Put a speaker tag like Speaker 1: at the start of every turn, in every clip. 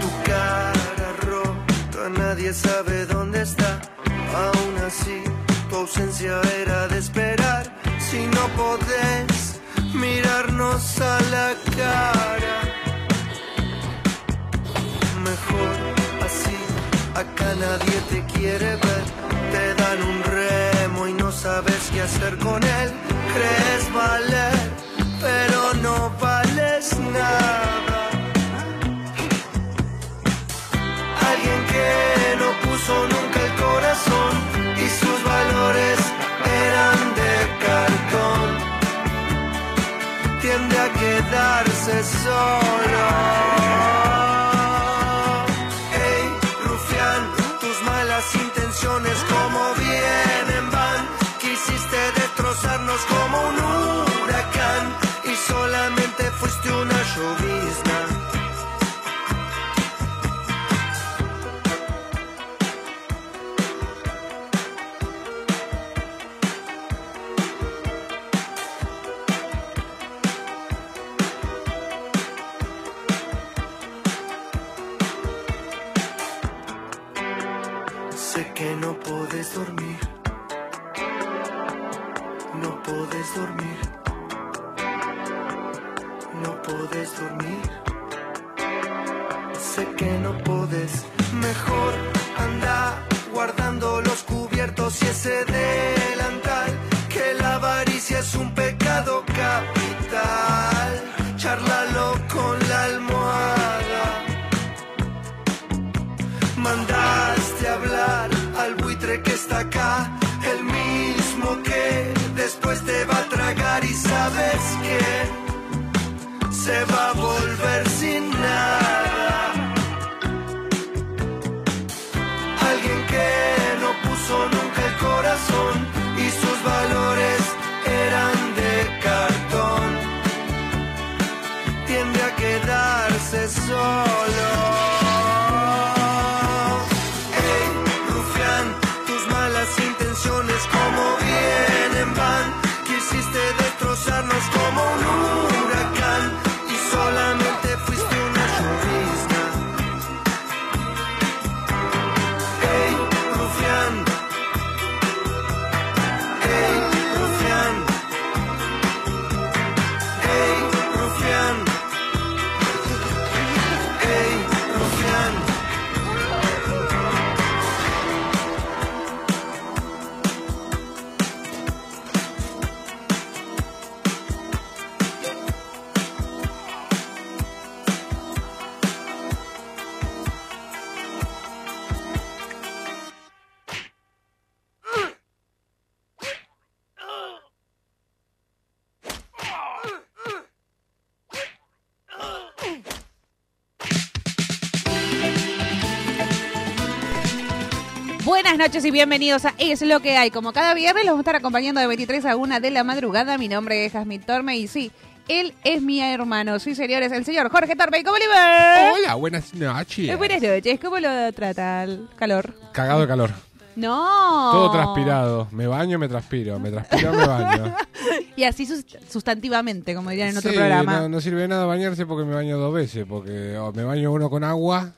Speaker 1: Tu cara rota, nadie sabe dónde está. Aún así, tu ausencia era de esperar. Si no podés mirarnos a la cara, mejor así. Acá nadie te quiere ver. Te dan un remo y no sabes qué hacer con él. Crees valer, pero no vales nada. Alguien que no puso nunca el corazón y sus valores eran de cartón. Tiende a quedarse solo. Hey, rufián, tus malas intenciones como vienen van. Quisiste destrozarnos como un huracán y solamente fuiste una llovizna. Sé que no podés dormir. No podés dormir. No podés dormir. Sé que no podés. Mejor anda guardando los cubiertos y ese delantal. Que la avaricia es un pecado capital. Charlalo con la almohada. Mandaste hablar al buitre que está acá, el mismo que después te va a tragar y sabes que se va a volver sin nada. Alguien que no puso nunca el corazón y sus valores eran de cartón, tiende a quedarse solo. Hey, rufián, tus malas intenciones como vienen van. Quisiste destrozarnos como un huracán y solamente fuiste una llovizna. Hey, rufián. Hey, rufián. Hey, rufián. Hey, rufián.
Speaker 2: Buenas noches y bienvenidos a Es lo que hay. Como cada viernes los voy a estar acompañando de 23 a 1 de la madrugada. Mi nombre es Jasmine Torme y sí, él es mi hermano. Sí, señores, el señor Jorge Torme. ¿Cómo le va?
Speaker 3: Hola, buenas noches.
Speaker 2: Eh, buenas noches, ¿cómo lo trata el calor?
Speaker 3: Cagado de calor.
Speaker 2: No.
Speaker 3: Todo transpirado. Me baño, me transpiro. Me transpiro, me baño.
Speaker 2: Y así sus- sustantivamente, como dirían en otro
Speaker 3: Sí,
Speaker 2: programa.
Speaker 3: No, no sirve de nada bañarse porque me baño dos veces. Porque o me baño uno con agua,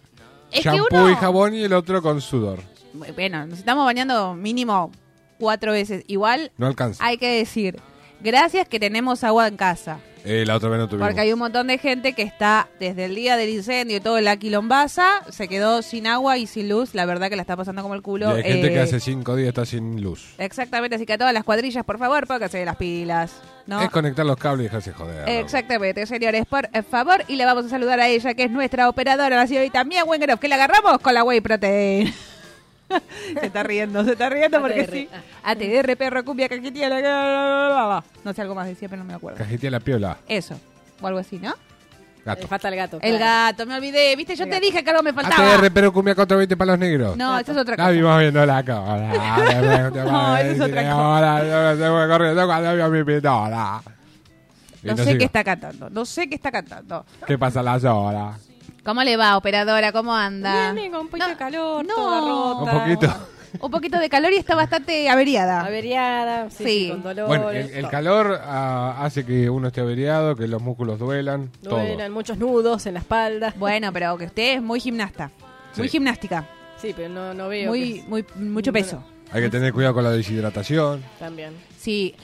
Speaker 2: Es que
Speaker 3: shampoo
Speaker 2: uno-
Speaker 3: y jabón y el otro con sudor.
Speaker 2: Bueno, nos estamos bañando mínimo cuatro veces. Igual
Speaker 3: No alcanza.
Speaker 2: hay que decir, gracias que tenemos agua en casa.
Speaker 3: Eh, la otra vez no tuvimos.
Speaker 2: Porque hay un montón de gente que está desde el día del incendio y todo la quilombaza, se quedó sin agua y sin luz. La verdad que la está pasando como el
Speaker 3: Y
Speaker 2: culo.
Speaker 3: hay gente
Speaker 2: eh,
Speaker 3: que hace cinco días está sin luz.
Speaker 2: Exactamente, así que a todas las cuadrillas, por favor, pónganse las pilas. ¿no?
Speaker 3: Es conectar los cables y dejarse joder.
Speaker 2: Exactamente, señores, por favor. Y le vamos a saludar a ella, que es nuestra operadora, la señorita Mia Wengeroff, que la agarramos con la Whey Protein. se está riendo, se está riendo porque
Speaker 4: ATR.
Speaker 2: sí. ATR, perro, cumbia, cajetilla, la- la- la- la- la. No sé, algo más decía, pero no me acuerdo.
Speaker 3: Cajetea la piola.
Speaker 2: Eso, o algo así, ¿no?
Speaker 4: Le
Speaker 3: Gato.
Speaker 4: falta el gato.
Speaker 2: El
Speaker 4: claro.
Speaker 2: gato, me olvidé, viste, yo
Speaker 4: El
Speaker 2: te
Speaker 4: gato.
Speaker 2: dije que algo me faltaba.
Speaker 3: ATR, pero cumbia 420 para los negros.
Speaker 2: No, esa es otra
Speaker 3: La
Speaker 2: cosa.
Speaker 3: vimos viéndola acá. No,
Speaker 2: esa es otra cosa.
Speaker 3: cosa.
Speaker 2: No sé qué está cantando, no sé qué está cantando.
Speaker 3: ¿Qué pasa las horas?
Speaker 2: ¿Cómo le va, operadora? ¿Cómo anda?
Speaker 4: Bien, bien, con un poquito
Speaker 2: No,
Speaker 4: de calor,
Speaker 2: no.
Speaker 4: toda
Speaker 3: Un
Speaker 4: rota.
Speaker 3: poquito.
Speaker 2: Un poquito de calor y está bastante averiada.
Speaker 4: Averiada, sí,
Speaker 2: Sí.
Speaker 4: sí, con dolor.
Speaker 3: Bueno, eh, el, el calor ah, hace que uno esté averiado, que los músculos duelan,
Speaker 4: Duelan muchos nudos en la espalda.
Speaker 2: Bueno, pero que usted es muy gimnasta, muy
Speaker 3: Sí.
Speaker 2: gimnástica,
Speaker 4: Sí, pero no, no veo. que
Speaker 2: muy,
Speaker 4: es-
Speaker 2: muy, mucho peso.
Speaker 3: todo. Hay que tener cuidado con la deshidratación.
Speaker 4: También.
Speaker 2: Sí.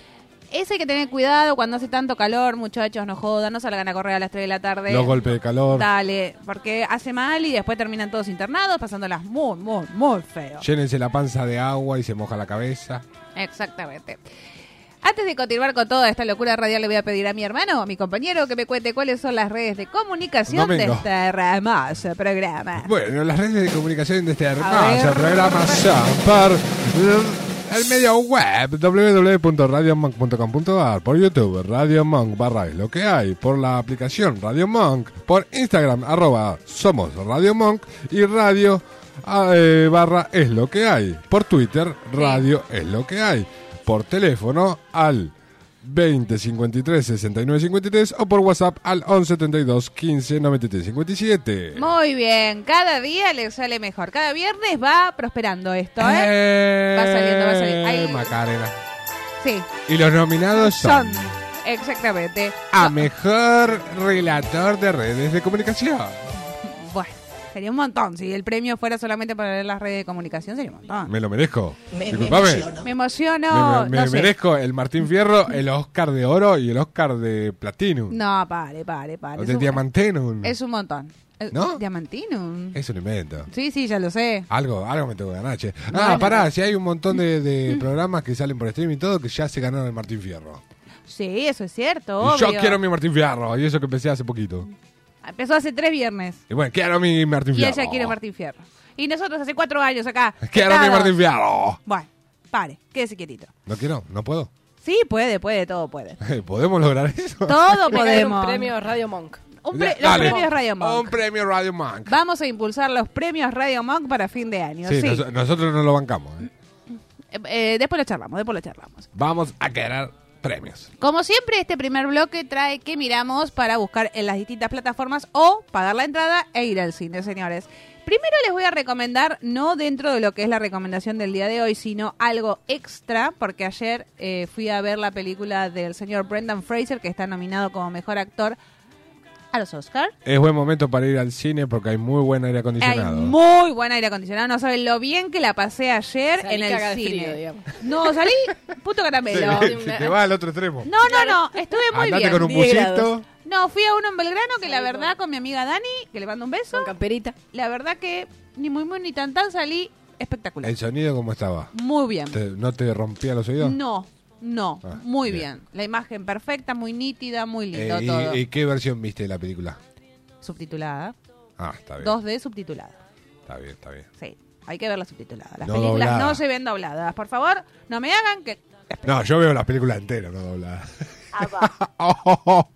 Speaker 2: Eso hay que tener cuidado cuando hace tanto calor, muchachos, no jodan, no salgan a correr a las 3 de la tarde.
Speaker 3: Los golpes de calor.
Speaker 2: Dale, porque hace mal y después terminan todos internados pasándolas muy, muy, muy feo.
Speaker 3: Llénense la panza de agua y se moja la cabeza.
Speaker 2: Exactamente. Antes de continuar con toda esta locura radial, le voy a pedir a mi hermano, a mi compañero, que me cuente cuáles son las redes de comunicación de
Speaker 3: Domingo.
Speaker 2: este hermoso programa.
Speaker 3: Bueno, las redes de comunicación de este
Speaker 2: ver.
Speaker 3: hermoso programa son por eh, el medio web www.radiomonk.com.ar, por YouTube, Radio Monk barra es lo que hay, por la aplicación Radio Monk, por Instagram arroba somos Radio Monk y radio ah, eh, barra es lo que hay, por Twitter radio es lo que hay, por teléfono al 20 53 69 53 o por WhatsApp al 11 72 15 93 57.
Speaker 2: Muy bien, cada día le sale mejor. Cada viernes va prosperando esto, ¿eh?
Speaker 3: Eh,
Speaker 2: Va saliendo, va saliendo. Ahí.
Speaker 3: Macarena.
Speaker 2: Sí,
Speaker 3: Y los nominados son,
Speaker 2: son. Exactamente.
Speaker 3: a mejor relator de redes de comunicación.
Speaker 2: Bueno, sería un montón. Si el premio fuera solamente para las redes de comunicación, sería un montón.
Speaker 3: Me lo merezco. Disculpame.
Speaker 2: Me emociono.
Speaker 3: Me- me
Speaker 2: no sé.
Speaker 3: merezco el Martín Fierro, el Oscar de Oro y el Oscar de Platinum.
Speaker 2: No, pare, pare, pare.
Speaker 3: o
Speaker 2: Es
Speaker 3: del
Speaker 2: un-
Speaker 3: Diamantenum.
Speaker 2: Es un montón. Eh,
Speaker 3: ¿No?
Speaker 2: Diamantino.
Speaker 3: Es un invento.
Speaker 2: Sí, sí, ya lo sé.
Speaker 3: Algo, algo me tengo que ganar, che. Ah, pará, si hay un montón de, de programas que salen por streaming y todo que ya se ganaron el Martín Fierro.
Speaker 2: Sí, eso es cierto.
Speaker 3: Y yo
Speaker 2: obvio.
Speaker 3: quiero mi Martín Fierro, y eso que empecé hace poquito.
Speaker 2: Empezó hace tres viernes.
Speaker 3: Y bueno, quiero mi Martín
Speaker 2: Y
Speaker 3: Fierro.
Speaker 2: ella quiere Martín Fierro. Y nosotros hace cuatro años acá.
Speaker 3: Quiero mi
Speaker 2: sentados.
Speaker 3: Martín Fierro.
Speaker 2: Bueno, pare, quédese quietito.
Speaker 3: No quiero, no puedo.
Speaker 2: Sí, puede, puede, todo puede.
Speaker 3: ¿Podemos lograr eso?
Speaker 2: Todo
Speaker 4: Tiene que haber un
Speaker 2: podemos.
Speaker 4: premio Radio Monk.
Speaker 2: Un pre- los
Speaker 3: Dale. Oh,
Speaker 2: premios Radio
Speaker 3: Un
Speaker 2: Monk.
Speaker 3: premio Radio Monk.
Speaker 2: Vamos a impulsar los premios Radio Monk para fin de año. Sí.
Speaker 3: Sí, nos- nosotros no lo bancamos. ¿eh?
Speaker 2: Eh, eh, después lo charlamos, después lo charlamos.
Speaker 3: Vamos a querer premios.
Speaker 2: Como siempre, este primer bloque trae que miramos para buscar en las distintas plataformas o pagar la entrada e ir al cine, señores. Primero les voy a recomendar, no dentro de lo que es la recomendación del día de hoy, sino algo extra, porque ayer eh, fui a ver la película del señor Brendan Fraser, que está nominado como mejor actor a los Oscars.
Speaker 3: Es buen momento para ir al cine porque hay muy buen aire
Speaker 2: Hay
Speaker 3: acondicionado.
Speaker 2: muy buen aire acondicionado. No saben lo bien que la pasé ayer
Speaker 4: Salí
Speaker 2: en el
Speaker 4: cagada de
Speaker 2: cine.
Speaker 4: frío, digamos.
Speaker 2: no, salí puto
Speaker 3: Sí,
Speaker 2: caramelo.
Speaker 4: Pero-
Speaker 3: si te vas al otro extremo.
Speaker 2: No, no, no. Estuve muy
Speaker 3: Andate
Speaker 2: bien.
Speaker 3: con un
Speaker 4: 10
Speaker 3: busito.
Speaker 4: grados.
Speaker 2: No, fui a uno en Belgrano que la
Speaker 4: Salí
Speaker 2: verdad con mi amiga Dani, que le mando un beso,
Speaker 4: Con camperita.
Speaker 2: la verdad que ni muy muy ni tan tan salí espectacular.
Speaker 3: El sonido, ¿cómo estaba?
Speaker 2: Muy bien.
Speaker 3: ¿Te- ¿No te rompía los oídos?
Speaker 2: No, no,
Speaker 3: Ah,
Speaker 2: muy bien.
Speaker 3: bien.
Speaker 2: La imagen perfecta, muy nítida, muy lindo
Speaker 3: Eh, y-
Speaker 2: todo.
Speaker 3: y, qué versión viste de la película?
Speaker 2: subtitulada,
Speaker 3: Ah, está bien.
Speaker 2: 2D subtitulada.
Speaker 3: Está bien, está bien.
Speaker 2: Sí, hay que verla subtitulada. Las
Speaker 3: No
Speaker 2: películas
Speaker 3: doblada.
Speaker 2: no se ven dobladas, por favor, no me hagan que
Speaker 3: No, yo veo la película entera, no Oh, doblada.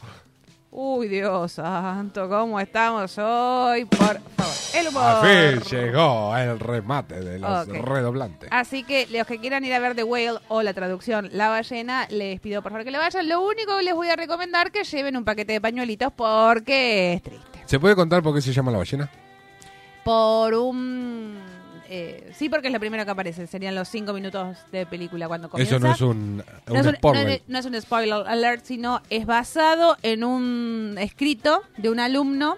Speaker 2: Uy, Dios santo, ¿cómo estamos hoy? Por favor, el humor.
Speaker 3: Al fin llegó el remate de los
Speaker 2: Oh, Ok.
Speaker 3: redoblantes.
Speaker 2: Así que los que quieran ir a ver The Whale o la traducción La ballena, les pido por favor que lo vayan. Lo único que les voy a recomendar que lleven un paquete de pañuelitos porque es triste.
Speaker 3: ¿Se puede contar por qué se llama la ballena?
Speaker 2: Por un... eh, sí, porque es lo primero que aparece. Serían los cinco minutos de película cuando comienza.
Speaker 3: Eso no es un,
Speaker 2: No
Speaker 3: un
Speaker 2: es un-
Speaker 3: spoiler.
Speaker 2: no es- no es un spoiler alert, sino es basado en un escrito de un alumno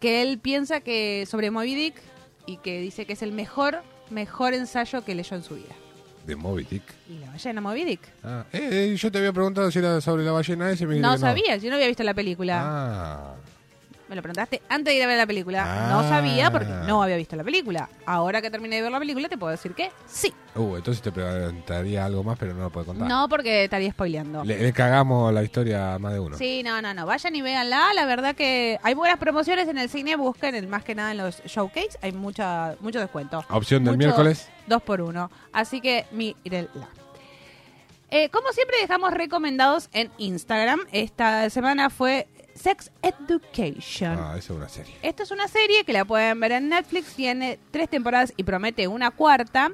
Speaker 2: que él piensa que sobre Moby Dick y que dice que es el mejor, mejor ensayo que leyó en su vida.
Speaker 3: De Moby Dick.
Speaker 2: Y la ballena Moby Dick.
Speaker 3: Ah, eh, eh, yo te había preguntado si era sobre la ballena ese. y me dijiste
Speaker 2: No
Speaker 3: que
Speaker 2: sabía, yo no había visto la película.
Speaker 3: Ah,
Speaker 2: Me lo preguntaste antes de ir a ver la película.
Speaker 3: Ah.
Speaker 2: No sabía porque no había visto la película. Ahora que terminé de ver la película, te puedo decir que sí.
Speaker 3: Uh, entonces te preguntaría algo más, pero no lo puedo contar.
Speaker 2: No, porque estaría spoileando.
Speaker 3: Le, le cagamos la historia a más de uno.
Speaker 2: Sí, no, no, no. Vayan y véanla. La verdad que hay buenas promociones en el cine. Busquen el, más que nada en los showcase. Hay mucha, mucho descuento.
Speaker 3: Opción del
Speaker 2: Mucho
Speaker 3: miércoles.
Speaker 2: Dos por uno. Así que mírenla. Eh, como siempre, dejamos recomendados en Instagram. Esta semana fue Sex Education.
Speaker 3: Ah, eso es una serie.
Speaker 2: Esta es una serie que la pueden ver en Netflix. Tiene tres temporadas y promete una cuarta.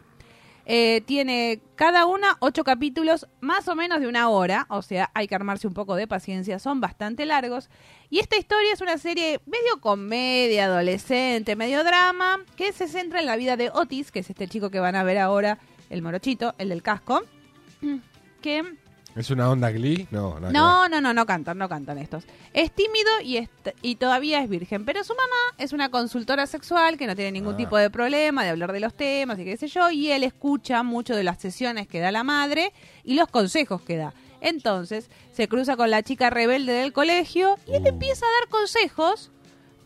Speaker 2: Eh, tiene cada una ocho capítulos más o menos de una hora. O sea, hay que armarse un poco de paciencia. Son bastante largos. Y esta historia es una serie medio comedia, adolescente, medio drama, que se centra en la vida de Otis, que es este chico que van a ver ahora, el morochito, el del casco. Que
Speaker 3: ¿Es una onda Glee? No, nada que
Speaker 2: no, no, no, no cantan, no cantan estos. Es tímido y, es- y todavía es virgen, pero su mamá es una consultora sexual que no tiene ningún
Speaker 3: Ah.
Speaker 2: tipo de problema de hablar de los temas y qué sé yo, y él escucha mucho de las sesiones que da la madre y los consejos que da. Entonces se cruza con la chica rebelde del colegio y él
Speaker 3: Uh.
Speaker 2: empieza a dar consejos,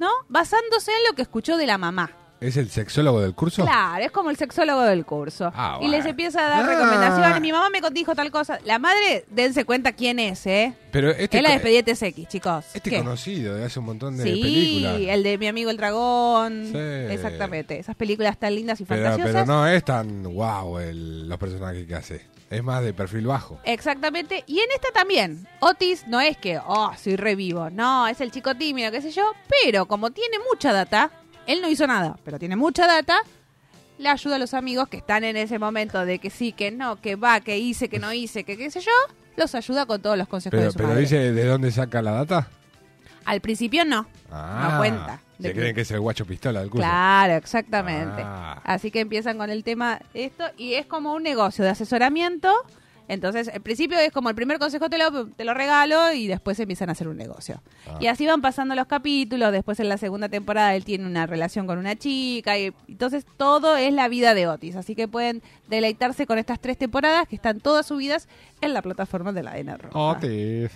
Speaker 2: ¿no? Basándose en lo que escuchó de la mamá.
Speaker 3: ver. ¿Es el sexólogo del curso?
Speaker 2: Claro, es como el sexólogo del curso.
Speaker 3: Ah,
Speaker 2: Y les
Speaker 3: bueno.
Speaker 2: empieza a dar
Speaker 3: Ah.
Speaker 2: recomendaciones. Mi mamá me dijo tal cosa. La madre, dense cuenta quién es, ¿eh?
Speaker 3: Pero este,
Speaker 2: es la de
Speaker 3: co-
Speaker 2: Expedientes X, chicos.
Speaker 3: este
Speaker 2: ¿Qué?
Speaker 3: conocido de hace un montón de
Speaker 2: sí,
Speaker 3: películas.
Speaker 2: el de mi amigo el dragón.
Speaker 3: Sí.
Speaker 2: Exactamente. Esas películas tan lindas y
Speaker 3: Pero,
Speaker 2: fantasiosas.
Speaker 3: pero no es tan wow el, los personajes que hace. Es más de perfil bajo.
Speaker 2: Exactamente. Y en esta también. Otis no es que, oh, soy revivo. No, es el chico tímido, qué sé yo. Pero como tiene mucha data, él no hizo nada, pero tiene mucha data. Le ayuda a los amigos que están en ese momento de que sí, que no, que va, que hice, que no hice, que qué sé yo. Los ayuda con todos los consejos
Speaker 3: Pero,
Speaker 2: de su
Speaker 3: pero
Speaker 2: madre.
Speaker 3: dice de dónde saca la data.
Speaker 2: Al principio no.
Speaker 3: Ah,
Speaker 2: no cuenta.
Speaker 3: Se
Speaker 2: De
Speaker 3: creen que es el guacho pistola del curso.
Speaker 2: Claro, exactamente.
Speaker 3: Ah.
Speaker 2: Así que empiezan con el tema esto y es como un negocio de asesoramiento. Entonces, al principio es como el primer consejo te lo, te lo regalo y después empiezan a hacer un negocio.
Speaker 3: Ah.
Speaker 2: Y así van pasando los capítulos. Después en la segunda temporada él tiene una relación con una chica. Y, entonces todo es la vida de Otis. Así que pueden deleitarse con estas tres temporadas que están todas subidas en la plataforma de la N Roja.
Speaker 3: Otis.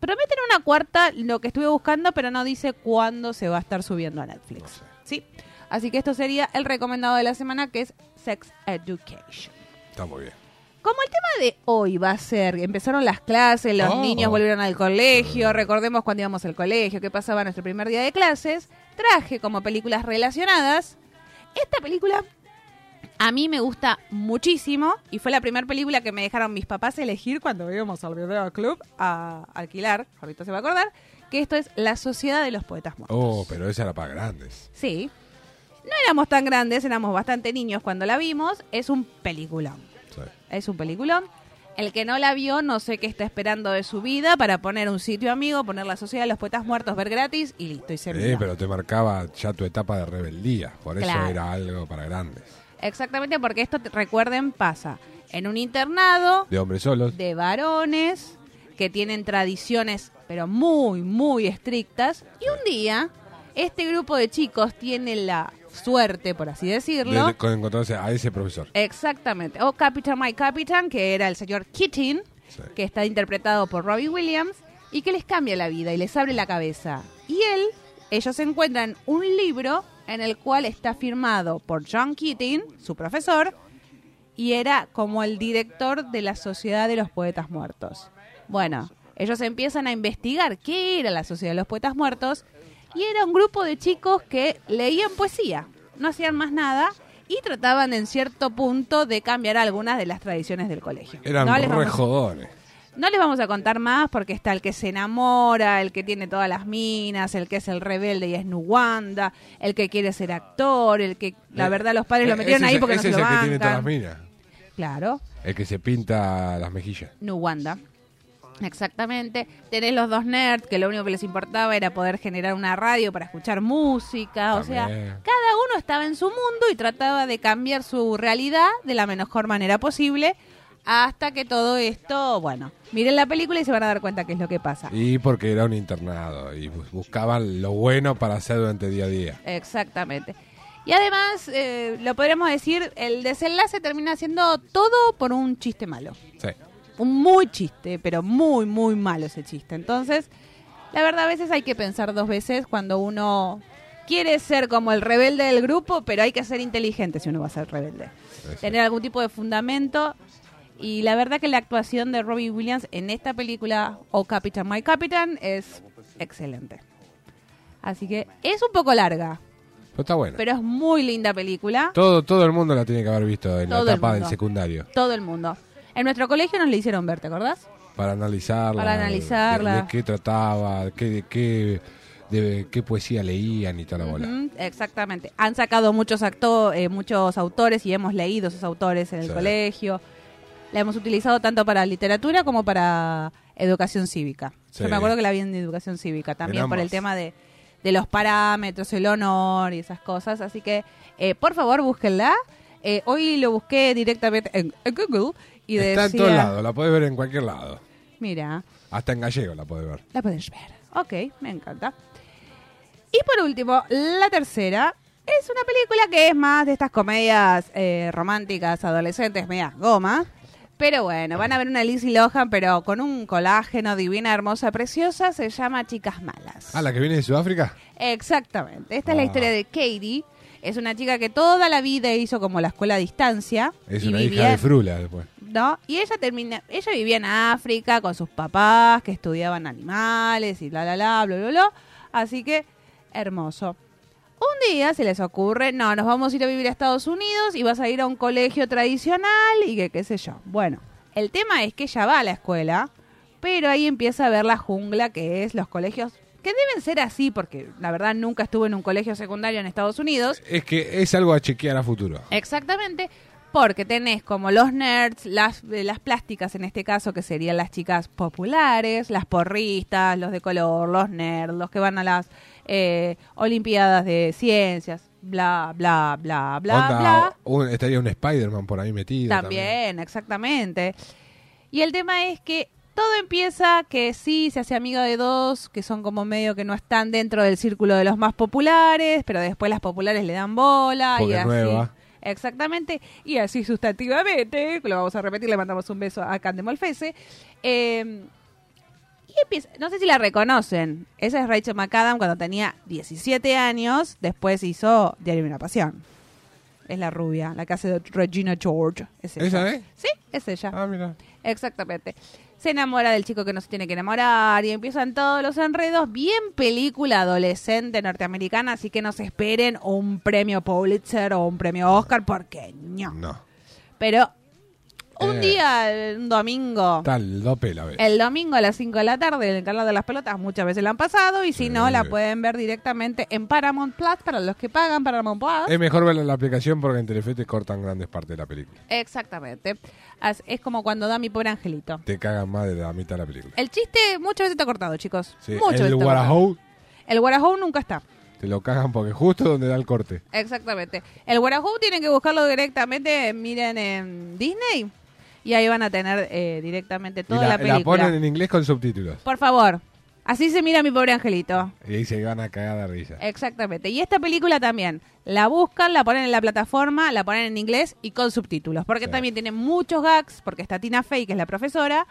Speaker 2: Prometen una cuarta, lo que estuve buscando, pero no dice cuándo se va a estar subiendo a Netflix.
Speaker 3: No sé.
Speaker 2: Sí. Así que esto sería el recomendado de la semana, que es Sex Education.
Speaker 3: Está muy bien.
Speaker 2: Como el tema de hoy va a ser, empezaron las clases, los
Speaker 3: Oh.
Speaker 2: niños volvieron al colegio, recordemos cuando íbamos al colegio, qué pasaba nuestro primer día de clases, traje como películas relacionadas. Esta película a mí me gusta muchísimo y fue la primera película que me dejaron mis papás elegir cuando íbamos al videoclub a alquilar, ahorita se va a acordar, que esto es La Sociedad de los Poetas Muertos.
Speaker 3: Oh, pero esa era para grandes.
Speaker 2: Sí. No éramos tan grandes, éramos bastante niños cuando la vimos, es un peliculón.
Speaker 3: Sí.
Speaker 2: Es un peliculón. El que no la vio, no sé qué está esperando de su vida para poner un sitio amigo, poner la sociedad de los poetas muertos, ver gratis y listo. Y se
Speaker 3: Eh,
Speaker 2: mira.
Speaker 3: pero te marcaba ya tu etapa de rebeldía. Por eso
Speaker 2: Claro.
Speaker 3: era algo para grandes.
Speaker 2: Exactamente, porque esto, te- recuerden, pasa en un internado
Speaker 3: De hombres solos.
Speaker 2: de varones que tienen tradiciones, pero muy, muy estrictas. Y un día, este grupo de chicos tiene la suerte, por así decirlo,
Speaker 3: de- con encontrarse a ese profesor.
Speaker 2: Exactamente. O Capitán My Capitán, que era el señor Keating,
Speaker 3: Sí.
Speaker 2: que está interpretado por Robbie Williams, y que les cambia la vida y les abre la cabeza. Y él, ellos encuentran un libro en el cual está firmado por John Keating, su profesor, y era como el director de la Sociedad de los Poetas Muertos. Bueno, ellos empiezan a investigar qué era la Sociedad de los Poetas Muertos y era un grupo de chicos que leían poesía, no hacían más nada y trataban en cierto punto de cambiar algunas de las tradiciones del colegio.
Speaker 3: Eran
Speaker 2: no, les
Speaker 3: re
Speaker 2: vamos,
Speaker 3: jodones.
Speaker 2: no les vamos a contar más porque está el que se enamora, el que tiene todas las minas, el que es el rebelde y es Nuwanda, el que quiere ser actor, el que la
Speaker 3: Eh,
Speaker 2: verdad los padres lo
Speaker 3: eh,
Speaker 2: metieron
Speaker 3: ese
Speaker 2: ahí
Speaker 3: es-
Speaker 2: porque no
Speaker 3: ese
Speaker 2: se lo
Speaker 3: es el que tiene todas las
Speaker 2: bancan.
Speaker 3: minas.
Speaker 2: Claro.
Speaker 3: El que se pinta las mejillas.
Speaker 2: Nuwanda. Exactamente. Tenés los dos nerds que lo único que les importaba era poder generar una radio para escuchar música. O sea,
Speaker 3: También.
Speaker 2: cada uno estaba en su mundo y trataba de cambiar su realidad de la mejor manera posible. Hasta que todo esto, bueno, miren la película y se van a dar cuenta qué es lo que pasa.
Speaker 3: Y porque era un internado. Y bus- buscaban lo bueno para hacer durante día a día.
Speaker 2: Exactamente. Y además, eh, lo podríamos decir, el desenlace termina siendo todo por un chiste malo.
Speaker 3: Sí.
Speaker 2: un muy chiste, pero muy, muy malo ese chiste. Entonces, La verdad, a veces hay que pensar dos veces cuando uno quiere ser como el rebelde del grupo, pero hay que ser inteligente si uno va a ser rebelde. Tener algún tipo de fundamento. Y la verdad que la actuación de Robbie Williams en esta película, Oh Captain, My Captain, es excelente. Así que es un poco larga,
Speaker 3: Pero está bueno.
Speaker 2: pero es muy linda película.
Speaker 3: Todo, todo el mundo la tiene que haber visto en
Speaker 2: Todo
Speaker 3: la
Speaker 2: el
Speaker 3: etapa del
Speaker 2: mundo.
Speaker 3: secundario.
Speaker 2: Todo el mundo. En nuestro colegio nos la hicieron ver, ¿te acordás?
Speaker 3: Para analizarla.
Speaker 2: Para
Speaker 3: de-
Speaker 2: analizarla.
Speaker 3: De, qué trataba, de qué, de qué, de qué poesía leían y toda la bola.
Speaker 2: Ujú, exactamente. Han sacado muchos, acto eh, muchos autores y hemos leído esos autores en el
Speaker 3: Sí.
Speaker 2: colegio. La hemos utilizado tanto para literatura como para educación cívica.
Speaker 3: Sí.
Speaker 2: Yo me acuerdo que la vi en educación cívica también por el
Speaker 3: ambas.
Speaker 2: tema de, de los parámetros, el honor y esas cosas. Así que, eh, por favor, búsquenla. Eh, hoy lo busqué directamente en, en Google y
Speaker 3: Está en
Speaker 2: decía...
Speaker 3: todos lados, la podés ver en cualquier lado.
Speaker 2: Mira,
Speaker 3: Hasta en gallego la podés ver.
Speaker 2: la puedes ver. Ok, me encanta. Y por último, la tercera es una película que es más de estas comedias eh, románticas, adolescentes, medias goma. Pero bueno, van a ver una Lizzie Lohan, pero con un colágeno divina, hermosa, preciosa. Se llama Chicas Malas.
Speaker 3: Ah, la que viene de Sudáfrica.
Speaker 2: Exactamente. Esta es la
Speaker 3: Ah.
Speaker 2: historia de Katie. Es una chica que toda la vida hizo como la escuela a distancia.
Speaker 3: Es
Speaker 2: y
Speaker 3: una hija
Speaker 2: vivía-
Speaker 3: de Frula después.
Speaker 2: ¿no? Y ella termina, ella vivía en África con sus papás que estudiaban animales y la la la, bla bla bla. Así que hermoso. Un día se les ocurre, no, nos vamos a ir a vivir a Estados Unidos y vas a ir a un colegio tradicional y que qué sé yo. Bueno, el tema es que ella va a la escuela, pero ahí empieza a ver la jungla que es los colegios que deben ser así porque la verdad nunca estuve en un colegio secundario en Estados Unidos.
Speaker 3: Es que es algo a chequear a futuro.
Speaker 2: Exactamente, porque tenés como los nerds, las, eh, las plásticas en este caso, que serían las chicas populares, las porristas, los de color, los nerds, los que van a las eh, Olimpiadas de Ciencias, bla, bla, bla, bla,
Speaker 3: Onda,
Speaker 2: bla.
Speaker 3: un- estaría un Spider-Man por ahí metido. También.
Speaker 2: También, exactamente. Y el tema es que todo empieza que sí, se hace amiga de dos, que son como medio que no están dentro del círculo de los más populares, pero después las populares le dan bola y
Speaker 3: Porque es
Speaker 2: así.
Speaker 3: nueva.
Speaker 2: Exactamente, y así sustantivamente, que lo vamos a repetir, le mandamos un beso a Cande Molfese. Eh, y empieza- no sé si la reconocen, esa es Rachel McAdam cuando tenía 17 años, después hizo Diario de una Pasión. Es la rubia, la que hace de Regina George. Es ella.
Speaker 3: ¿Esa es?
Speaker 2: Sí, es ella.
Speaker 3: Ah, mira.
Speaker 2: Exactamente. Se enamora del chico que no se tiene que enamorar y empiezan todos los enredos. Bien película adolescente norteamericana, así que no se esperen un premio Pulitzer o un premio Oscar porque no.
Speaker 3: No.
Speaker 2: Pero un
Speaker 3: Eh.
Speaker 2: día, un domingo,
Speaker 3: Tal dope la vez.
Speaker 2: el domingo a las 5 de la tarde, en el canal de las pelotas, muchas veces la han pasado y si
Speaker 3: Sí.
Speaker 2: no, la pueden ver directamente en Paramount Plus para los que pagan Paramount Plus.
Speaker 3: Es mejor verla en la aplicación porque en Telefe te cortan grandes partes de la película.
Speaker 2: Exactamente. As- Es como cuando da mi pobre angelito.
Speaker 3: Te cagan más de la mitad de la película.
Speaker 2: El chiste muchas veces está cortado, chicos.
Speaker 3: Sí,
Speaker 2: muchas veces
Speaker 3: el
Speaker 2: está cortado.
Speaker 3: Guarajou
Speaker 2: El Guarajou nunca está.
Speaker 3: te lo cagan porque justo donde da el corte.
Speaker 2: Exactamente. El Guarajou tienen que buscarlo directamente, miren, en Disney. Y ahí van a tener eh, directamente
Speaker 3: Y
Speaker 2: toda la, película.
Speaker 3: ponen en inglés con subtítulos.
Speaker 2: Por favfavor. Así se mira mi pobre angelito.
Speaker 3: Y ahí se van a cagar de
Speaker 2: Eh,
Speaker 3: risa.
Speaker 2: Exactamente. Y esta película también. La buscan, la ponen en la plataforma, la ponen en inglés y con subtítulos. Porque
Speaker 3: Sí.
Speaker 2: también tiene muchos gags, porque está Tina Fey, que es la profesora,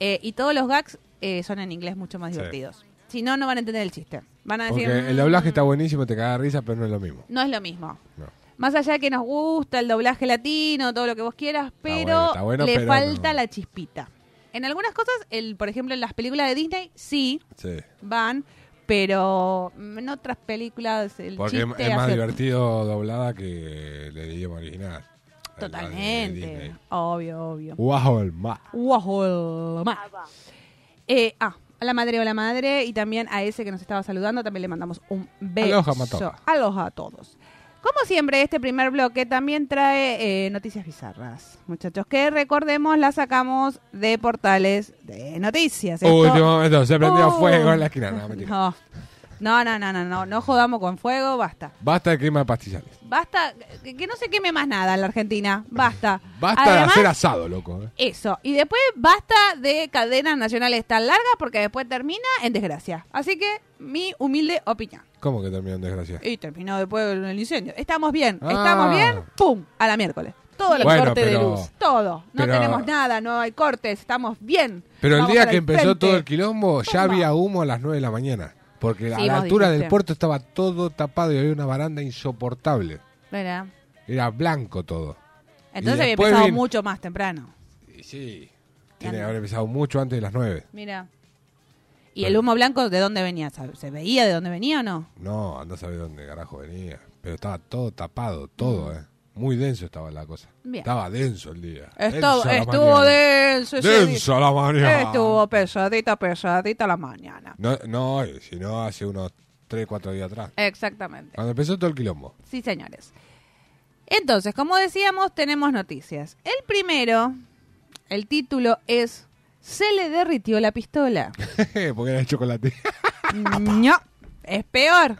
Speaker 2: eh, y todos los gags eh, son en inglés mucho más
Speaker 3: Sí.
Speaker 2: divertidos. Si no, no van a entender el chiste. Van a decir...
Speaker 3: Porque el
Speaker 2: "Mm,
Speaker 3: doblaje está buenísimo, te caga de risa, pero no es lo mismo.
Speaker 2: No es lo mismo.
Speaker 3: No.
Speaker 2: Más allá de que nos gusta el doblaje latino, todo lo que vos quieras, pero
Speaker 3: bueno, está bueno,
Speaker 2: le
Speaker 3: pero
Speaker 2: falta
Speaker 3: no.
Speaker 2: la chispita. En algunas cosas, el, por ejemplo, en las películas de Disney, sí,
Speaker 3: Sí.
Speaker 2: van, pero en otras películas el
Speaker 3: Porque es-
Speaker 2: chiste
Speaker 3: es más
Speaker 2: hace-
Speaker 3: divertido doblada que el idioma original.
Speaker 2: Totalmente. Obvio, obvio.
Speaker 3: Wow, ma.
Speaker 2: Guajol, ma. Eh, ah, a la madre o la madre y también a ese que nos estaba saludando también le mandamos un beso.
Speaker 3: Aloha, Matopa.
Speaker 2: Aloha a todos. Como siempre, este primer bloque también trae eh, noticias bizarras, muchachos, que recordemos las sacamos de portales de noticias. Esto-
Speaker 3: Último momento, se prendió
Speaker 2: Oh.
Speaker 3: fuego en la esquina. No, mentira.
Speaker 2: no, no, no, no, no, no, no jodamos con fuego, basta.
Speaker 3: Basta de clima de pastizales.
Speaker 2: Basta, que, que no se queme más nada en la Argentina, basta.
Speaker 3: Basta de
Speaker 2: Además,
Speaker 3: hacer asado, loco. eh.
Speaker 2: Eso. Y después basta de cadenas nacionales tan largas porque después termina en desgracia. Así que mi humilde opinión.
Speaker 3: ¿Cómo que
Speaker 2: Eh,
Speaker 3: terminó en desgracia?
Speaker 2: Y terminó después el incendio. Estamos bien,
Speaker 3: Ah.
Speaker 2: estamos bien. ¡Pum! A la miércoles. Todo
Speaker 4: todo el
Speaker 3: Bueno,
Speaker 4: corte de
Speaker 3: pero-
Speaker 4: luz.
Speaker 2: Todo. No
Speaker 3: Pero-
Speaker 2: tenemos nada, no hay cortes, estamos bien.
Speaker 3: Pero el
Speaker 2: Vamos
Speaker 3: día
Speaker 2: para
Speaker 3: que empezó
Speaker 2: frente.
Speaker 3: todo el quilombo, ya había humo a las 9 de la mañana. Porque a
Speaker 2: Sí,
Speaker 3: la
Speaker 2: vos
Speaker 3: altura
Speaker 2: dijiste.
Speaker 3: del puerto estaba todo tapado y había una baranda insoportable.
Speaker 2: Mira,
Speaker 3: Era blanco todo.
Speaker 2: Entonces
Speaker 3: Y
Speaker 2: había
Speaker 3: después
Speaker 2: empezado
Speaker 3: vino-
Speaker 2: mucho más temprano.
Speaker 3: Y sí, tiene que
Speaker 2: Claro.
Speaker 3: haber empezado mucho antes de las 9.
Speaker 2: Mira. ¿Y el humo blanco de dónde venía? ¿Sab- ¿Se veía de dónde venía o no?
Speaker 3: No, andá a saber dónde carajo venía. Pero estaba todo tapado, todo, ¿eh? Muy denso estaba la cosa.
Speaker 2: Mm. Bien.
Speaker 3: Estaba denso el día.
Speaker 2: Estuvo,
Speaker 3: denso a la
Speaker 2: estuvo
Speaker 3: mañana.
Speaker 2: denso. ese día.
Speaker 3: Denso a la mañana.
Speaker 2: Estuvo pesadita, pesadita la mañana.
Speaker 3: No, no, eh, sino hace unos 3, 4 días atrás.
Speaker 2: Exactamente.
Speaker 3: Cuando empezó todo el quilombo.
Speaker 2: Sí, señores. Entonces, como decíamos, tenemos noticias. El primero, el título es Se le derritió la pistola.
Speaker 3: Porque era de chocolate.
Speaker 2: Ah. No, es peor.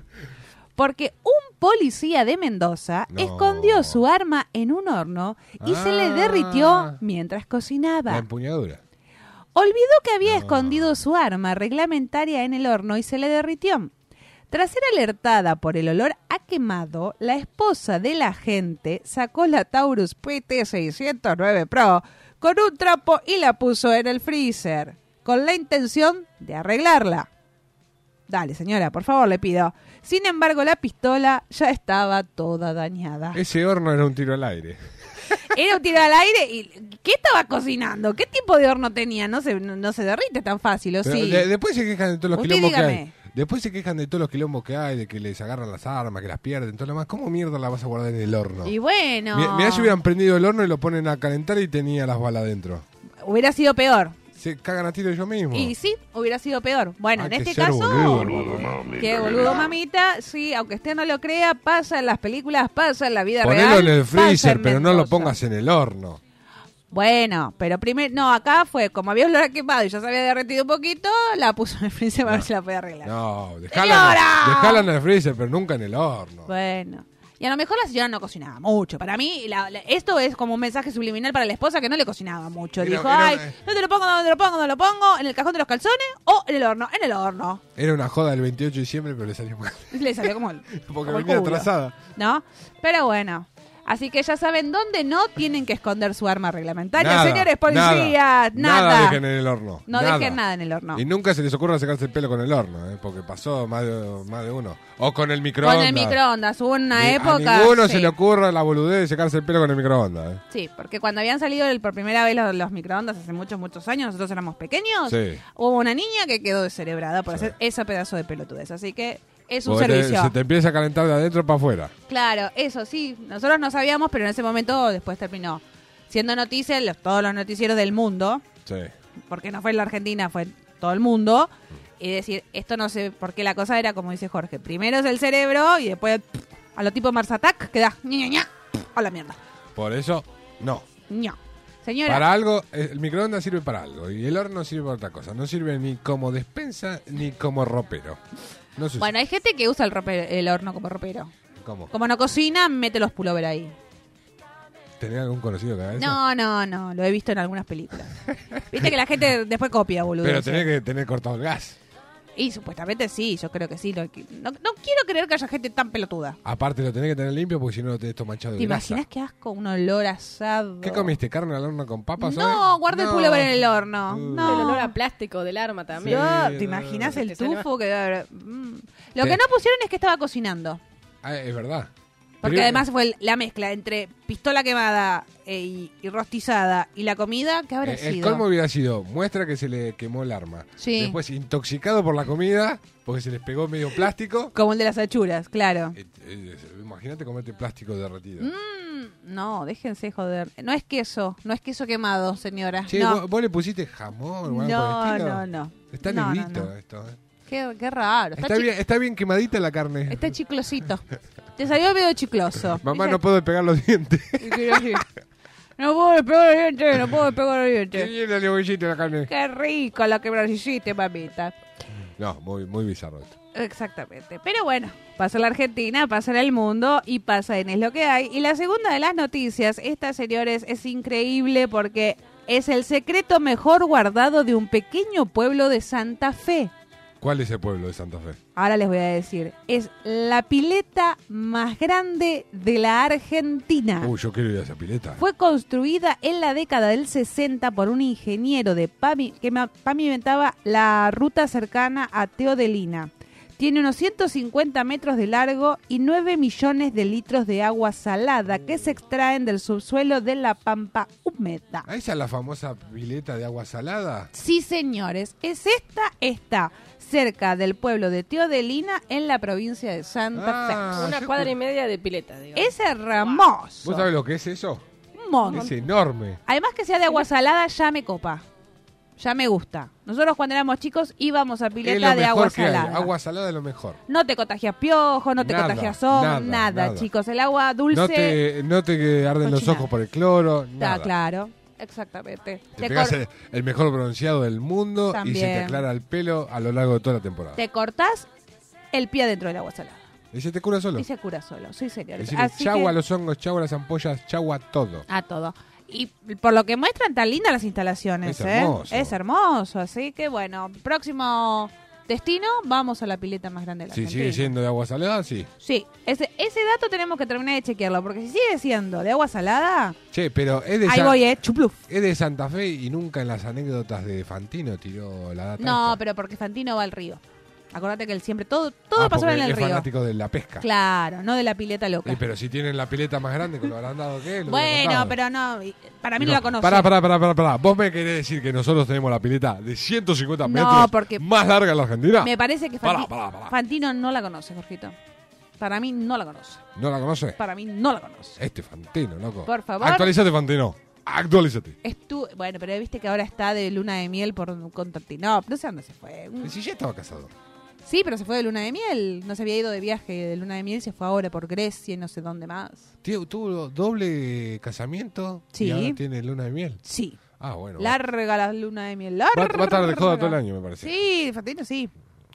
Speaker 2: Porque un policía de Mendoza
Speaker 3: No.
Speaker 2: escondió su arma en un horno y se le
Speaker 3: Ah.
Speaker 2: derritió mientras
Speaker 3: La
Speaker 2: cocinaba.
Speaker 3: empuñadura.
Speaker 2: Olvidó que había escondido su arma reglamentaria en el horno y se le derritió. Tras ser alertada por el olor a quemado, la esposa del agente sacó la Taurus PT609 Pro con un trapo y la puso en el freezer, con la intención de arreglarla. Dale, señora, por favor, le pido. Sin embargo, la pistola ya estaba toda dañada.
Speaker 3: Ese horno era un tiro al aire.
Speaker 2: Era un tiro al aire y ¿qué estaba cocinando? ¿Qué tipo de horno tenía? No se, no, no se derrite tan fácil, ¿o
Speaker 3: Pero
Speaker 2: sí?
Speaker 3: de- después se quejan de todos los
Speaker 2: Usted
Speaker 3: quilombos
Speaker 2: dígame.
Speaker 3: que hay. Después se quejan de todos los quilombos que hay, de que les agarran las armas, que las pierden, todo lo demás. ¿Cómo mierda la vas a guardar en el horno?
Speaker 2: Y bueno,
Speaker 3: Mirá mirá si hubieran prendido el horno y lo ponen a calentar y tenía las balas adentro.
Speaker 2: hubiera sido peor.
Speaker 3: Se cagan a tiro ellos mismos.
Speaker 2: Y sí, hubiera sido peor. Bueno,
Speaker 3: Hay
Speaker 2: en
Speaker 3: que
Speaker 2: este
Speaker 3: ser
Speaker 2: caso,
Speaker 3: boludo,
Speaker 2: qué boludo mamita, sí, aunque usted no lo crea, pasa en las películas, pasa en la vida
Speaker 3: Ponelo
Speaker 2: real.
Speaker 3: en el
Speaker 2: pasa
Speaker 3: freezer,
Speaker 2: en
Speaker 3: pero no lo
Speaker 2: Mendoza.
Speaker 3: pongas en el horno.
Speaker 2: Bueno, pero primero, no, acá fue, como había olor a quemado y ya se había derretido un poquito, la puso en el freezer para ver si la puede arreglar.
Speaker 3: No,
Speaker 2: ¡Señora!
Speaker 3: dejala, dejala en el freezer, pero nunca en el horno.
Speaker 2: Bueno. Y a lo mejor la señora no cocinaba mucho. Para mí, la- la- esto es como un mensaje subliminal para la esposa que no le cocinaba mucho.
Speaker 3: Era-
Speaker 2: Dijo,
Speaker 3: era-
Speaker 2: ay, no te lo pongo, no te lo pongo, no lo pongo, en el cajón de los calzones o en el horno, en el horno.
Speaker 3: Era una joda el 28 de diciembre, pero le salió mal.
Speaker 2: Le salió como el, como
Speaker 3: Porque
Speaker 2: el
Speaker 3: venía
Speaker 2: culo,
Speaker 3: atrasada.
Speaker 2: ¿No? Pero bueno. Así que ya saben dónde no tienen que esconder su arma reglamentaria. Señores policías, nada.
Speaker 3: dejen en el horno.
Speaker 2: No dejen nada en el horno.
Speaker 3: Y nunca se les ocurra sacarse el pelo con el horno, ¿eh? porque pasó más de, más de uno. O con el microondas.
Speaker 2: Con el microondas. Hubo una
Speaker 3: Ni-
Speaker 2: época.
Speaker 3: A ninguno se
Speaker 2: sí.
Speaker 3: le ocurra la boludez de sacarse el pelo con el microondas. ¿eh?
Speaker 2: Sí, porque cuando habían salido el- por primera vez los, los microondas hace muchos, muchos años, nosotros éramos pequeños,
Speaker 3: Sí.
Speaker 2: hubo una niña que quedó descerebrada por
Speaker 3: Sí.
Speaker 2: hacer ese pedazo de pelotudez. Así que es un
Speaker 3: Porque te-
Speaker 2: servicio.
Speaker 3: se te empieza a calentar de adentro para afuera.
Speaker 2: Claro, eso sí, nosotros no sabíamos, pero en ese momento después terminó siendo noticia en los- todos los noticieros del mundo,
Speaker 3: Sí.
Speaker 2: porque no fue en la Argentina, fue en todo el mundo. Y decir, esto no sé, porque la cosa era como dice Jorge, primero es el cerebro y después pff, a lo tipo Mars Attack queda ña, ña, ña, pff, a la mierda.
Speaker 3: Por eso, no.
Speaker 2: ña. Señora,
Speaker 3: Para algo, eh, el microondas sirve para algo y el horno sirve para otra cosa. No sirve ni como despensa ni como ropero. No sé
Speaker 2: Bueno, hay gente que usa el, rope- el horno como ropero.
Speaker 3: cómo.
Speaker 2: Como no cocina, mete los pullover ahí.
Speaker 3: ¿Tenés algún conocido que haga eso?
Speaker 2: No, no, no. Lo he visto en algunas películas. Viste que la gente después copia, boludo.
Speaker 3: Pero tenés que tener cortado el gas.
Speaker 2: Y supuestamente sí, yo creo que sí. No, no- no quiero creer que haya gente tan pelotuda.
Speaker 3: Aparte lo tenés que tener limpio porque si no lo tenés todo manchado de
Speaker 2: ¿Te
Speaker 3: grasa.
Speaker 2: imaginas qué asco? Un olor asado.
Speaker 3: ¿Qué comiste? ¿Carne al horno con papas?
Speaker 2: No,
Speaker 3: hoy?
Speaker 2: guarda el
Speaker 3: No.
Speaker 2: pullover en el horno.
Speaker 3: Uh.
Speaker 2: No.
Speaker 4: El olor a plástico del arma también. Este,
Speaker 2: Yo-
Speaker 3: Sí,
Speaker 2: ¿Te imaginas el
Speaker 4: Te salió-
Speaker 2: tufo que... debe haber? Mm. Lo
Speaker 3: Te-
Speaker 2: que no pusieron es que estaba cocinando.
Speaker 3: Ah, es verdad.
Speaker 2: Porque
Speaker 3: Pero- eh,
Speaker 2: además fue el- la mezcla entre pistola quemada e- y, y rostizada y la comida, ¿qué habrá
Speaker 3: eh, El
Speaker 2: sido?
Speaker 3: colmo hubiera sido muestra que se le quemó el arma.
Speaker 2: Sí.
Speaker 3: Después intoxicado por la comida porque se les pegó medio plástico.
Speaker 2: Como el de las achuras, claro.
Speaker 3: Eh, eh, Imagínate comerte plástico derretido.
Speaker 2: Mm, no, déjense joder. No es queso, no es queso quemado, señora.
Speaker 3: Che,
Speaker 2: no.
Speaker 3: ¿vos, vos le pusiste jamón? o algo por el
Speaker 2: no,
Speaker 3: estilo?
Speaker 2: no, no.
Speaker 3: Está
Speaker 2: No, no,
Speaker 3: negrito
Speaker 2: no.
Speaker 3: esto. eh.
Speaker 2: Qué, qué raro. Está,
Speaker 3: Está,
Speaker 2: chi-
Speaker 3: bien, está bien quemadita la carne.
Speaker 2: está chiclosito. Te salió medio chicloso.
Speaker 3: Mamá, no puedo pegar los dientes.
Speaker 2: No puedo despegar el diente, no puedo despegar el
Speaker 3: Qué
Speaker 2: diente.
Speaker 3: bien el cebollito la carne.
Speaker 2: Qué rico lo que me hiciste, mamita.
Speaker 3: No, muy, muy bizarro esto.
Speaker 2: Exactamente. Pero bueno, pasa en la Argentina, pasa en el mundo y pasa en Es lo que hay. Y la segunda de las noticias, esta señores, es increíble porque es el secreto mejor guardado de un pequeño pueblo de Santa Fe.
Speaker 3: ¿Cuál es el pueblo de Santa Fe?
Speaker 2: Ahora les voy a decir. Es la pileta más grande de la Argentina.
Speaker 3: Uy, Uh, yo quiero ir a esa pileta.
Speaker 2: Ah. Fue construida en la década del 60 por un ingeniero de Pami, que ma- pavimentaba la ruta cercana a Teodelina. Tiene unos 150 metros de largo y 9 millones de litros de agua salada que se extraen del subsuelo de la pampa húmeda.
Speaker 3: ¿A esa es la famosa pileta de agua salada?
Speaker 2: Sí, señores, es esta, está cerca del pueblo de Teodelina en la provincia de Santa
Speaker 3: Ah,
Speaker 2: Fe.
Speaker 4: Una
Speaker 3: yo
Speaker 4: cuadra
Speaker 3: escu-
Speaker 4: y media de pileta, digamos.
Speaker 2: Es hermoso.
Speaker 3: ¿Vos sabés lo que es eso?
Speaker 2: Un montón.
Speaker 3: Es enorme.
Speaker 2: Además que sea de agua salada ya me copa. Ya me gusta. Nosotros cuando éramos chicos íbamos a
Speaker 3: Es lo
Speaker 2: pileta de
Speaker 3: mejor
Speaker 2: agua
Speaker 3: que hay.
Speaker 2: salada.
Speaker 3: Agua salada es lo mejor.
Speaker 2: No te contagias piojo, no te
Speaker 3: Nada,
Speaker 2: contagias son,
Speaker 3: nada,
Speaker 2: nada,
Speaker 3: nada.
Speaker 2: chicos. El agua dulce
Speaker 3: No te, no te arden los
Speaker 2: Cochina.
Speaker 3: ojos por el cloro,
Speaker 2: está
Speaker 3: nada.
Speaker 2: claro. Exactamente.
Speaker 3: Te
Speaker 2: cor-
Speaker 3: pegas el, el mejor bronceado del mundo y se te
Speaker 2: También.
Speaker 3: aclara el pelo a lo largo de toda la temporada.
Speaker 2: te cortás el pie dentro del agua salada.
Speaker 3: Y se te cura solo.
Speaker 2: Y se cura solo, sí señores.
Speaker 3: Decirle
Speaker 2: Así
Speaker 3: chau
Speaker 2: que- Ah,
Speaker 3: a los hongos, chau a las ampollas, chau a todo.
Speaker 2: a todo. Y por lo que muestran, tan lindas las instalaciones,
Speaker 3: Es
Speaker 2: ¿eh?
Speaker 3: hermoso.
Speaker 2: Es hermoso, así que bueno, próximo destino, vamos a la pileta más grande de la
Speaker 3: Si
Speaker 2: Argentina.
Speaker 3: sigue siendo de agua salada, sí.
Speaker 2: Sí, ese, ese dato tenemos que terminar de chequearlo, porque si sigue siendo de agua salada,
Speaker 3: Che, pero es de,
Speaker 2: ahí
Speaker 3: Sa-
Speaker 2: voy, ¿eh? Chupluf.
Speaker 3: es de Santa Fe y nunca en las anécdotas de Fantino tiró la data.
Speaker 2: No,
Speaker 3: esta.
Speaker 2: pero porque Fantino va al río. Acordate que él siempre, todo, todo
Speaker 3: Ah,
Speaker 2: pasó
Speaker 3: porque
Speaker 2: en el
Speaker 3: es
Speaker 2: río.
Speaker 3: fanático de la pesca.
Speaker 2: Claro, no de la pileta loca.
Speaker 3: Eh, pero si tienen la pileta más grande con lo habrán dado que es, lo hubiera
Speaker 2: bueno,
Speaker 3: contado.
Speaker 2: pero no, y- para mí
Speaker 3: Digo,
Speaker 2: no la conoce.
Speaker 3: Pará, pará, pará, pará, pará. ¿Vos me querés decir que nosotros tenemos la pileta de 150
Speaker 2: No,
Speaker 3: metros
Speaker 2: porque-
Speaker 3: más larga en la Argentina?
Speaker 2: Me parece que
Speaker 3: Pará,
Speaker 2: Fanti-
Speaker 3: pará, pará.
Speaker 2: Fantino no la conoce, Jorgito. Para mí no la conoce.
Speaker 3: ¿No la conoce?
Speaker 2: Para mí no la conoce.
Speaker 3: Este Fantino, loco.
Speaker 2: Por favor.
Speaker 3: Actualizate, Fantino. Actualizate.
Speaker 2: Estu- bueno, pero viste que ahora está de luna de miel por no, No sé dónde se fue.
Speaker 3: Si ya estaba casado.
Speaker 2: Sí, pero se fue de luna de miel. No se había ido de viaje de luna de miel, se fue ahora por Grecia y no sé dónde más.
Speaker 3: Tío, tuvo doble casamiento y
Speaker 2: Sí.
Speaker 3: ahora tiene luna de miel.
Speaker 2: Sí.
Speaker 3: Ah, bueno. va-
Speaker 2: Larga la luna de miel.
Speaker 3: Va,
Speaker 2: Larga.
Speaker 3: va a estar de joda todo el año, me parece.
Speaker 2: Sí, Fantino sí.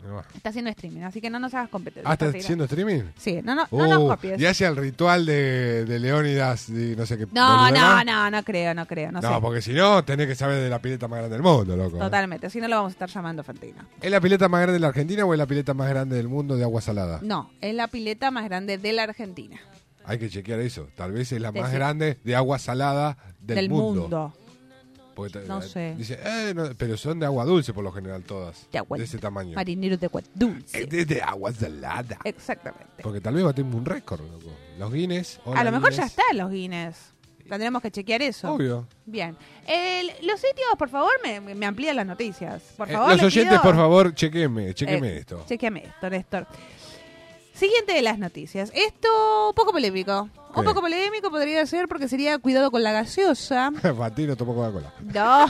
Speaker 3: Va.
Speaker 2: Está haciendo streaming, así que no nos hagas competencia.
Speaker 3: Ah, ¿está
Speaker 2: Fantino.
Speaker 3: haciendo streaming?
Speaker 2: Sí, no, no, no
Speaker 3: Uh,
Speaker 2: nos copies.
Speaker 3: y hace el ritual de, de Leónidas y no sé qué.
Speaker 2: No,
Speaker 3: boludez
Speaker 2: no,
Speaker 3: más.
Speaker 2: no, no creo, no creo, no,
Speaker 3: No,
Speaker 2: sé.
Speaker 3: porque si no, tenés que saber de la pileta más grande del mundo, loco.
Speaker 2: Totalmente, si no lo vamos a estar llamando Fantino.
Speaker 3: ¿Es la pileta más grande de la Argentina o es la pileta más grande del mundo de agua salada?
Speaker 2: No, es la pileta más grande de la Argentina.
Speaker 3: Hay que chequear eso. Tal vez es la más
Speaker 2: Decí.
Speaker 3: grande de agua salada del,
Speaker 2: Del,
Speaker 3: mundo.
Speaker 2: mundo.
Speaker 3: Porque ta-
Speaker 2: No sé.
Speaker 3: dice, eh, no, pero son de agua dulce por lo general todas.
Speaker 2: De agua-
Speaker 3: ese tamaño.
Speaker 2: Marineros de agua
Speaker 3: Eh,
Speaker 2: dulce.
Speaker 3: de, de agua salada.
Speaker 2: Exactamente.
Speaker 3: Porque tal vez batimos un récord, loco. Los Guinness. hola,
Speaker 2: A lo mejor
Speaker 3: Guinness.
Speaker 2: ya está en los Guinness. Tendremos que chequear eso.
Speaker 3: Obvio.
Speaker 2: Bien. El- los sitios, por favor, me, me amplían las noticias. Por
Speaker 3: Eh,
Speaker 2: favor,
Speaker 3: los
Speaker 2: les
Speaker 3: oyentes,
Speaker 2: pido-
Speaker 3: por favor, chequeme, chequeme
Speaker 2: Eh,
Speaker 3: esto.
Speaker 2: Chequeame esto, Néstor. Siguiente de las noticias. Esto un poco polémico.
Speaker 3: ¿Qué?
Speaker 2: Un poco polémico podría ser porque sería cuidado con la gaseosa.
Speaker 3: Fantino tomó Coca-Cola.
Speaker 2: No,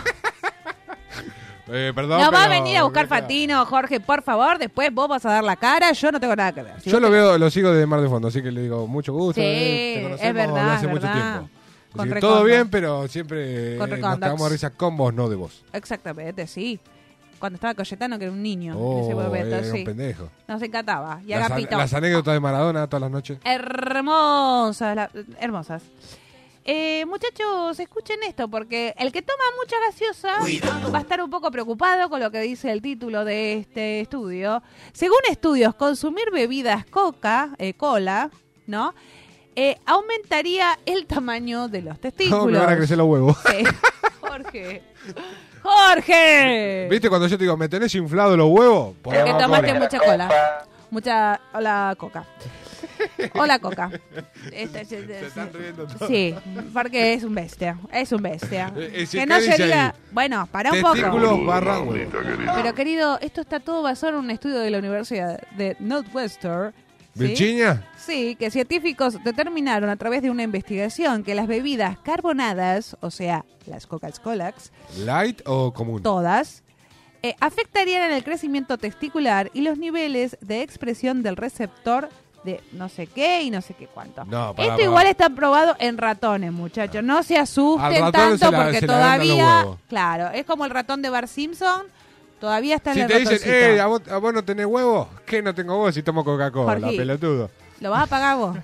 Speaker 2: no,
Speaker 3: Eh, perdón.
Speaker 2: va a
Speaker 3: pero-
Speaker 2: venir a buscar
Speaker 3: pero-
Speaker 2: Fatino, Jorge, por favor. Después vos vas a dar la cara. Yo no tengo nada que ver. Si
Speaker 3: Yo
Speaker 2: vos
Speaker 3: lo veo, lo sigo de Mar de Fondo, así que le digo mucho
Speaker 2: Sí,
Speaker 3: gusto. eh, te conocemos
Speaker 2: es verdad,
Speaker 3: de hace
Speaker 2: es
Speaker 3: mucho
Speaker 2: verdad.
Speaker 3: tiempo. Así
Speaker 2: Ah, Con
Speaker 3: que
Speaker 2: recondox.
Speaker 3: todo bien, pero siempre eh,
Speaker 2: Con
Speaker 3: nos
Speaker 2: recondox.
Speaker 3: cagamos de risa con vos, no de vos.
Speaker 2: Exactamente, sí. Cuando estaba Cayetano, que era un niño en ese
Speaker 3: Oh,
Speaker 2: momento,
Speaker 3: era
Speaker 2: sí.
Speaker 3: un pendejo.
Speaker 2: Nos encantaba. Y
Speaker 3: Las, an-
Speaker 2: Agapito.
Speaker 3: las anécdotas de Maradona todas las noches.
Speaker 2: Hermosas, la- hermosas. Eh, muchachos, escuchen esto, porque el que toma mucha gaseosa va a estar un poco preocupado con lo que dice el título de este estudio. Según estudios, consumir bebidas coca, eh, cola, ¿no? Eh, aumentaría el tamaño de los
Speaker 3: No, me van
Speaker 2: testículos.
Speaker 3: a crecer los huevos.
Speaker 2: Sí. Jorge. Jorge.
Speaker 3: ¿Viste cuando yo te digo, me tenés inflado los huevos? Porque
Speaker 2: Porque tomaste mucha cola. Mucha. Hola, Coca. Hola, Coca. Este- este-
Speaker 3: Se están riendo todos.
Speaker 2: Sí, porque es un bestia. Es un bestia.
Speaker 3: Eh, eh, sí,
Speaker 2: que
Speaker 3: ¿qué
Speaker 2: no
Speaker 3: dice
Speaker 2: sería.
Speaker 3: ahí?
Speaker 2: Bueno, para un poco.
Speaker 3: Testículos barra huevos.
Speaker 2: Pero querido, esto está todo basado en un estudio de la Universidad de Northwestern. ¿sí?
Speaker 3: ¿Virginia?
Speaker 2: Sí, que científicos determinaron a través de una investigación que las bebidas carbonadas, o sea, las Coca-Colax,
Speaker 3: ¿Light o común?
Speaker 2: todas, eh, afectarían en el crecimiento testicular y los niveles de expresión del receptor de no sé qué y no sé qué cuánto.
Speaker 3: No, pará,
Speaker 2: Esto
Speaker 3: pará.
Speaker 2: igual está probado en ratones, muchachos. No se asusten
Speaker 3: ratón
Speaker 2: tanto
Speaker 3: se la-
Speaker 2: porque
Speaker 3: se la dan a los
Speaker 2: todavía,
Speaker 3: huevos.
Speaker 2: claro, es como el ratón de Bar Simpson, todavía está en
Speaker 3: Si
Speaker 2: el
Speaker 3: te dicen,
Speaker 2: ratoncito.
Speaker 3: eh, ¿a vos, a vos no tenés huevos? ¿Qué no tengo huevos si tomo Coca-Cola,
Speaker 2: Jorge.
Speaker 3: pelotudo?
Speaker 2: ¿Lo vas a pagar vos?
Speaker 3: Eh,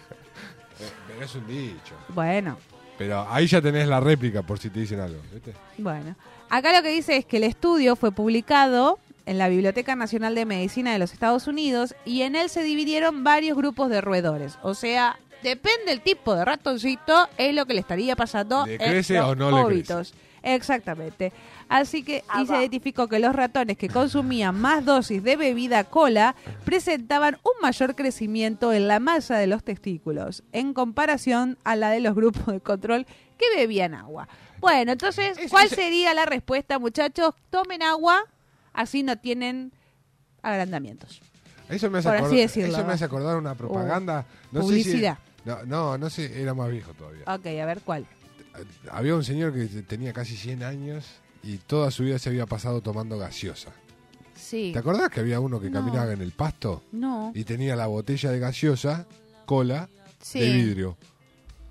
Speaker 3: Pero es un dicho.
Speaker 2: Bueno,
Speaker 3: Pero ahí ya tenés la réplica por si te dicen algo, ¿viste?
Speaker 2: bueno. Acá lo que dice es que el estudio fue publicado en la Biblioteca Nacional de Medicina de los Estados Unidos y en él se dividieron varios grupos de roedores. O sea, depende del tipo de ratoncito, es lo que le estaría pasando
Speaker 3: ¿Le crece
Speaker 2: en los
Speaker 3: o no le crece?
Speaker 2: óvitos. Exactamente. Así que y se identificó que los ratones que consumían más dosis de bebida cola presentaban un mayor crecimiento en la masa de los testículos en comparación a la de los grupos de control que bebían agua. Bueno, entonces,
Speaker 3: Es-
Speaker 2: ¿cuál
Speaker 3: es-
Speaker 2: sería la respuesta, muchachos? Tomen agua, así no tienen agrandamientos.
Speaker 3: Eso me hace,
Speaker 2: Por así
Speaker 3: acordar,
Speaker 2: decirlo,
Speaker 3: eso me
Speaker 2: ¿no? Uh,
Speaker 3: hace acordar una propaganda. no sé si-
Speaker 2: publicidad. Ah.
Speaker 3: no, no, no sé, era más viejo todavía.
Speaker 2: Ok, a ver cuál.
Speaker 3: Había un señor que te- tenía casi 100 años y toda su vida se había pasado tomando gaseosa.
Speaker 2: Sí.
Speaker 3: ¿Te acordás que había uno que
Speaker 2: No.
Speaker 3: caminaba en el pasto
Speaker 2: No,
Speaker 3: y tenía la botella de gaseosa, cola,
Speaker 2: Sí.
Speaker 3: de vidrio?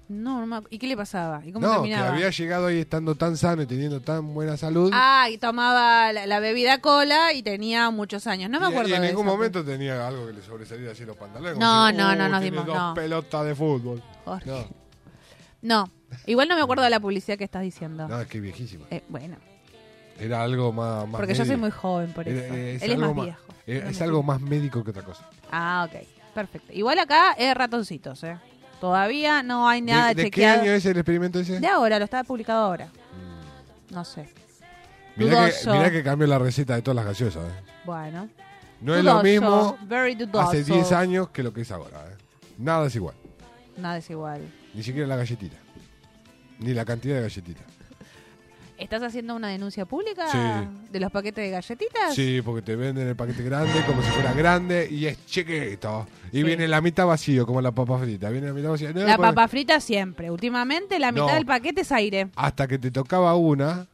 Speaker 2: no, no me acu- ¿Y qué le pasaba? ¿Y cómo
Speaker 3: no,
Speaker 2: terminaba?
Speaker 3: que había llegado ahí estando tan sano y teniendo tan buena salud.
Speaker 2: Ah, y tomaba la, la bebida cola y tenía muchos años. No me
Speaker 3: y-
Speaker 2: acuerdo.
Speaker 3: y en
Speaker 2: de
Speaker 3: ningún
Speaker 2: eso.
Speaker 3: momento tenía algo que le sobresalía así los pantalones.
Speaker 2: No, no,
Speaker 3: como
Speaker 2: no, nos
Speaker 3: tiene
Speaker 2: dimos,
Speaker 3: dos
Speaker 2: no.
Speaker 3: pelotas de fútbol.
Speaker 2: Jorge.
Speaker 3: No,
Speaker 2: No, igual no me acuerdo de la publicidad que estás diciendo.
Speaker 3: no, es que viejísima.
Speaker 2: Eh, bueno,
Speaker 3: Era algo más. más
Speaker 2: porque yo soy
Speaker 3: médico.
Speaker 2: muy joven por
Speaker 3: Era-
Speaker 2: eso.
Speaker 3: eh, es
Speaker 2: Él es
Speaker 3: algo
Speaker 2: más
Speaker 3: ma-
Speaker 2: viejo.
Speaker 3: eh,
Speaker 2: No
Speaker 3: es
Speaker 2: me-
Speaker 3: algo más médico que otra cosa.
Speaker 2: Ah, ok. Perfecto. Igual acá es ratoncitos, ¿eh? Todavía no hay nada
Speaker 3: ¿De, de qué
Speaker 2: chequeado.
Speaker 3: año es el experimento ese? Mm.
Speaker 2: De ahora, lo está publicado ahora. No sé.
Speaker 3: Mirá que,
Speaker 2: dudoso.
Speaker 3: mirá que cambió la receta de todas las gaseosas. eh.
Speaker 2: Bueno.
Speaker 3: No es lo
Speaker 2: Dudoso,
Speaker 3: mismo
Speaker 2: Very dudoso.
Speaker 3: hace 10 años que lo que es ahora. eh. Nada es igual.
Speaker 2: Nada es igual.
Speaker 3: Ni siquiera la galletita. Ni la cantidad de galletitas.
Speaker 2: ¿Estás haciendo una denuncia pública
Speaker 3: Sí.
Speaker 2: de los paquetes de galletitas?
Speaker 3: Sí, porque te venden el paquete grande como si fuera grande y es chiquito. Y viene la mitad vacío, como la papa frita. Viene la mitad vacía. No,
Speaker 2: La
Speaker 3: pone-
Speaker 2: papa frita siempre. Últimamente la mitad
Speaker 3: No.
Speaker 2: del paquete es aire.
Speaker 3: Hasta que te tocaba una.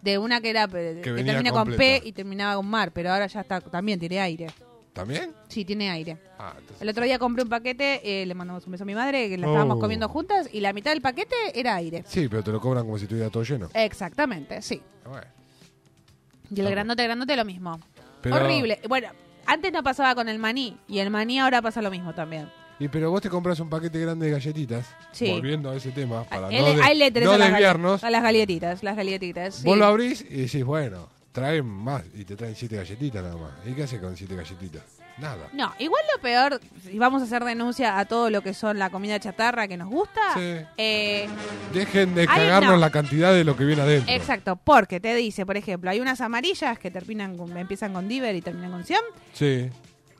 Speaker 2: De una que era eh, que,
Speaker 3: venía
Speaker 2: termina con P
Speaker 3: completa.
Speaker 2: y terminaba con mar, pero ahora ya está, también tiene aire.
Speaker 3: ¿También?
Speaker 2: Sí, tiene aire.
Speaker 3: Ah, entonces.
Speaker 2: El otro día compré un paquete, eh, le mandamos un beso a mi madre, que la estábamos
Speaker 3: Oh.
Speaker 2: comiendo juntas, y la mitad del paquete era aire.
Speaker 3: Sí, pero te lo cobran como si estuviera todo lleno.
Speaker 2: Exactamente, sí.
Speaker 3: Bueno.
Speaker 2: Y el
Speaker 3: Ok.
Speaker 2: grandote, grandote, lo mismo.
Speaker 3: Pero-
Speaker 2: Horrible. Bueno, antes no pasaba con el maní, y el maní ahora pasa lo mismo también.
Speaker 3: Y pero vos te compras un paquete grande de galletitas.
Speaker 2: Sí.
Speaker 3: Volviendo a ese tema, para
Speaker 2: Hay-
Speaker 3: Ah, no, de-
Speaker 2: e- hay letreros
Speaker 3: no
Speaker 2: a las galle-
Speaker 3: desviarnos.
Speaker 2: A las galletitas, las galletitas. sí.
Speaker 3: Vos lo abrís y decís, bueno, traen más. Y te traen siete galletitas nada más. ¿Y qué haces con siete galletitas? Nada.
Speaker 2: No, igual lo peor, si vamos a hacer denuncia a todo lo que son la comida chatarra que nos gusta,
Speaker 3: Sí.
Speaker 2: eh,
Speaker 3: Dejen de
Speaker 2: Hay
Speaker 3: cagarnos
Speaker 2: una-
Speaker 3: la cantidad de lo que viene adentro.
Speaker 2: exacto, porque te dice, por ejemplo, hay unas amarillas que terminan con- empiezan con diver y terminan con Sion,
Speaker 3: Sí.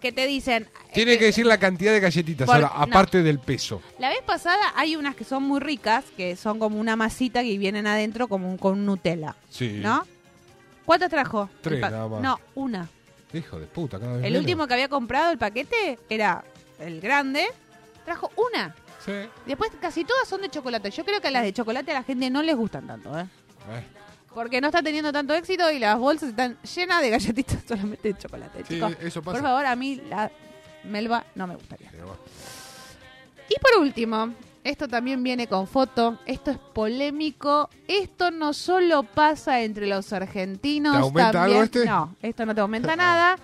Speaker 2: que te dicen...
Speaker 3: Tiene
Speaker 2: eh,
Speaker 3: que decir la cantidad de galletitas
Speaker 2: Por-
Speaker 3: ahora,
Speaker 2: no.
Speaker 3: aparte del peso.
Speaker 2: La vez pasada hay unas que son muy ricas, que son como una masita que vienen adentro como un- con un Nutella,
Speaker 3: Sí.
Speaker 2: ¿no? ¿Cuántas trajo? El
Speaker 3: Tres
Speaker 2: pa-
Speaker 3: nada más.
Speaker 2: No, una.
Speaker 3: Hijo de puta, cada vez
Speaker 2: El
Speaker 3: menos.
Speaker 2: último que había comprado, el paquete, era el grande, trajo una.
Speaker 3: Sí. Eh,
Speaker 2: Después casi todas son de chocolate. Yo creo que las de chocolate a la gente no les gustan tanto, ¿eh? Porque no está teniendo tanto éxito y las bolsas están llenas de galletitas solamente de chocolate,
Speaker 3: sí,
Speaker 2: chicos.
Speaker 3: eso
Speaker 2: Por
Speaker 3: pasa.
Speaker 2: favor, a mí la melva no me gustaría.
Speaker 3: Pero bueno.
Speaker 2: Y por último, esto también viene con foto, esto es polémico, esto no solo pasa entre los argentinos.
Speaker 3: ¿Te aumenta
Speaker 2: también-
Speaker 3: algo este?
Speaker 2: No, esto no te aumenta nada.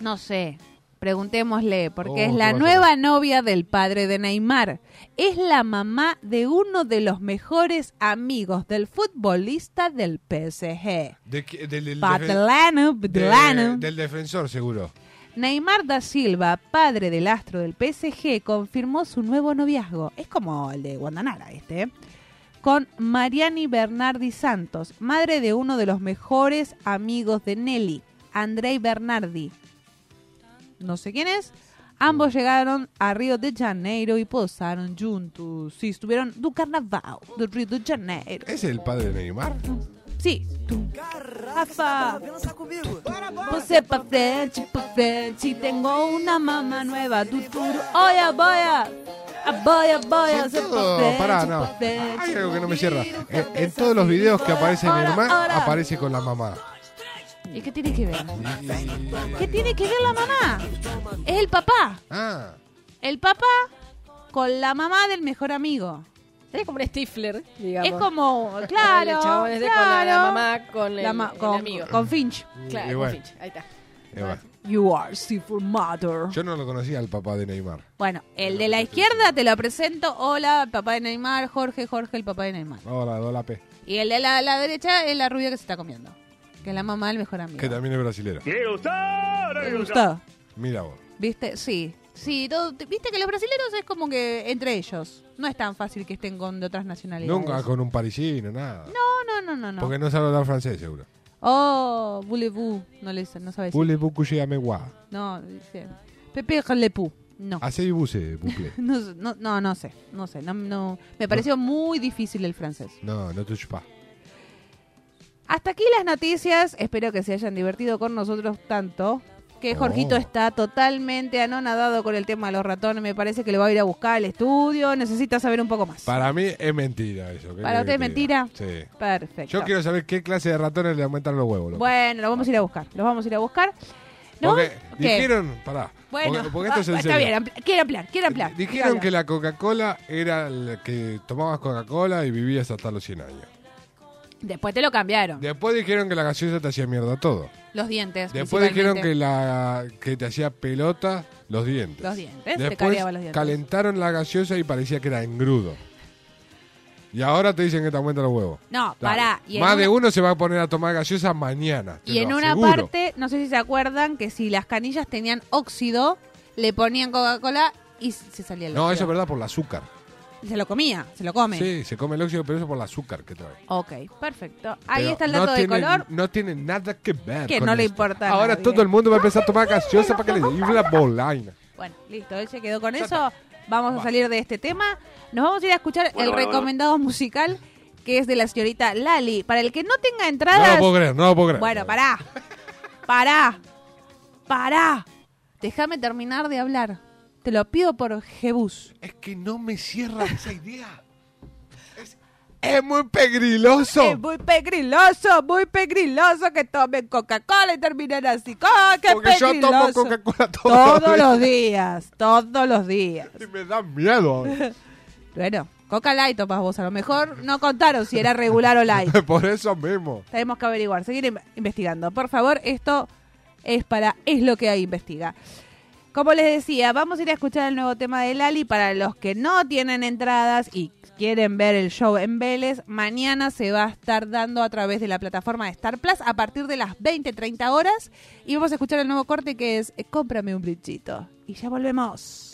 Speaker 2: No sé, preguntémosle, porque
Speaker 3: Oh,
Speaker 2: es
Speaker 3: qué
Speaker 2: la
Speaker 3: bárbaro.
Speaker 2: nueva novia del padre de Neymar. Es la mamá de uno de los mejores amigos del futbolista del PSG.
Speaker 3: ¿De qué- del, del defen-
Speaker 2: Patlano,
Speaker 3: de-
Speaker 2: Patlano.
Speaker 3: del defensor, seguro.
Speaker 2: Neymar da Silva, padre del astro del PSG, confirmó su nuevo noviazgo. Es como el de Guandanara este. ¿eh? Con Mariani Bernardi Santos, madre de uno de los mejores amigos de Nelly, Andrei Bernardi. No sé quién es. Ambos llegaron a Río de Janeiro y posaron juntos. Sí, estuvieron du carnaval de Río de Janeiro.
Speaker 3: ¿Es el padre de Neymar?
Speaker 2: Sí. Du carnaval.
Speaker 1: Pensa comigo.
Speaker 2: Puse pa' frente, pa' frente, y tengo una mamá nueva, tu turu, oya, boya, a boya, boya,
Speaker 3: Son
Speaker 2: se
Speaker 3: todo- pará, no. Hay algo que no me cierra. En, en todos los videos que aparece mi
Speaker 2: Ahora,
Speaker 3: hermana,
Speaker 2: ahora.
Speaker 3: aparece con la mamá.
Speaker 2: ¿Y qué tiene que ver?
Speaker 3: Y-
Speaker 2: ¿Qué tiene que ver la mamá? Es el papá,
Speaker 3: Ah,
Speaker 2: el papá con la mamá del mejor amigo.
Speaker 4: Sería como un Stifler, digamos.
Speaker 2: Es como,
Speaker 4: El
Speaker 2: claro,
Speaker 4: chabón es de con la, la
Speaker 2: claro.
Speaker 4: mamá, con el,
Speaker 2: La ma-
Speaker 4: el
Speaker 2: con,
Speaker 4: amigo.
Speaker 2: con Finch.
Speaker 4: claro,
Speaker 3: Y
Speaker 4: con
Speaker 3: bueno.
Speaker 4: Finch. Ahí está.
Speaker 3: eh, bueno.
Speaker 2: You are super mother.
Speaker 3: Yo no lo conocía al papá de Neymar.
Speaker 2: Bueno, el de la izquierda te lo presento. Hola, papá de Neymar, Jorge, Jorge, el papá de Neymar.
Speaker 3: Ahora, Dola P.
Speaker 2: Y el de la, la derecha es la rubia que se está comiendo. Que la mamá del mejor amigo.
Speaker 3: que también es brasilera.
Speaker 2: ¿Te gustó?
Speaker 3: Mira vos.
Speaker 2: ¿Viste? Sí. Sí, todo- viste que los brasileños es como que entre ellos. No es tan fácil que estén con de otras nacionalidades.
Speaker 3: Nunca con un parisino, nada.
Speaker 2: No, no, no, no. no.
Speaker 3: Porque no sabe hablar francés, seguro.
Speaker 2: Oh, voulez-vous. No, le, no sabe decir.
Speaker 3: Bule bucuye amegua.
Speaker 2: No, dice. Pepe Jalepú. No.
Speaker 3: Hace y buce, bucle.
Speaker 2: No, s- no, no, no sé, no sé, no, no- me pareció muy difícil el francés.
Speaker 3: No, no te chupás.
Speaker 2: Hasta aquí las noticias, espero que se hayan divertido con nosotros tanto, que
Speaker 3: Oh.
Speaker 2: Jorgito está totalmente anonadado con el tema de los ratones, me parece que lo va a ir a buscar al estudio, necesita saber un poco más.
Speaker 3: Para mí es mentira eso. ¿qué
Speaker 2: ¿Para
Speaker 3: querés
Speaker 2: usted
Speaker 3: que te diga? Sí.
Speaker 2: Perfecto.
Speaker 3: Yo quiero saber qué clase de ratones le aumentan los huevos. loco.
Speaker 2: Bueno, lo vamos a ir a buscar, los vamos a ir a buscar. ¿No?
Speaker 3: Porque
Speaker 2: ¿Qué?
Speaker 3: dijeron, pará.
Speaker 2: bueno,
Speaker 3: porque, porque esto es en
Speaker 2: ah, está
Speaker 3: serio.
Speaker 2: bien, ampli- quiere ampliar, quiere ampliar. quiere
Speaker 3: Dijeron
Speaker 2: ampliar.
Speaker 3: que la Coca-Cola era la que tomabas Coca-Cola y vivías hasta los 100 años.
Speaker 2: Después te lo cambiaron,
Speaker 3: Después dijeron que la gaseosa te hacía mierda todo.
Speaker 2: los dientes.
Speaker 3: Después dijeron que
Speaker 2: principalmente.
Speaker 3: la que te hacía pelota los dientes.
Speaker 2: Los dientes, te
Speaker 3: Después
Speaker 2: caleaba los dientes.
Speaker 3: calentaron la gaseosa y parecía que era engrudo. Y ahora te dicen que te aumentan los huevos.
Speaker 2: No, Ah,
Speaker 3: Dale.
Speaker 2: pará, y en
Speaker 3: Más de
Speaker 2: una-
Speaker 3: uno se va a poner a tomar gaseosa mañana. te
Speaker 2: Y en
Speaker 3: lo
Speaker 2: una
Speaker 3: aseguro.
Speaker 2: parte, no sé si se acuerdan, que si las canillas tenían óxido, le ponían Coca-Cola y s- se salía el
Speaker 3: No, eso
Speaker 2: óxido.
Speaker 3: es verdad por el azúcar.
Speaker 2: Y Se lo comía, se lo come.
Speaker 3: Sí, se come el óxido, pero eso por el azúcar que trae.
Speaker 2: Ok, perfecto. Ahí
Speaker 3: Pero
Speaker 2: está el
Speaker 3: no
Speaker 2: dato de
Speaker 3: tiene-
Speaker 2: color.
Speaker 3: No tiene nada que ver.
Speaker 2: Que
Speaker 3: con
Speaker 2: no le
Speaker 3: esto.
Speaker 2: importa a
Speaker 3: Ahora
Speaker 2: nadie.
Speaker 3: todo el mundo va a empezar a tomar gaseosa para que le diga la bolaina.
Speaker 2: Bueno, listo, él se quedó con
Speaker 3: Ya
Speaker 2: eso. Vamos a salir de este tema. Nos vamos a ir a escuchar el recomendado musical, que es de la señorita Lali. Para el que no tenga
Speaker 3: No lo
Speaker 2: entradas...
Speaker 3: puedo creer, no lo puedo creer.
Speaker 2: bueno, pará. Pará. Pará. Déjame terminar de hablar. Te lo pido por Jebus.
Speaker 3: Es que no me cierra esa idea. Es, es muy pegriloso.
Speaker 2: Es muy pegriloso, muy pegriloso que tomen Coca-Cola y terminen así. ¡Ah, qué
Speaker 3: Porque yo tomo
Speaker 2: pegriloso!
Speaker 3: Coca-Cola todos
Speaker 2: todos
Speaker 3: los
Speaker 2: los días. Todos los días.
Speaker 3: Y me da miedo.
Speaker 2: Bueno, Coca Light tomas vos. A lo mejor no contaron si era regular o light.
Speaker 3: Por eso mismo.
Speaker 2: Tenemos que averiguar, seguir in- investigando. Por favor, esto es para Es lo que hay, investiga. Como les decía, vamos a ir a escuchar el nuevo tema de Lali para los que no tienen entradas y quieren ver el show en Vélez. Mañana se va a estar dando a través de la plataforma de Star Plus a partir de las 20-30 horas. Y vamos a escuchar el nuevo corte que es eh, Cómprame un brichito. Y ya volvemos.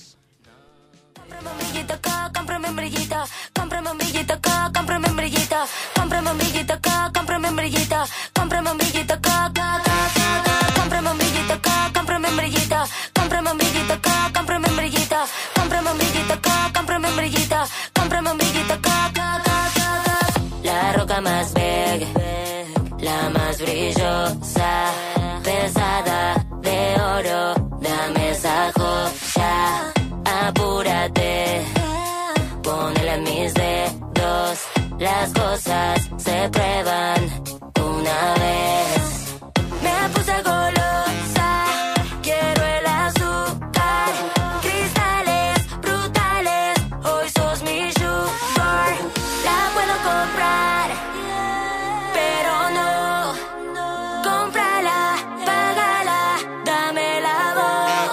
Speaker 5: Cómprame un brillito acá, cómprame un brillito, cómprame un brillito acá, cómprame un brillito, cómprame un brillito acá, cómprame un brillito, cómprame un brillito acá, acá, acá, acá, acá. cómprame un brillito acá, cómprame un brillito, cómprame un brillito acá, cómprame un brillito, cómprame un brillito acá, cómprame un brillito, cómprame un brillito acá, acá, acá, acá, acá. La roca más big, la más brillosa, pesada de oro, dame esa joya, apúrate, ponela en mis dedos, las cosas se prueban una vez. Me puse golosa, quiero el azúcar, cristales brutales, hoy sos mi sugar. La puedo comprar, pero no, cómprala, págala, dame la voz.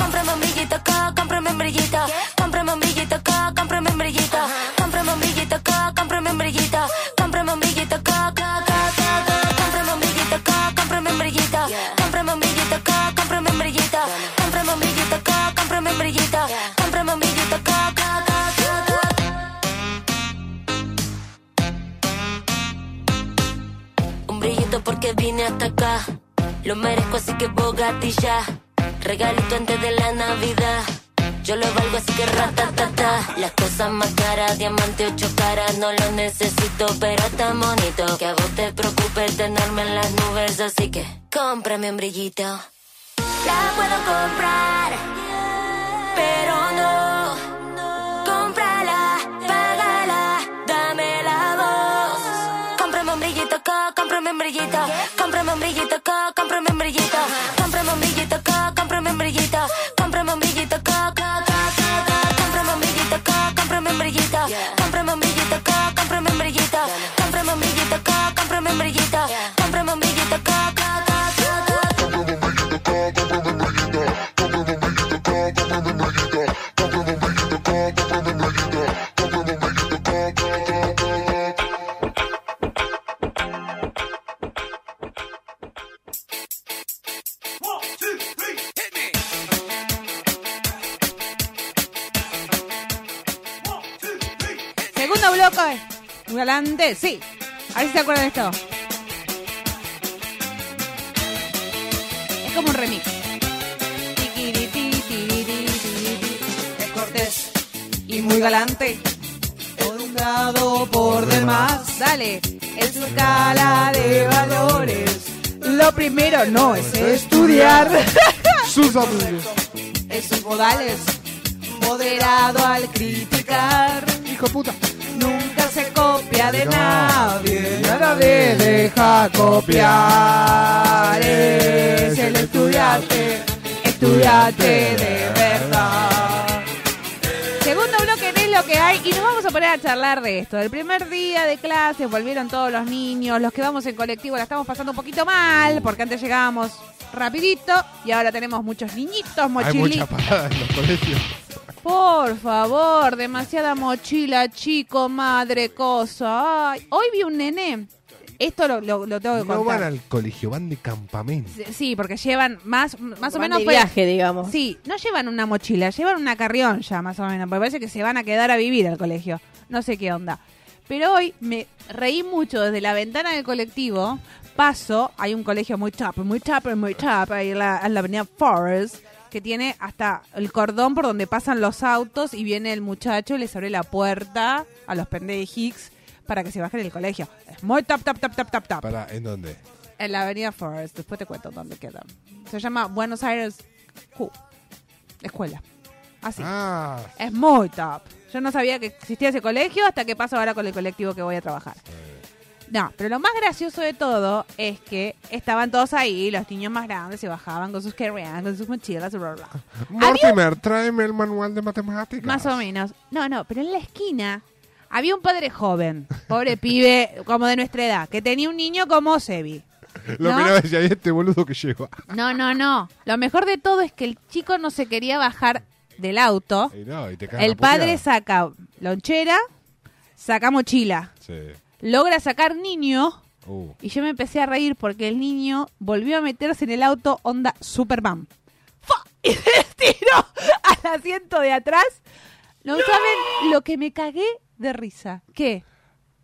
Speaker 5: Cómprame un brillito acá, cómprame un brillito, cómprame un brillito acá, cómprame un brillito, cómprame un brillito acá, cómprame un brillito, cómprame un brillito acá, acá, acá, acá, acá. Cómprame un brillito acá, cómprame un brillito. Cómprame un brillito acá, cómprame un brillito. Cómprame un brillito acá, cómprame un brillito. Cómprame un brillito acá, acá, acá, acá, acá. Un brillito porque vine hasta acá. Lo merezco así que Bugatti ya. Regalito antes de la Navidad. Yo lo valgo así que ratatata. Las cosas más caras, diamante ocho caras, no lo necesito, pero es tan bonito. Que a vos te preocupe tenerme en las nubes, así que cómprame un brillito. La puedo comprar, pero no. Cómprala, págala, dame la voz. Cómprame un brillito acá, cómprame un brillito. Cómprame un brillito acá, cómprame un brillito. Cómprame un brillito acá, cómprame un brillito. Cómprame un brillito acá, acá, acá, acá, acá. Cómprame un brillito acá, cómprame un brillito. Cómprame un brillito acá, cómprame un brillito. Cómprame un brillito acá, cómprame un brillito. Cómprame un brillito acá, acá, acá, acá, acá.
Speaker 2: loco es. Un galante, sí. A ver si se acuerdan de esto. Es como un remix. Es cortés y muy galante.
Speaker 1: Educado por demás.
Speaker 2: Dale, es su escala de valores. Lo primero no es estudiar.
Speaker 3: Sus amigos.
Speaker 2: Es sus modales, moderado al criticar.
Speaker 3: Hijo de puta.
Speaker 2: Nunca se copia de
Speaker 3: No.
Speaker 2: nadie,
Speaker 3: Y a
Speaker 2: nada
Speaker 3: nadie
Speaker 2: de deja
Speaker 3: deja copiar.
Speaker 2: copiar. Es el estudiante, estudiante de verdad. Segundo bloque en es lo que hay y nos vamos a poner a charlar de esto. El primer día de clases volvieron todos los niños, los que vamos en colectivo la estamos pasando un poquito mal porque antes llegábamos rapidito y ahora tenemos muchos niñitos,
Speaker 3: Hay mucha
Speaker 2: mochilitos.
Speaker 3: parada en los colegios.
Speaker 2: Por favor, demasiada mochila, chico, madre, cosa. Ay, hoy vi un nene. Esto lo, lo- lo tengo que
Speaker 3: No van
Speaker 2: contar.
Speaker 3: al colegio, van de campamento.
Speaker 2: Sí, porque llevan más, más o
Speaker 4: Van
Speaker 2: menos.
Speaker 4: de
Speaker 2: fue-
Speaker 4: viaje, digamos.
Speaker 2: Sí, no llevan una mochila, llevan una carrión ya, más o menos. Porque parece que se van a quedar a vivir al colegio. No sé qué onda. Pero hoy me reí mucho desde la ventana del colectivo. Paso, hay un colegio muy chapo, muy chapo, muy chapo, ahí en la, en la avenida Forest, que tiene hasta el cordón por donde pasan los autos y viene el muchacho y les abre la puerta a los pendejics para que se bajen del colegio. Es muy top, top, top, top, top, top.
Speaker 3: Para, ¿en dónde?
Speaker 2: En la avenida Forest, después te cuento dónde queda. Se llama Buenos Aires Q. Escuela. Así.
Speaker 3: Ah,
Speaker 2: Es muy top. Yo no sabía que existía ese colegio hasta que paso ahora con el colectivo que voy a trabajar. No, pero lo más gracioso de todo es que estaban todos ahí, los niños más grandes se bajaban con sus carry con sus mochilas, bla, bla. bla.
Speaker 3: Mortimer, tráeme el manual de matemáticas.
Speaker 2: Más o menos. No, no, pero en la esquina había un padre joven, pobre pibe, como de nuestra edad, que tenía un niño como Sebi.
Speaker 3: Lo
Speaker 2: ¿no?
Speaker 3: miraba y decía, "¿Y este boludo que llegó.
Speaker 2: No, no, no. Lo mejor de todo es que el chico no se quería bajar del auto.
Speaker 3: Y no, y te cagan
Speaker 2: El
Speaker 3: a puteada.
Speaker 2: padre saca lonchera, saca mochila,
Speaker 3: Sí.
Speaker 2: logra sacar niño
Speaker 3: Uh,
Speaker 2: y yo me empecé a reír porque el niño volvió a meterse en el auto onda Superman. ¡Fua! Y se tiró al asiento de atrás. No, saben lo que me cagué de risa. ¿Qué?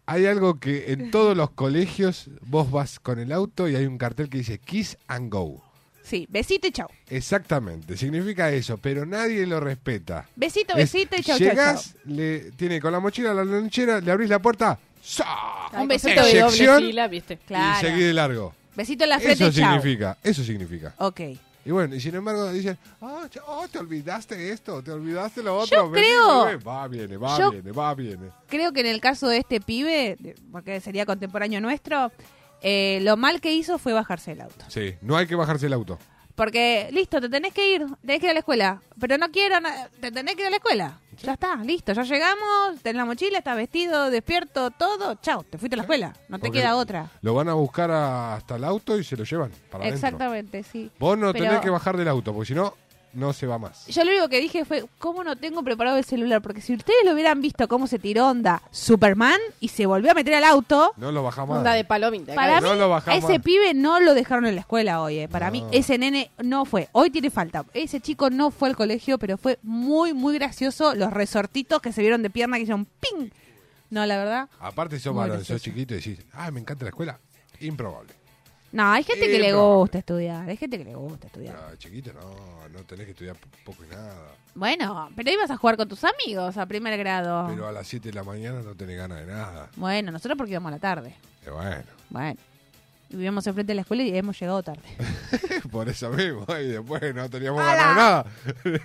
Speaker 3: Hay algo que en todos los colegios vos vas con el auto y hay un cartel que dice Kiss and Go.
Speaker 2: Sí, besito y chau.
Speaker 3: Exactamente, significa eso, pero nadie lo respeta.
Speaker 2: Besito,
Speaker 3: Es,
Speaker 2: besito y chau, chau, chau.
Speaker 3: Llegás, le tiene con la mochila la lonchera, le abrís la puerta, ¡sa!
Speaker 4: Un besito de
Speaker 3: Eyección.
Speaker 4: doble fila, ¿viste?
Speaker 3: Y seguí de largo.
Speaker 2: Besito en la frente
Speaker 3: Eso
Speaker 2: y chau.
Speaker 3: significa, eso significa.
Speaker 4: Oh.
Speaker 2: Ok.
Speaker 3: Y bueno, y sin embargo dicen, ah, ch- oh, te olvidaste esto, te olvidaste lo otro.
Speaker 2: Yo
Speaker 3: vení,
Speaker 2: creo-
Speaker 3: vení, Va, viene, va,
Speaker 2: yo-
Speaker 3: viene, va, viene.
Speaker 2: creo que en el caso de este pibe, de- porque sería contemporáneo nuestro, eh, lo mal que hizo fue bajarse el auto.
Speaker 3: Sí, no hay que bajarse el auto.
Speaker 2: Porque, listo, te tenés que ir, tenés que ir a la escuela. Pero no quiero, na- te tenés que ir a la escuela. Ya está, listo, ya llegamos, tenés la mochila, estás vestido, despierto, todo. Chao, te fuiste a la escuela, no te
Speaker 3: Porque
Speaker 2: queda otra.
Speaker 3: Lo van a buscar a- hasta el auto y se lo llevan para adentro.
Speaker 2: Exactamente, sí.
Speaker 3: Vos no
Speaker 2: Pero-
Speaker 3: tenés que bajar del auto, porque si no, no se va más.
Speaker 2: Yo lo único que dije fue, ¿cómo no tengo preparado el celular? Porque si ustedes lo hubieran visto cómo se tiró onda Superman y se volvió a meter al auto,
Speaker 3: No lo bajamos.
Speaker 4: Onda de palomita.
Speaker 2: Para
Speaker 4: claro.
Speaker 3: No
Speaker 2: mí,
Speaker 3: lo
Speaker 2: a
Speaker 3: bajamos.
Speaker 2: ese pibe no lo dejaron en la escuela hoy. eh. Para
Speaker 3: No.
Speaker 2: mí, ese nene no fue. Hoy tiene falta. Ese chico no fue al colegio, pero fue muy, muy gracioso. Los resortitos que se vieron de pierna que hicieron ¡ping! No, la verdad.
Speaker 3: Aparte sos
Speaker 2: Muy
Speaker 3: varón, sos
Speaker 2: gracioso.
Speaker 3: chiquito y decís, ah, me encanta la escuela. Improbable.
Speaker 2: No, hay gente que le
Speaker 3: Improbable.
Speaker 2: gusta estudiar. Hay gente que le gusta estudiar.
Speaker 3: Pero Ah, chiquito no, no tenés que estudiar po- poco y nada.
Speaker 2: Bueno, pero ibas a jugar con tus amigos a primer grado.
Speaker 3: Pero a las 7 de la mañana no tenés ganas de nada.
Speaker 2: Bueno, nosotros porque íbamos a la tarde.
Speaker 3: Y bueno,
Speaker 2: Bueno. Y vivíamos enfrente de la escuela y hemos llegado tarde.
Speaker 3: por eso mismo. Y después no teníamos ganas de nada.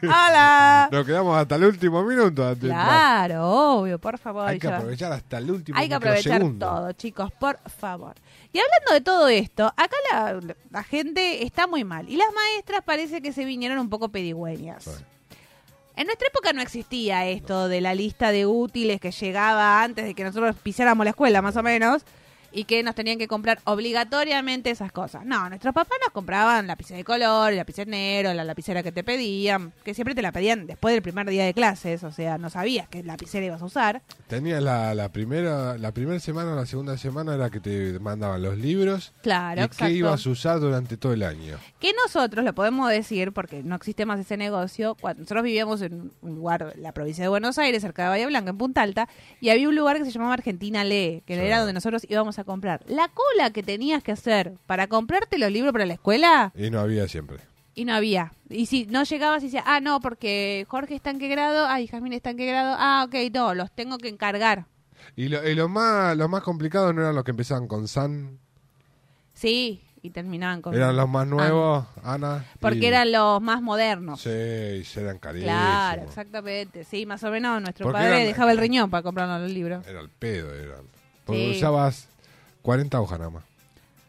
Speaker 2: ¡Hola!
Speaker 3: Nos quedamos hasta el último minuto. antes de entrar.
Speaker 2: Claro, obvio, por favor.
Speaker 3: Hay que
Speaker 2: yo-
Speaker 3: aprovechar hasta el último
Speaker 2: Hay que aprovechar
Speaker 3: microsegundo.
Speaker 2: todo, chicos, por favor. Y hablando de todo esto, acá la, la gente está muy mal. Y las maestras parece que se vinieron un poco pedigüeñas.
Speaker 3: Bueno.
Speaker 2: En nuestra época no existía esto de la lista de útiles que llegaba antes de que nosotros pisáramos la escuela, más o menos. y que nos tenían que comprar obligatoriamente esas cosas. No, nuestros papás nos compraban lápices de color, lápices negro, la lapicera que te pedían, que siempre te la pedían después del primer día de clases, o sea, no sabías qué lapicera ibas a usar.
Speaker 3: Tenías la, la primera la primera semana o la segunda semana era que te mandaban los libros
Speaker 2: Claro,
Speaker 3: y
Speaker 2: exacto.
Speaker 3: qué ibas a usar durante todo el año.
Speaker 2: Que nosotros lo podemos decir porque no existe más ese negocio. Cuando nosotros vivíamos en un lugar, la provincia de Buenos Aires, cerca de Bahía Blanca, en Punta Alta, y había un lugar que se llamaba Argentina Lee, que
Speaker 3: Sí.
Speaker 2: era donde nosotros íbamos a comprar. La cola que tenías que hacer para comprarte los libros para la escuela,
Speaker 3: Y no había siempre.
Speaker 2: y no había. Y si no llegabas y decías, ah, no, porque Jorge está en qué grado, ay, Jazmín está en qué grado, ah, ok, no, los tengo que encargar.
Speaker 3: Y lo, y lo más lo más complicado no eran los que empezaban con San,
Speaker 2: Sí, y terminaban con...
Speaker 3: eran los más nuevos, Ana.
Speaker 2: Porque
Speaker 3: y-
Speaker 2: eran los más modernos.
Speaker 3: Sí, y se eran carísimos.
Speaker 2: Claro, exactamente. Sí, más o menos nuestro
Speaker 3: Porque
Speaker 2: padre
Speaker 3: eran-
Speaker 2: dejaba el riñón para comprarnos los libros.
Speaker 3: Era el pedo, eran. Porque
Speaker 2: Sí.
Speaker 3: usabas 40 hojas nada más.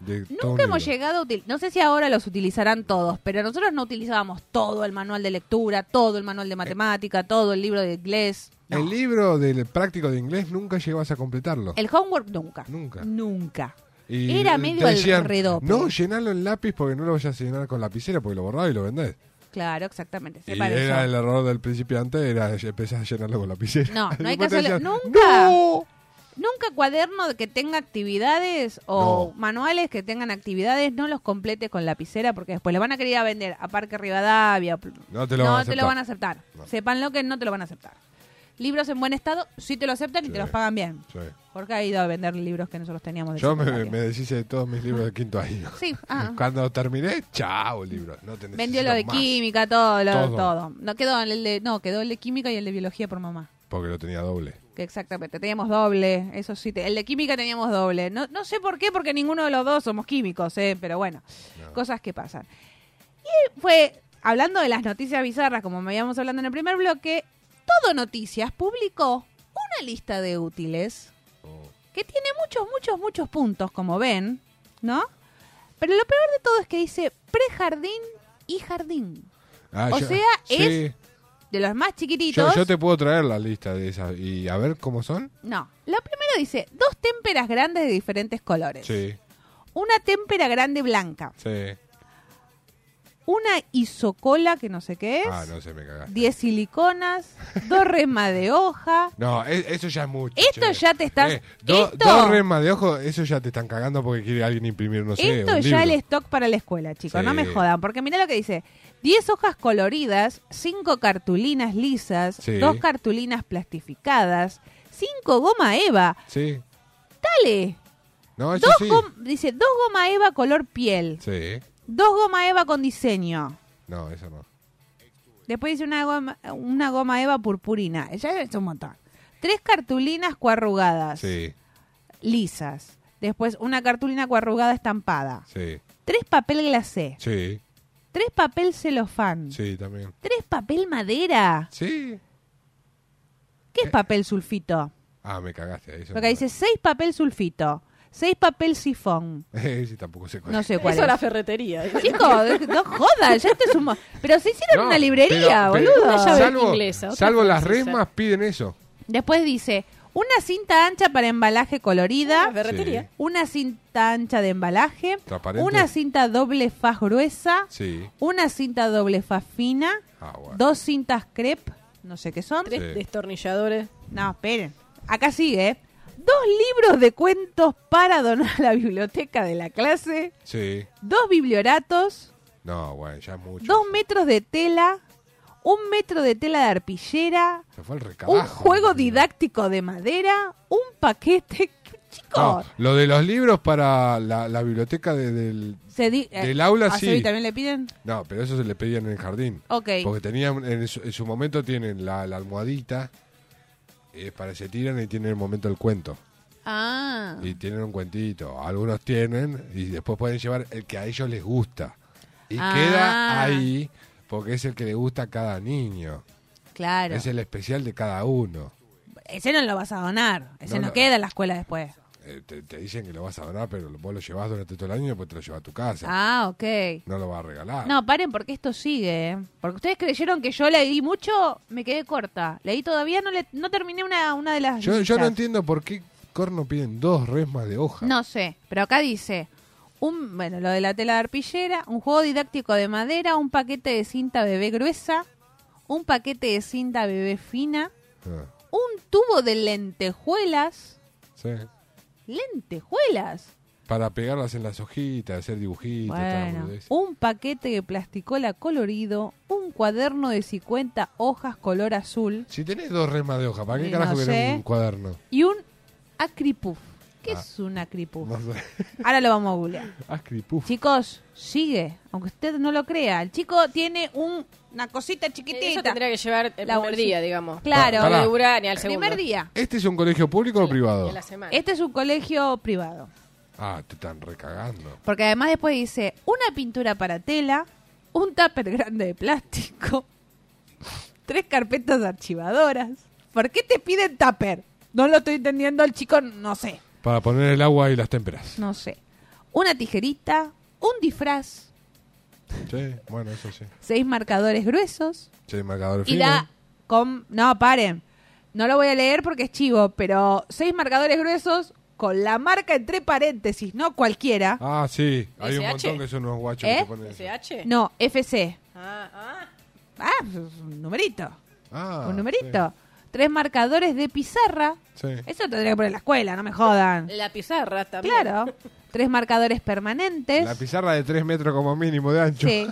Speaker 3: de todo un
Speaker 2: Nunca hemos
Speaker 3: libro.
Speaker 2: llegado a utilizar, no sé si ahora los utilizarán todos, pero nosotros no utilizábamos todo el manual de lectura, todo el
Speaker 3: Eh.
Speaker 2: manual de matemática, todo el libro de inglés. No.
Speaker 3: El libro del práctico de inglés nunca llegabas a completarlo.
Speaker 2: El homework nunca.
Speaker 3: Nunca.
Speaker 2: Nunca.
Speaker 3: Y
Speaker 2: Era
Speaker 3: te
Speaker 2: medio
Speaker 3: decían,
Speaker 2: al redope.
Speaker 3: No, llenalo en lápiz porque no lo vayas a llenar con lapicera porque lo borrás y lo vendés.
Speaker 2: Claro, exactamente.
Speaker 3: Y
Speaker 2: sepa de
Speaker 3: era
Speaker 2: eso.
Speaker 3: el error del principiante, era empezar a llenarlo con lapicera.
Speaker 2: No, no hay que
Speaker 3: Después te
Speaker 2: hacerlo-
Speaker 3: decían,
Speaker 2: ¡nunca!
Speaker 3: ¡No!
Speaker 2: Nunca cuaderno de que tenga actividades o
Speaker 3: No.
Speaker 2: manuales que tengan actividades, no los completes con lapicera porque después lo van a querer a vender a Parque Rivadavia.
Speaker 3: No te lo van a aceptar.
Speaker 2: van a aceptar.
Speaker 3: No.
Speaker 2: Sépanlo que no te lo van a aceptar. Libros en buen estado, sí te lo aceptan y
Speaker 3: Sí.
Speaker 2: te los pagan bien.
Speaker 3: Sí.
Speaker 2: Jorge ha ido a vender libros que nosotros teníamos de
Speaker 3: Yo me,
Speaker 2: secundaria.
Speaker 3: me deshice de todos mis libros de quinto año.
Speaker 2: Sí, ah.
Speaker 3: Cuando terminé, chao, libros. No te
Speaker 2: Vendió lo
Speaker 3: necesito
Speaker 2: de
Speaker 3: más,
Speaker 2: química, todo, lo, todo.
Speaker 3: Todo.
Speaker 2: No quedó el de, no, quedó el de química y el de biología por mamá.
Speaker 3: Porque lo tenía doble.
Speaker 2: Que exactamente, teníamos doble, eso sí, te- el de química teníamos doble. No, no sé por qué, porque ninguno de los dos somos químicos, ¿eh? pero bueno, cosas que pasan. Y fue, hablando de las noticias bizarras, como me íbamos hablando en el primer bloque, Todo Noticias publicó una lista de útiles
Speaker 3: Oh.
Speaker 2: que tiene muchos, muchos, muchos puntos, como ven, ¿no? Pero lo peor de todo es que dice prejardín y jardín.
Speaker 3: Ah,
Speaker 2: O
Speaker 3: yo-
Speaker 2: sea,
Speaker 3: sí.
Speaker 2: es- De los más
Speaker 3: Yo,
Speaker 2: chiquititos.
Speaker 3: yo te puedo traer la lista de esas y a ver cómo son.
Speaker 2: No. La primera dice dos témperas grandes de diferentes colores.
Speaker 3: Sí,
Speaker 2: Una témpera grande blanca.
Speaker 3: sí.
Speaker 2: Una isocola, que no sé qué es.
Speaker 3: Ah, no sé, me cagaste.
Speaker 2: 10 siliconas. dos remas de hoja.
Speaker 3: No, e- eso ya es mucho.
Speaker 2: Esto
Speaker 3: che. eh,
Speaker 2: ya te estás-
Speaker 3: do-
Speaker 2: esto-
Speaker 3: Dos remas de ojo, eso ya te están cagando porque quiere alguien imprimir, no sé.
Speaker 2: Esto
Speaker 3: un
Speaker 2: ya el
Speaker 3: libro.
Speaker 2: stock para la escuela, chicos.
Speaker 3: Sí.
Speaker 2: No me jodan. Porque mirá lo que dice. 10 hojas coloridas, 5 cartulinas lisas,
Speaker 3: Sí.
Speaker 2: 2 cartulinas plastificadas, 5 goma eva.
Speaker 3: Sí.
Speaker 2: Dale.
Speaker 3: No, Ah, eso
Speaker 2: Dos
Speaker 3: sí.
Speaker 2: gom- dice, dos goma eva color piel,
Speaker 3: Sí.
Speaker 2: dos goma eva con diseño.
Speaker 3: No, eso no.
Speaker 2: Después dice una goma, una goma eva purpurina. Ya es un montón. Tres cartulinas coarrugadas,
Speaker 3: Sí,
Speaker 2: lisas. Después una cartulina coarrugada estampada.
Speaker 3: sí,
Speaker 2: Tres papel glacé.
Speaker 3: sí,
Speaker 2: Tres papel celofán.
Speaker 3: sí, también.
Speaker 2: Tres papel madera.
Speaker 3: Sí.
Speaker 2: ¿Qué es papel sulfito?
Speaker 3: Ah, me cagaste. Eso
Speaker 2: Porque
Speaker 3: no.
Speaker 2: dice seis papel sulfito. Seis papel sifón.
Speaker 3: Ese tampoco sé cuál
Speaker 2: No
Speaker 3: es.
Speaker 2: sé cuál
Speaker 4: Eso
Speaker 2: es.
Speaker 4: a la ferretería.
Speaker 2: Chicos, eh, no jodas, ya te sumo. Pero se hicieron
Speaker 3: No,
Speaker 2: una librería,
Speaker 3: pero- pero-
Speaker 2: boludo.
Speaker 4: Una llave
Speaker 3: salvo,
Speaker 4: inglesa, otra
Speaker 3: salvo las
Speaker 4: francesa.
Speaker 3: resmas piden eso.
Speaker 2: Después dice, una cinta ancha para embalaje
Speaker 4: La
Speaker 2: colorida,
Speaker 4: ferretería.
Speaker 2: una cinta ancha de embalaje,
Speaker 3: Transparente.
Speaker 2: una cinta doble faz gruesa,
Speaker 3: Sí.
Speaker 2: una cinta doble faz fina,
Speaker 3: Ah, bueno.
Speaker 2: dos cintas crepe, no sé qué son.
Speaker 4: Tres
Speaker 3: Sí.
Speaker 4: destornilladores.
Speaker 2: No, esperen. Acá sigue, ¿eh? Dos libros de cuentos para donar a la biblioteca de la clase,
Speaker 3: Sí.
Speaker 2: dos biblioratos,
Speaker 3: No, bueno, ya es mucho.
Speaker 2: dos metros de tela, un metro de tela de arpillera,
Speaker 3: Se fue el recabajo.
Speaker 2: un juego
Speaker 3: boludo.
Speaker 2: didáctico de madera, un paquete.
Speaker 3: No,
Speaker 2: Chicos,
Speaker 3: lo de los libros para la, la biblioteca de- del...
Speaker 2: se di- eh,
Speaker 3: del aula
Speaker 2: ¿a
Speaker 3: sí.
Speaker 2: Sebi también le piden?
Speaker 3: No, pero eso se le pedían en el jardín.
Speaker 2: Ok.
Speaker 3: Porque tenían, en su, en su momento tienen la, la almohadita, eh, para que se tiran y tienen el momento del cuento.
Speaker 2: Ah.
Speaker 3: Y tienen un cuentito. Algunos tienen y después pueden llevar el que a ellos les gusta. Y
Speaker 2: Ah.
Speaker 3: queda ahí porque es el que le gusta a cada niño.
Speaker 2: Claro.
Speaker 3: Es
Speaker 2: Ese...
Speaker 3: el especial de cada uno.
Speaker 2: no lo vas a donar. Ese
Speaker 3: No,
Speaker 2: no,
Speaker 3: no.
Speaker 2: queda en la escuela después.
Speaker 3: Eh, te, te dicen que lo vas a donar, pero vos lo llevas durante todo el año y después te lo llevas a tu casa.
Speaker 2: Ah, ok.
Speaker 3: No lo vas a regalar.
Speaker 2: No, paren porque esto sigue. ¿eh? Porque ustedes creyeron que yo leí mucho, me quedé corta. Leí todavía, no le, no terminé una, una de las.
Speaker 3: Yo, yo no
Speaker 2: listas.
Speaker 3: entiendo por qué corno piden dos resmas de hoja.
Speaker 2: No sé, pero acá dice, un, bueno, lo de la tela de arpillera, un juego didáctico de madera, un paquete de cinta bebé gruesa, un paquete de cinta bebé fina,
Speaker 3: Ah,
Speaker 2: un tubo de lentejuelas,
Speaker 3: sí.
Speaker 2: lentejuelas,
Speaker 3: Para pegarlas en las hojitas, hacer dibujitos. tal,
Speaker 2: bueno,
Speaker 3: boludez.
Speaker 2: un paquete de plasticola colorido, un cuaderno de 50 hojas color azul
Speaker 3: Si tenés dos resmas de hoja, ¿para qué
Speaker 2: Y
Speaker 3: carajo
Speaker 2: no
Speaker 3: querés
Speaker 2: sé.
Speaker 3: un cuaderno?
Speaker 2: y un acripuf. ¿Qué
Speaker 3: Ah.
Speaker 2: es un acripuf?
Speaker 3: No sé.
Speaker 2: Ahora lo vamos a googlear.
Speaker 3: Acripuf.
Speaker 2: Chicos, sigue, aunque usted no lo crea. El chico tiene un- una cosita
Speaker 4: Eso
Speaker 2: chiquitita.
Speaker 4: tendría que llevar el
Speaker 2: La
Speaker 4: primer
Speaker 2: bolsita.
Speaker 4: día, digamos.
Speaker 2: Claro,
Speaker 3: Pa-
Speaker 4: No
Speaker 3: Pará.
Speaker 4: le dura ni al
Speaker 2: el
Speaker 4: segundo.
Speaker 2: primer día.
Speaker 3: ¿Este es un colegio público o privado?
Speaker 4: En la semana.
Speaker 2: Este es un colegio privado.
Speaker 3: Ah, te están recagando.
Speaker 2: Porque además después dice una pintura para tela, un tupper grande de plástico, tres carpetas archivadoras. ¿Por qué te piden tupper? No lo estoy entendiendo el chico, no sé.
Speaker 3: Para poner el agua y las témperas.
Speaker 2: No sé. Una tijerita, un disfraz,
Speaker 3: Sí, bueno, eso sí.
Speaker 2: seis marcadores gruesos,
Speaker 3: Sí, marcador
Speaker 2: Y
Speaker 3: fino.
Speaker 2: la... com- no, paren. No lo voy a leer porque es chivo, pero seis marcadores gruesos con la marca entre paréntesis, no cualquiera.
Speaker 3: Ah, sí. Hay un
Speaker 4: SH.
Speaker 3: montón que son unos guachos
Speaker 2: ¿Eh?
Speaker 3: que te ponen eso.
Speaker 4: ¿SH?
Speaker 2: No, FC.
Speaker 4: Ah, ah.
Speaker 2: Ah, es un numerito.
Speaker 3: Ah,
Speaker 2: un numerito. Tres marcadores de pizarra.
Speaker 3: Sí. sí.
Speaker 2: Eso tendría que poner en la escuela, no me jodan.
Speaker 4: La pizarra también.
Speaker 2: Claro. Tres marcadores permanentes.
Speaker 3: La pizarra de 3 metros como mínimo de ancho.
Speaker 2: Sí.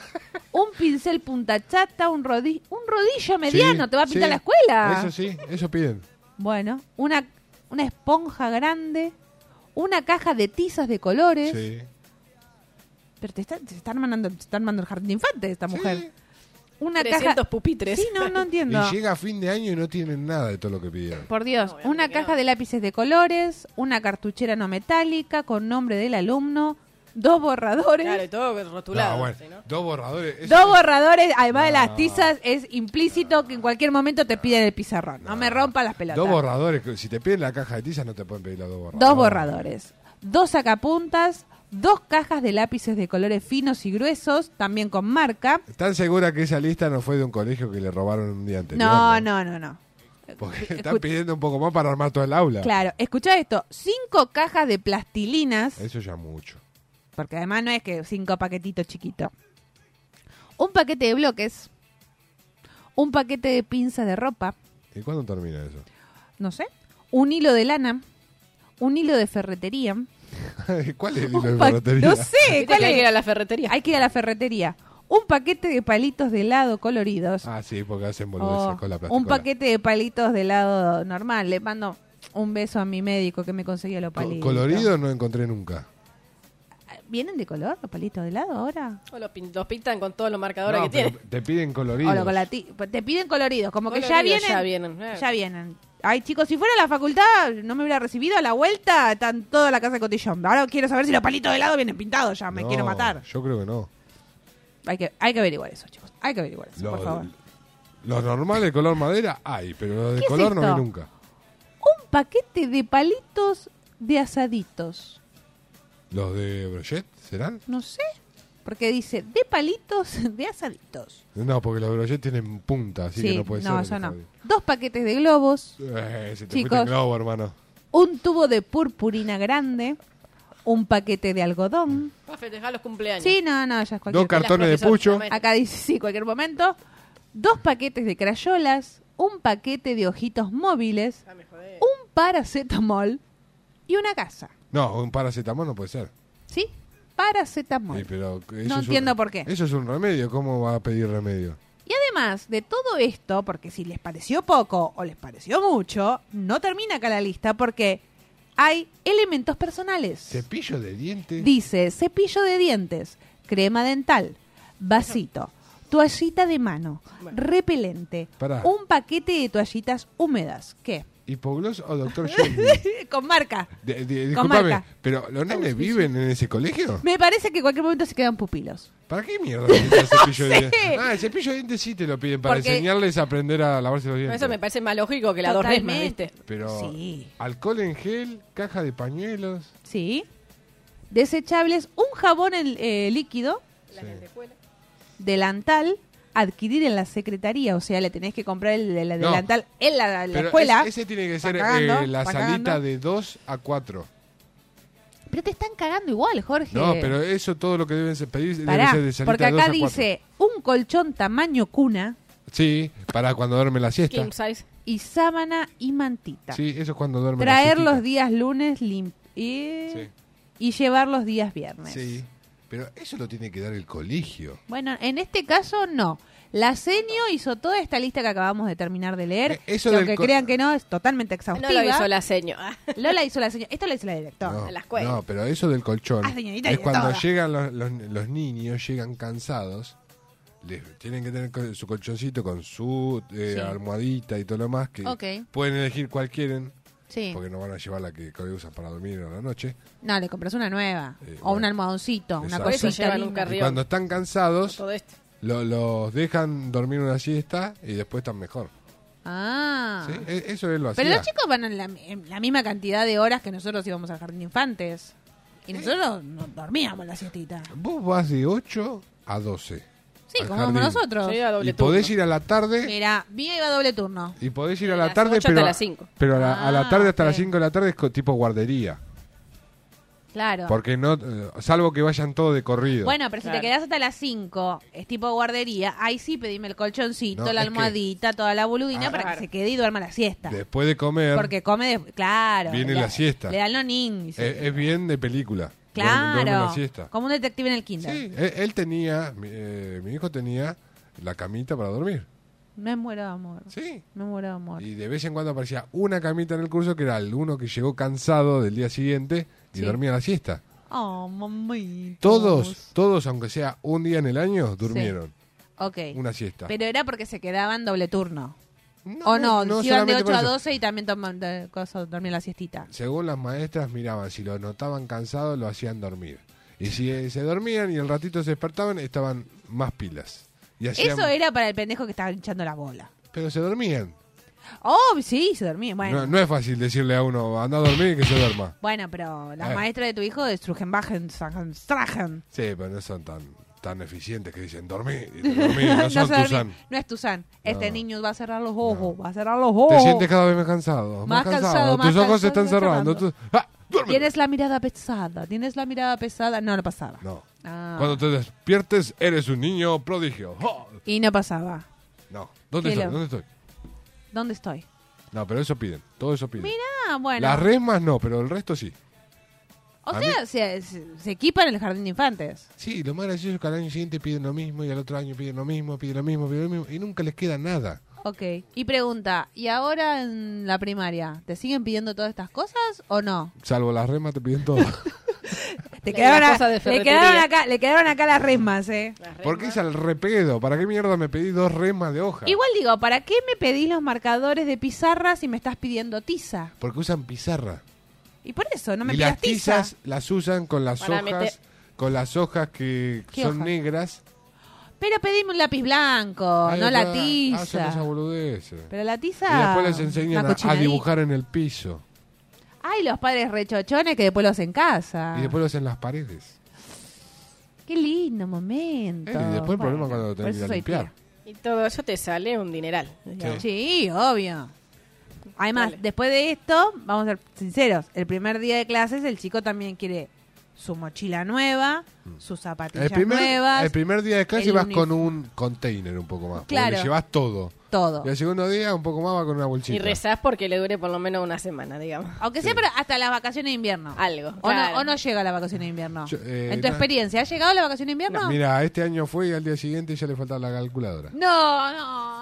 Speaker 2: Un pincel punta chata, un, rodi- un rodillo
Speaker 3: Sí,
Speaker 2: mediano, te va a pintar
Speaker 3: sí.
Speaker 2: la escuela.
Speaker 3: Eso sí, eso piden.
Speaker 2: Bueno, una, una esponja grande, una caja de tizas de colores.
Speaker 3: Sí.
Speaker 2: Pero te está, se, está armando, se está armando el jardín de infantes esta
Speaker 3: Sí.
Speaker 2: mujer. Una
Speaker 4: 300
Speaker 2: caja.
Speaker 4: pupitres.
Speaker 2: Sí, no, no
Speaker 3: Y
Speaker 2: entiendo.
Speaker 3: llega a fin de año y no tienen nada de todo lo que pidieron.
Speaker 2: Por Dios,
Speaker 4: No, obviamente
Speaker 2: una
Speaker 4: que
Speaker 2: caja
Speaker 4: no.
Speaker 2: de lápices de colores, una cartuchera no metálica con nombre del alumno, dos borradores.
Speaker 4: Claro, y todo rotulado.
Speaker 3: No, bueno,
Speaker 4: sí, ¿no?
Speaker 3: dos borradores. eso
Speaker 2: Dos
Speaker 3: sí.
Speaker 2: borradores, además de
Speaker 3: No.
Speaker 2: las tizas, es implícito que en cualquier momento te piden el pizarrón. No, me rompa las pelotas.
Speaker 3: Dos borradores. que Si te piden la caja de tizas, no te pueden pedir los dos borradores.
Speaker 2: Dos borradores, dos sacapuntas, dos cajas de lápices de colores finos y gruesos, también con marca.
Speaker 3: ¿Están segura que esa lista no fue de un colegio que le robaron un día anterior?
Speaker 2: No, no, no, no.
Speaker 3: Porque están
Speaker 2: Escu-
Speaker 3: pidiendo un poco más para armar toda el aula.
Speaker 2: Claro, escucha esto, cinco cajas de plastilinas,
Speaker 3: Eso ya mucho.
Speaker 2: porque además no es que cinco paquetitos chiquitos. Un paquete de bloques, un paquete de pinzas de ropa,
Speaker 3: ¿Y cuándo termina eso?
Speaker 2: no sé, un hilo de lana, un hilo de ferretería.
Speaker 3: ¿Cuál es el hilo
Speaker 2: un
Speaker 3: de
Speaker 2: pa-
Speaker 3: ferretería?
Speaker 2: No sé,
Speaker 4: Viste
Speaker 2: ¿cuál
Speaker 4: que hay que ir
Speaker 2: es?
Speaker 4: a la ferretería.
Speaker 2: Hay que ir a la ferretería. Un paquete de palitos de helado coloridos.
Speaker 3: Ah, sí, porque hacen boludeces
Speaker 2: Oh,
Speaker 3: con la plástica.
Speaker 2: un paquete de palitos de helado normal. Le mando un beso a mi médico que me conseguía los palitos.
Speaker 3: Colorido no encontré nunca.
Speaker 2: ¿Vienen de color los palitos de helado ahora?
Speaker 4: O los, pin- los pintan con todos los marcadores
Speaker 3: No,
Speaker 4: que
Speaker 3: pero
Speaker 4: tienen.
Speaker 3: Te piden
Speaker 2: O
Speaker 3: colorido.
Speaker 2: lo colati- te piden coloridos, como que ya vienen.
Speaker 4: Coloridos, ya vienen, eh.
Speaker 2: ya vienen. Ay, chicos, si fuera a la facultad, no me hubiera recibido a la vuelta, están toda la casa de cotillón. Ahora quiero saber si los palitos de helado vienen pintados ya, me
Speaker 3: No,
Speaker 2: quiero matar.
Speaker 3: Yo creo que no.
Speaker 2: Hay que, hay que averiguar eso, chicos. Hay que averiguar eso, por favor.
Speaker 3: Los normales de color madera hay, pero los de
Speaker 2: ¿Qué es
Speaker 3: color no
Speaker 2: esto?
Speaker 3: vi nunca.
Speaker 2: Un paquete de palitos de asaditos.
Speaker 3: ¿Los de brochet serán?
Speaker 2: No sé. Porque dice, de palitos de asaditos.
Speaker 3: No, porque los brochet tienen punta, así que no puede ser.
Speaker 2: eso no. Dos paquetes de globos,
Speaker 3: Eh, se te
Speaker 2: Chicos.
Speaker 3: fuiste el globo, hermano.
Speaker 2: un tubo de purpurina grande, un paquete de algodón.
Speaker 4: Para festejar los cumpleaños.
Speaker 2: Sí, no, no, ya es
Speaker 3: Dos
Speaker 2: cualquier cosa.
Speaker 3: cartones de
Speaker 4: profesoras
Speaker 3: pucho.
Speaker 4: también.
Speaker 2: Acá dice, sí, cualquier momento. Dos paquetes de crayolas, un paquete de ojitos móviles,
Speaker 4: Ah, me jodé.
Speaker 2: un paracetamol y una casa.
Speaker 3: No, un paracetamol no puede ser.
Speaker 2: ¿Sí?
Speaker 3: Sí,
Speaker 2: Paracetamol.
Speaker 3: pero eso
Speaker 2: No
Speaker 3: es un-
Speaker 2: entiendo por qué.
Speaker 3: Eso es un remedio. ¿Cómo va a pedir remedio?
Speaker 2: Y además de todo esto, porque si les pareció poco o les pareció mucho, no termina acá la lista porque hay elementos personales.
Speaker 3: Cepillo de dientes.
Speaker 2: Dice cepillo de dientes, crema dental, vasito, toallita de mano, repelente,
Speaker 3: Pará.
Speaker 2: un paquete de toallitas húmedas. ¿Qué?
Speaker 3: ¿Hipogloss o doctor Shelby?
Speaker 2: Con marca.
Speaker 3: De- de- disculpame,
Speaker 2: marca.
Speaker 3: pero ¿los nenes viven en ese colegio?
Speaker 2: Me parece que en cualquier momento se quedan pupilos.
Speaker 3: ¿Para qué mierda necesitas cepillo de
Speaker 2: sé.
Speaker 3: dientes? Ah, el cepillo de dientes sí te lo piden para
Speaker 2: Porque-
Speaker 3: enseñarles a aprender a lavarse los
Speaker 4: No,
Speaker 3: dientes.
Speaker 4: Eso me parece más lógico que la dos resmas,
Speaker 2: Totalmente.
Speaker 4: ¿viste?
Speaker 3: Pero
Speaker 2: Sí.
Speaker 3: alcohol en gel, caja de pañuelos.
Speaker 2: ¿Sí? Desechables, un jabón en- eh, líquido,
Speaker 4: La lentejuela.
Speaker 2: delantal, adquirir en la secretaría, o sea, le tenés que comprar el, el
Speaker 3: No.
Speaker 2: delantal en la, la
Speaker 3: Pero
Speaker 2: escuela.
Speaker 3: es- ese tiene que
Speaker 2: Está
Speaker 3: ser eh,
Speaker 2: cagando,
Speaker 3: la
Speaker 2: está
Speaker 3: salita
Speaker 2: cagando.
Speaker 3: de 2 a 4.
Speaker 2: Pero te están cagando igual, Jorge.
Speaker 3: No, pero eso todo lo que deben ser- pedir
Speaker 2: Pará,
Speaker 3: debe ser de salita
Speaker 2: porque
Speaker 3: de 2
Speaker 2: acá
Speaker 3: a 4.
Speaker 2: dice un colchón tamaño cuna
Speaker 3: Sí, para cuando duerme la siesta.
Speaker 4: King size.
Speaker 2: y sábana y mantita.
Speaker 3: Sí, eso es cuando duerme
Speaker 2: Traer
Speaker 3: la
Speaker 2: los
Speaker 3: siestita.
Speaker 2: días lunes lim- y,
Speaker 3: Sí.
Speaker 2: y llevar los días viernes.
Speaker 3: Sí, pero eso lo tiene que dar el colegio.
Speaker 2: Bueno, en este caso no. La Senio hizo toda esta lista que acabamos de terminar de leer.
Speaker 3: Eh, eso
Speaker 2: que
Speaker 3: del
Speaker 2: aunque
Speaker 3: co-
Speaker 2: crean que no, es totalmente
Speaker 4: No
Speaker 2: exhaustiva.
Speaker 4: lo hizo la seño.
Speaker 2: Lola hizo la Senio. Esto lo hizo la directora.
Speaker 3: No,
Speaker 4: en la escuela.
Speaker 3: no, pero eso del colchón.
Speaker 2: Ah, señorita,
Speaker 3: es
Speaker 2: y
Speaker 3: cuando
Speaker 2: toda.
Speaker 3: llegan los, los- los niños, llegan cansados. les- tienen que tener co- su colchoncito con su eh,
Speaker 2: Sí.
Speaker 3: almohadita y todo lo más. que
Speaker 2: Ok.
Speaker 3: Pueden elegir cual quieren,
Speaker 2: Sí.
Speaker 3: porque no van a llevar la que usan para dormir a la noche.
Speaker 2: No, le compras una nueva.
Speaker 3: Eh,
Speaker 2: o un
Speaker 3: bueno.
Speaker 2: almohadoncito, una
Speaker 3: Exacto.
Speaker 4: Por eso
Speaker 2: cosita
Speaker 4: llevan un
Speaker 2: linda.
Speaker 4: carrito.
Speaker 3: Y
Speaker 4: Arriba.
Speaker 3: cuando están cansados,
Speaker 4: Todo esto.
Speaker 3: lo- los dejan dormir una siesta y después están mejor.
Speaker 2: Ah.
Speaker 3: ¿sí? E- Eso es lo así.
Speaker 2: Pero los chicos van en la, en la misma cantidad de horas que nosotros íbamos al jardín de infantes. Y nosotros no dormíamos la siestita.
Speaker 3: Vos vas de 8 a 12.
Speaker 2: Sí,
Speaker 3: al
Speaker 2: como
Speaker 3: jardín.
Speaker 2: nosotros.
Speaker 4: Yo iba a doble
Speaker 3: Y podés
Speaker 4: turno.
Speaker 3: ir a la tarde.
Speaker 2: Mira, mía iba a doble turno.
Speaker 3: Y podés ir a
Speaker 4: De
Speaker 3: la
Speaker 4: las
Speaker 3: tarde,
Speaker 4: ocho hasta
Speaker 3: pero,
Speaker 4: las cinco.
Speaker 3: pero a, la, a la
Speaker 2: Ah,
Speaker 3: tarde hasta
Speaker 2: ok.
Speaker 3: las 5 de la tarde es co- tipo guardería.
Speaker 2: Claro.
Speaker 3: Porque no, eh, salvo que vayan todos de corrido.
Speaker 2: Bueno, pero si
Speaker 4: Claro.
Speaker 2: te quedás hasta las 5, es tipo guardería, ahí sí pedime el colchoncito,
Speaker 3: No,
Speaker 2: la
Speaker 3: es que-
Speaker 2: almohadita, toda la boludina
Speaker 3: Ah,
Speaker 2: para
Speaker 4: claro.
Speaker 2: que se quede y duerma la siesta.
Speaker 3: Después de comer,
Speaker 2: Porque come de... Claro.
Speaker 3: Viene
Speaker 2: le-
Speaker 3: la siesta.
Speaker 2: Le dan los niños.
Speaker 3: eh, es bien de película. Duerme- duerme
Speaker 2: claro.
Speaker 3: la siesta.
Speaker 2: Como un detective en el kinder.
Speaker 3: Sí, él, él tenía, mi, eh, mi hijo tenía la camita para dormir.
Speaker 2: Me muero de amor.
Speaker 3: Sí.
Speaker 2: Me muero de amor.
Speaker 3: Y de vez en cuando aparecía una camita en el curso que era el uno que llegó cansado del día siguiente y
Speaker 2: Sí.
Speaker 3: dormía la siesta.
Speaker 2: Oh, mamitos.
Speaker 3: Todos, todos, aunque sea un día en el año, durmieron
Speaker 2: Ok.
Speaker 3: una siesta.
Speaker 2: Pero era porque se quedaban doble turno.
Speaker 3: No,
Speaker 2: o no, si iban de
Speaker 3: solamente
Speaker 2: 8
Speaker 3: por
Speaker 2: a
Speaker 3: eso.
Speaker 2: 12 y también toman de- cosas, dormían la siestita.
Speaker 3: Según las maestras miraban, si lo notaban cansado lo hacían dormir. Y si eh, se dormían y al ratito se despertaban, estaban más pilas. Y hacían-
Speaker 2: Eso era para el pendejo que estaba hinchando la bola.
Speaker 3: Pero se dormían.
Speaker 2: Oh, sí, se dormía. Bueno,
Speaker 3: No, no es fácil decirle a uno, anda a dormir y que se duerma.
Speaker 2: bueno pero las
Speaker 3: Eh.
Speaker 2: maestras de tu hijo de Strugenbachen, Sagen- Stragen.
Speaker 3: Sí, pero no son tan, tan eficientes que dicen dormir y te dormí, no son
Speaker 2: se dormía.
Speaker 3: Tuzán.
Speaker 2: No es Tuzán. Este
Speaker 3: No.
Speaker 2: niño va a cerrar los ojos, va a cerrar los ojos.
Speaker 3: Te sientes cada vez más cansado.
Speaker 2: Más
Speaker 3: Más,
Speaker 2: cansado,
Speaker 3: cansado.
Speaker 2: más
Speaker 3: Tus ojos
Speaker 2: cansado,
Speaker 3: se están
Speaker 2: más
Speaker 3: cerrando.
Speaker 2: cerrando.
Speaker 3: tus- ¡Ah! ¡Duerme!
Speaker 2: Tienes la mirada pesada, tienes la mirada pesada. No, no pasaba.
Speaker 3: No.
Speaker 2: Ah.
Speaker 3: Cuando te despiertes, eres un niño prodigio. ¡Oh!
Speaker 2: Y no pasaba.
Speaker 3: No. ¿Dónde
Speaker 2: Qué
Speaker 3: estoy?
Speaker 2: loco.
Speaker 3: ¿Dónde estoy?
Speaker 2: ¿Dónde estoy?
Speaker 3: No, pero eso piden. Todo eso piden.
Speaker 2: Mirá, bueno.
Speaker 3: Las resmas no, pero el resto sí.
Speaker 2: o
Speaker 3: a
Speaker 2: sea,
Speaker 3: mí-
Speaker 2: se, se- se equipan en el jardín de infantes.
Speaker 3: Sí, lo más gracioso es que al año siguiente piden lo mismo y al otro año piden lo mismo, piden lo mismo, piden lo mismo y nunca les queda nada.
Speaker 2: Ok. Y pregunta, ¿y ahora en la primaria? ¿Te siguen pidiendo todas estas cosas o no?
Speaker 3: Salvo las resmas te piden todo.
Speaker 2: Te
Speaker 4: La-
Speaker 2: quedaron,
Speaker 4: la
Speaker 2: a-
Speaker 4: cosa de
Speaker 2: le
Speaker 4: ferretería.
Speaker 2: quedaron acá, le quedaron acá las resmas, eh.
Speaker 3: ¿Por qué es al repedo? ¿Para qué mierda me pedí dos resmas de hoja?
Speaker 2: Igual digo, ¿para qué me pedís los marcadores de pizarra si me estás pidiendo tiza?
Speaker 3: Porque usan pizarra.
Speaker 2: Y por eso, no Ah, me
Speaker 3: y
Speaker 2: pidas
Speaker 3: las
Speaker 2: tiza.
Speaker 3: tizas las usan con las
Speaker 4: Para
Speaker 3: hojas,
Speaker 4: meter-
Speaker 3: con las hojas que
Speaker 2: ¿Qué
Speaker 3: son
Speaker 2: hojas?
Speaker 3: negras.
Speaker 2: Pero pedime un lápiz blanco,
Speaker 3: Ahí
Speaker 2: no la
Speaker 3: va, Hacen
Speaker 2: tiza.
Speaker 3: esas boludeces.
Speaker 2: Pero la tiza.
Speaker 3: Y después les
Speaker 2: una
Speaker 3: enseñan a- a,
Speaker 2: cochinadita.
Speaker 3: dibujar en el piso.
Speaker 2: Ay, los padres rechochones que después los hacen en casa.
Speaker 3: Y después lo hacen en las paredes.
Speaker 2: Qué lindo momento.
Speaker 3: Eh, y después el problema es cuando lo
Speaker 2: por
Speaker 3: tenés que
Speaker 2: eso
Speaker 3: ir a
Speaker 2: soy
Speaker 3: limpiar.
Speaker 2: tía.
Speaker 4: Y todo eso te sale un dineral. digamos.
Speaker 2: Sí, obvio. Además,
Speaker 4: Dale.
Speaker 2: después de esto, vamos a ser sinceros, el primer día de clases el chico también quiere su mochila nueva, sus zapatillas
Speaker 3: Mm. El primer,
Speaker 2: nuevas,
Speaker 3: el primer día de clase
Speaker 2: el
Speaker 3: vas
Speaker 2: unif-
Speaker 3: con un container un poco más. porque
Speaker 2: Claro.
Speaker 3: le llevas todo.
Speaker 2: todo.
Speaker 3: Y el segundo día un poco más va con una
Speaker 4: Y
Speaker 3: bolsita.
Speaker 4: rezás porque le dure por lo menos una semana, digamos.
Speaker 2: Aunque sea pero hasta las vacaciones de invierno.
Speaker 4: Algo,
Speaker 2: O,
Speaker 4: claro.
Speaker 2: no, o no llega a la vacación de invierno.
Speaker 3: Yo, eh,
Speaker 2: en tu
Speaker 3: no.
Speaker 2: experiencia, ¿ha llegado la vacación de invierno?
Speaker 3: Mira, este año fue y al día siguiente ya le faltaba la calculadora.
Speaker 2: No,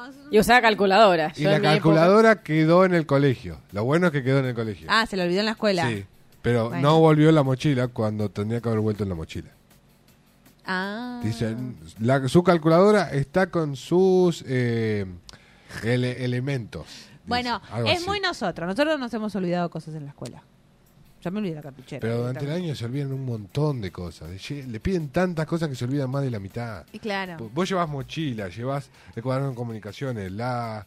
Speaker 2: no.
Speaker 4: Y usaba calculadora.
Speaker 3: Y
Speaker 4: Yo
Speaker 3: la
Speaker 4: en mi época-
Speaker 3: calculadora quedó en el colegio. Lo bueno es que quedó en el colegio.
Speaker 2: Ah, se lo olvidó en la escuela.
Speaker 3: Sí. Pero
Speaker 2: Bueno.
Speaker 3: no volvió la mochila cuando tenía que haber vuelto en la mochila.
Speaker 2: Ah.
Speaker 3: Dicen, la- su calculadora está con sus eh, ele- elementos. Dicen,
Speaker 2: Bueno,
Speaker 3: algo
Speaker 2: es
Speaker 3: así.
Speaker 2: muy nosotros. Nosotros nos hemos olvidado cosas en la escuela. Ya me olvidé la cartuchera.
Speaker 3: Pero durante el
Speaker 2: directamente.
Speaker 3: año se olvidan un montón de cosas. Lle- Le piden tantas cosas que se olvidan más de la mitad.
Speaker 2: Y claro.
Speaker 3: V- Vos llevas mochila, llevas el cuaderno de comunicaciones, la...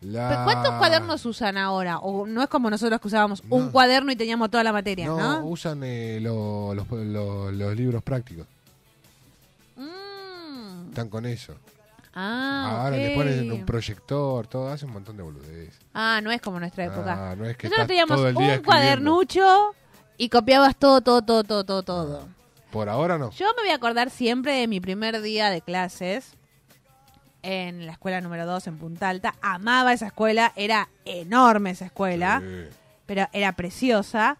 Speaker 3: la...
Speaker 2: ¿Pero ¿Cuántos cuadernos usan ahora? O no es como nosotros que usábamos un cuaderno y teníamos toda la materia,
Speaker 3: No,
Speaker 2: ¿no?
Speaker 3: usan eh, lo- los, los- los libros prácticos.
Speaker 2: Mm.
Speaker 3: Están con eso.
Speaker 2: Ah,
Speaker 3: Ahora le
Speaker 2: ok.
Speaker 3: ponen un proyector, todo, hace un montón de boludez.
Speaker 2: Ah, no es como nuestra época.
Speaker 3: Ah, no es que
Speaker 2: Nosotros
Speaker 3: estás
Speaker 2: teníamos
Speaker 3: todo el día
Speaker 2: un
Speaker 3: escribiendo.
Speaker 2: cuadernucho y copiabas todo, todo, todo, todo, todo, todo.
Speaker 3: Por ahora no.
Speaker 2: Yo me voy a acordar siempre de mi primer día de clases en la escuela número 2 en Punta Alta. Amaba esa escuela, era enorme esa escuela,
Speaker 3: Sí.
Speaker 2: pero era preciosa.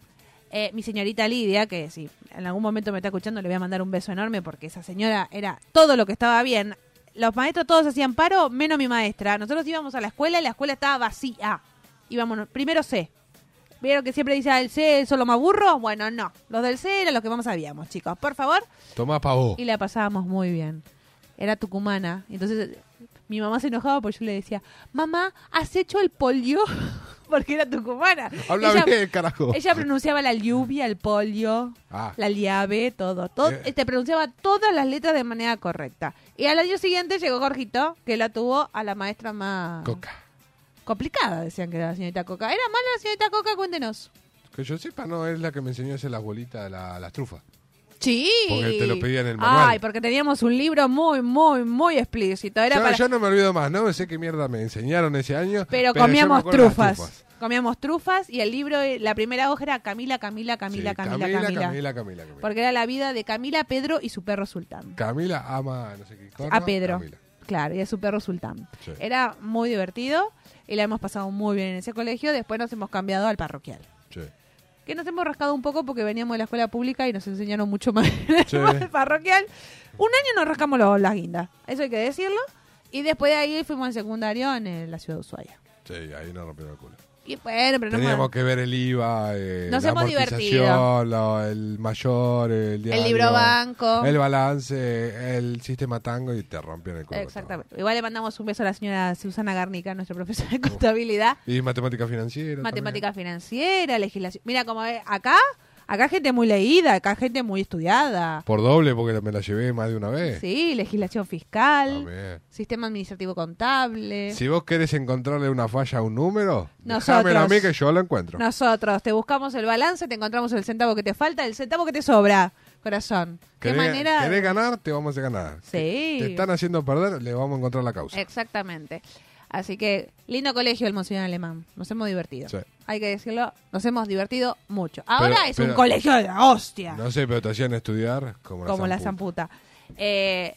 Speaker 2: Eh, mi señorita Lidia, que si en algún momento me está escuchando, le voy a mandar un beso enorme porque esa señora era todo lo que estaba bien. Los maestros todos hacían paro, menos mi maestra. Nosotros íbamos a la escuela y la escuela estaba vacía. Íbamos, primero C. ¿Vieron que siempre dice "Ah, el C es solo más burro? Bueno, no. Los del C eran los que más sabíamos, chicos. Por favor,
Speaker 3: Toma pa' vos.
Speaker 2: y la pasábamos muy bien. Era tucumana. Entonces eh, mi mamá se enojaba porque yo le decía, mamá, ¿has hecho el polio? porque era tucumana.
Speaker 3: Habla bien, carajo.
Speaker 2: Ella pronunciaba la lluvia, el polio,
Speaker 3: Ah.
Speaker 2: la llave, todo. todo
Speaker 3: Eh.
Speaker 2: eh, Te pronunciaba todas las letras de manera correcta. Y al año siguiente llegó Jorgito, que la tuvo a la maestra más
Speaker 3: Coca.
Speaker 2: complicada, decían que era la señorita Coca. ¿Era mala la señorita Coca? Cuéntenos.
Speaker 3: Que yo sepa, no es la que me enseñó a hacer las bolitas, la, las trufas.
Speaker 2: Sí.
Speaker 3: Porque te lo pedían en el manual.
Speaker 2: Ay, porque teníamos un libro muy, muy, muy explícito. Era
Speaker 3: yo,
Speaker 2: para...
Speaker 3: yo no me olvido más, no sé qué mierda me enseñaron ese año.
Speaker 2: Pero,
Speaker 3: yo me
Speaker 2: comíamos
Speaker 3: acuerdo de las
Speaker 2: trufas. Comíamos trufas y el libro, eh, la primera hoja era Camila, Camila, Camila,
Speaker 3: Sí,
Speaker 2: Camila, Camila,
Speaker 3: Eh, Camila, Camila, Camila, Camila.
Speaker 2: Porque era la vida de Camila, Pedro y su perro Sultán.
Speaker 3: Camila ama, no sé qué. corno,
Speaker 2: a Pedro. Eh.
Speaker 3: Camila.
Speaker 2: Claro, y a su perro Sultán.
Speaker 3: Sí.
Speaker 2: Era muy divertido y la hemos pasado muy bien en ese colegio. Después nos hemos cambiado al parroquial.
Speaker 3: Sí.
Speaker 2: Que nos hemos rascado un poco porque veníamos de la escuela pública y nos enseñaron mucho más
Speaker 3: Sí.
Speaker 2: al parroquial. Un año nos rascamos los- las guindas, eso hay que decirlo. Y después de ahí fuimos al secundario en eh, la ciudad de Ushuaia.
Speaker 3: Sí, ahí nos rompieron el culo.
Speaker 2: Y bueno, pero no
Speaker 3: Teníamos que ver el IVA, eh,
Speaker 2: Nos
Speaker 3: la
Speaker 2: hemos
Speaker 3: amortización,
Speaker 2: divertido.
Speaker 3: la- el mayor, eh, el diario,
Speaker 2: libro banco.
Speaker 3: el balance, el sistema tango y te rompieron el culo.
Speaker 2: Exactamente. Igual le mandamos un beso a la señora Susana Garnica, nuestra profesora de contabilidad,
Speaker 3: Y matemática financiera.
Speaker 2: matemática financiera, legislación. Mira, como ve, acá, acá gente muy leída, acá gente muy estudiada.
Speaker 3: también. Por doble, porque me la llevé más de una vez.
Speaker 2: Sí, legislación fiscal,
Speaker 3: También.
Speaker 2: sistema administrativo contable.
Speaker 3: Si vos querés encontrarle una falla a un número,
Speaker 2: Nosotros.
Speaker 3: déjamelo a mí que yo lo encuentro.
Speaker 2: Nosotros te buscamos el balance, te encontramos el centavo que te falta, el centavo que te sobra, corazón. Qué
Speaker 3: ¿Querés,
Speaker 2: manera.
Speaker 3: querés ganar? Te vamos a ganar.
Speaker 2: Sí. Eh,
Speaker 3: Te están haciendo perder, le vamos a encontrar la causa.
Speaker 2: Exactamente. Así que, lindo colegio el Monseñor Alemán. Nos hemos divertido.
Speaker 3: Sí.
Speaker 2: Hay que decirlo, nos hemos divertido mucho. Ahora
Speaker 3: Pero-
Speaker 2: es un
Speaker 3: pero-
Speaker 2: colegio de la hostia.
Speaker 3: No sé, pero te hacían estudiar como,
Speaker 2: como la
Speaker 3: la zampu-
Speaker 2: zamputa. Eh,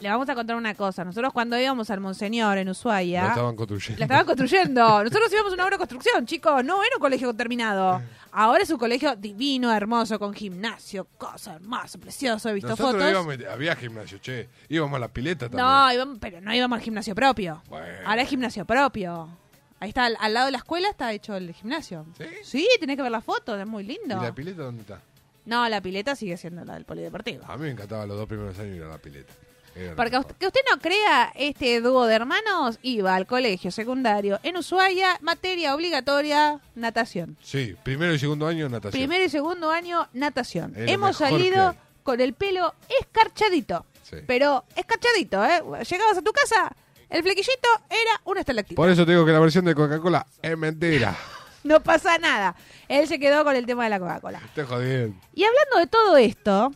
Speaker 2: le vamos a contar una cosa. Nosotros cuando íbamos al Monseñor en Ushuaia...
Speaker 3: Lo estaban construyendo.
Speaker 2: La estaban construyendo. Nosotros íbamos a una obra de construcción, chicos. No era un colegio terminado. Ahora es un colegio divino, hermoso, con gimnasio, cosa hermosa, precioso. He visto
Speaker 3: Nosotros
Speaker 2: fotos.
Speaker 3: íbamos, había gimnasio, che. Íbamos a la pileta también.
Speaker 2: No, íbamos- pero no íbamos al gimnasio propio.
Speaker 3: Bueno.
Speaker 2: Ahora es gimnasio propio. Ahí está, al, al lado de la escuela está hecho el gimnasio.
Speaker 3: ¿Sí?
Speaker 2: tenés que ver las fotos, es muy lindo.
Speaker 3: ¿Y la pileta dónde está?
Speaker 2: no, la pileta sigue siendo la del polideportivo.
Speaker 3: A mí me encantaba los dos primeros años ir a la pileta. Era
Speaker 2: Porque
Speaker 3: lo
Speaker 2: a usted- que usted no crea, este dúo de hermanos iba al colegio secundario en Ushuaia, materia obligatoria, natación.
Speaker 3: mejor. Sí, primero y segundo año natación.
Speaker 2: Primero y segundo año, natación.
Speaker 3: Es lo
Speaker 2: Hemos
Speaker 3: mejor
Speaker 2: salido
Speaker 3: que hay.
Speaker 2: con el pelo escarchadito.
Speaker 3: Sí.
Speaker 2: Pero escarchadito, ¿eh? Llegabas a tu casa, el flequillito era una estalactita.
Speaker 3: Por eso te digo que la versión de Coca-Cola es mentira.
Speaker 2: No pasa nada. Él se quedó con el tema de la Coca-Cola.
Speaker 3: Te jodiendo.
Speaker 2: Y hablando de todo esto,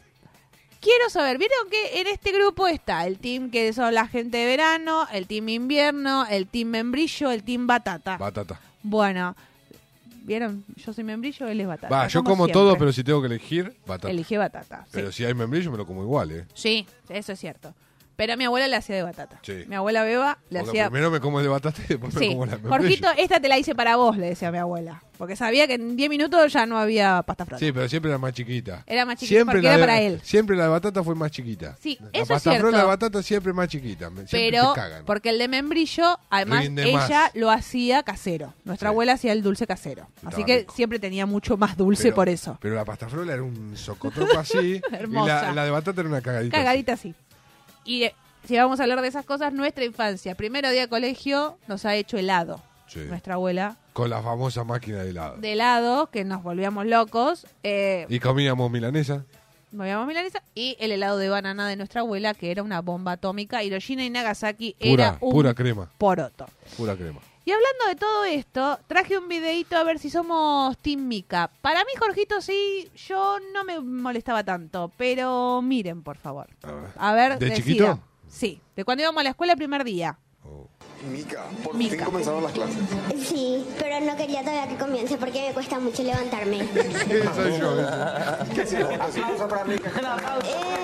Speaker 2: quiero saber, ¿vieron que en este grupo está el team que son la gente de verano, el team invierno, el team membrillo, el team batata?
Speaker 3: Batata.
Speaker 2: bueno, ¿vieron? Yo soy membrillo, él es batata.
Speaker 3: Va, yo como todo,
Speaker 2: siempre.
Speaker 3: pero si tengo que elegir, batata.
Speaker 2: Elegí batata. sí.
Speaker 3: Pero si hay membrillo, me lo como igual, ¿eh?
Speaker 2: Sí, eso es cierto. Pero mi abuela le hacía de batata.
Speaker 3: Sí.
Speaker 2: Mi abuela Beba le
Speaker 3: Porque
Speaker 2: hacía...
Speaker 3: primero me como el de batata y después me
Speaker 2: Sí,
Speaker 3: como la de membrillo.
Speaker 2: Jorgito, esta te la hice para vos, le decía mi abuela. Porque sabía que en 10 minutos ya no había pasta frola.
Speaker 3: Sí, pero siempre era más chiquita.
Speaker 2: Era más chiquita porque
Speaker 3: la
Speaker 2: era
Speaker 3: de-
Speaker 2: para él.
Speaker 3: Siempre la de batata fue más chiquita.
Speaker 2: Sí,
Speaker 3: la
Speaker 2: eso es
Speaker 3: pasta frola
Speaker 2: cierto.
Speaker 3: de batata siempre más chiquita. me- Siempre
Speaker 2: pero
Speaker 3: te cagan.
Speaker 2: porque el de membrillo, además
Speaker 3: Rinde
Speaker 2: ella
Speaker 3: más.
Speaker 2: lo hacía casero. Nuestra
Speaker 3: Sí.
Speaker 2: abuela hacía el dulce casero.
Speaker 3: Estaba
Speaker 2: así que
Speaker 3: rico.
Speaker 2: siempre tenía mucho más dulce
Speaker 3: Pero-
Speaker 2: por eso.
Speaker 3: Pero la pasta frola era un socotropo así. y
Speaker 2: Hermosa.
Speaker 3: la, la de batata era una cagadita.
Speaker 2: Cagadita así. Y eh, si vamos a hablar de esas cosas, nuestra infancia, primero día de colegio, nos ha hecho helado.
Speaker 3: Sí.
Speaker 2: Nuestra abuela
Speaker 3: así, Con la famosa máquina de helado.
Speaker 2: de helado, que nos volvíamos locos. Eh,
Speaker 3: Y comíamos milanesa.
Speaker 2: Nos llamamos milanesa y el helado de banana de nuestra abuela, que era una bomba atómica. Hiroshima y Nagasaki era
Speaker 3: Pura,
Speaker 2: un
Speaker 3: pura crema.
Speaker 2: poroto.
Speaker 3: Pura crema.
Speaker 2: Y hablando de todo esto, traje un videito a ver si somos Team Mika. Para mí, Jorgito, sí, yo no me molestaba tanto, pero miren, por favor. A ver,
Speaker 3: ¿De
Speaker 2: decida.
Speaker 3: chiquito?
Speaker 2: Sí, de cuando íbamos a la escuela el primer día.
Speaker 6: Mica, por
Speaker 2: Mica.
Speaker 6: fin comenzaron las clases.
Speaker 7: Sí, pero no quería todavía que comience porque me cuesta mucho levantarme.
Speaker 3: soy yo.
Speaker 6: Aplauso para Mica.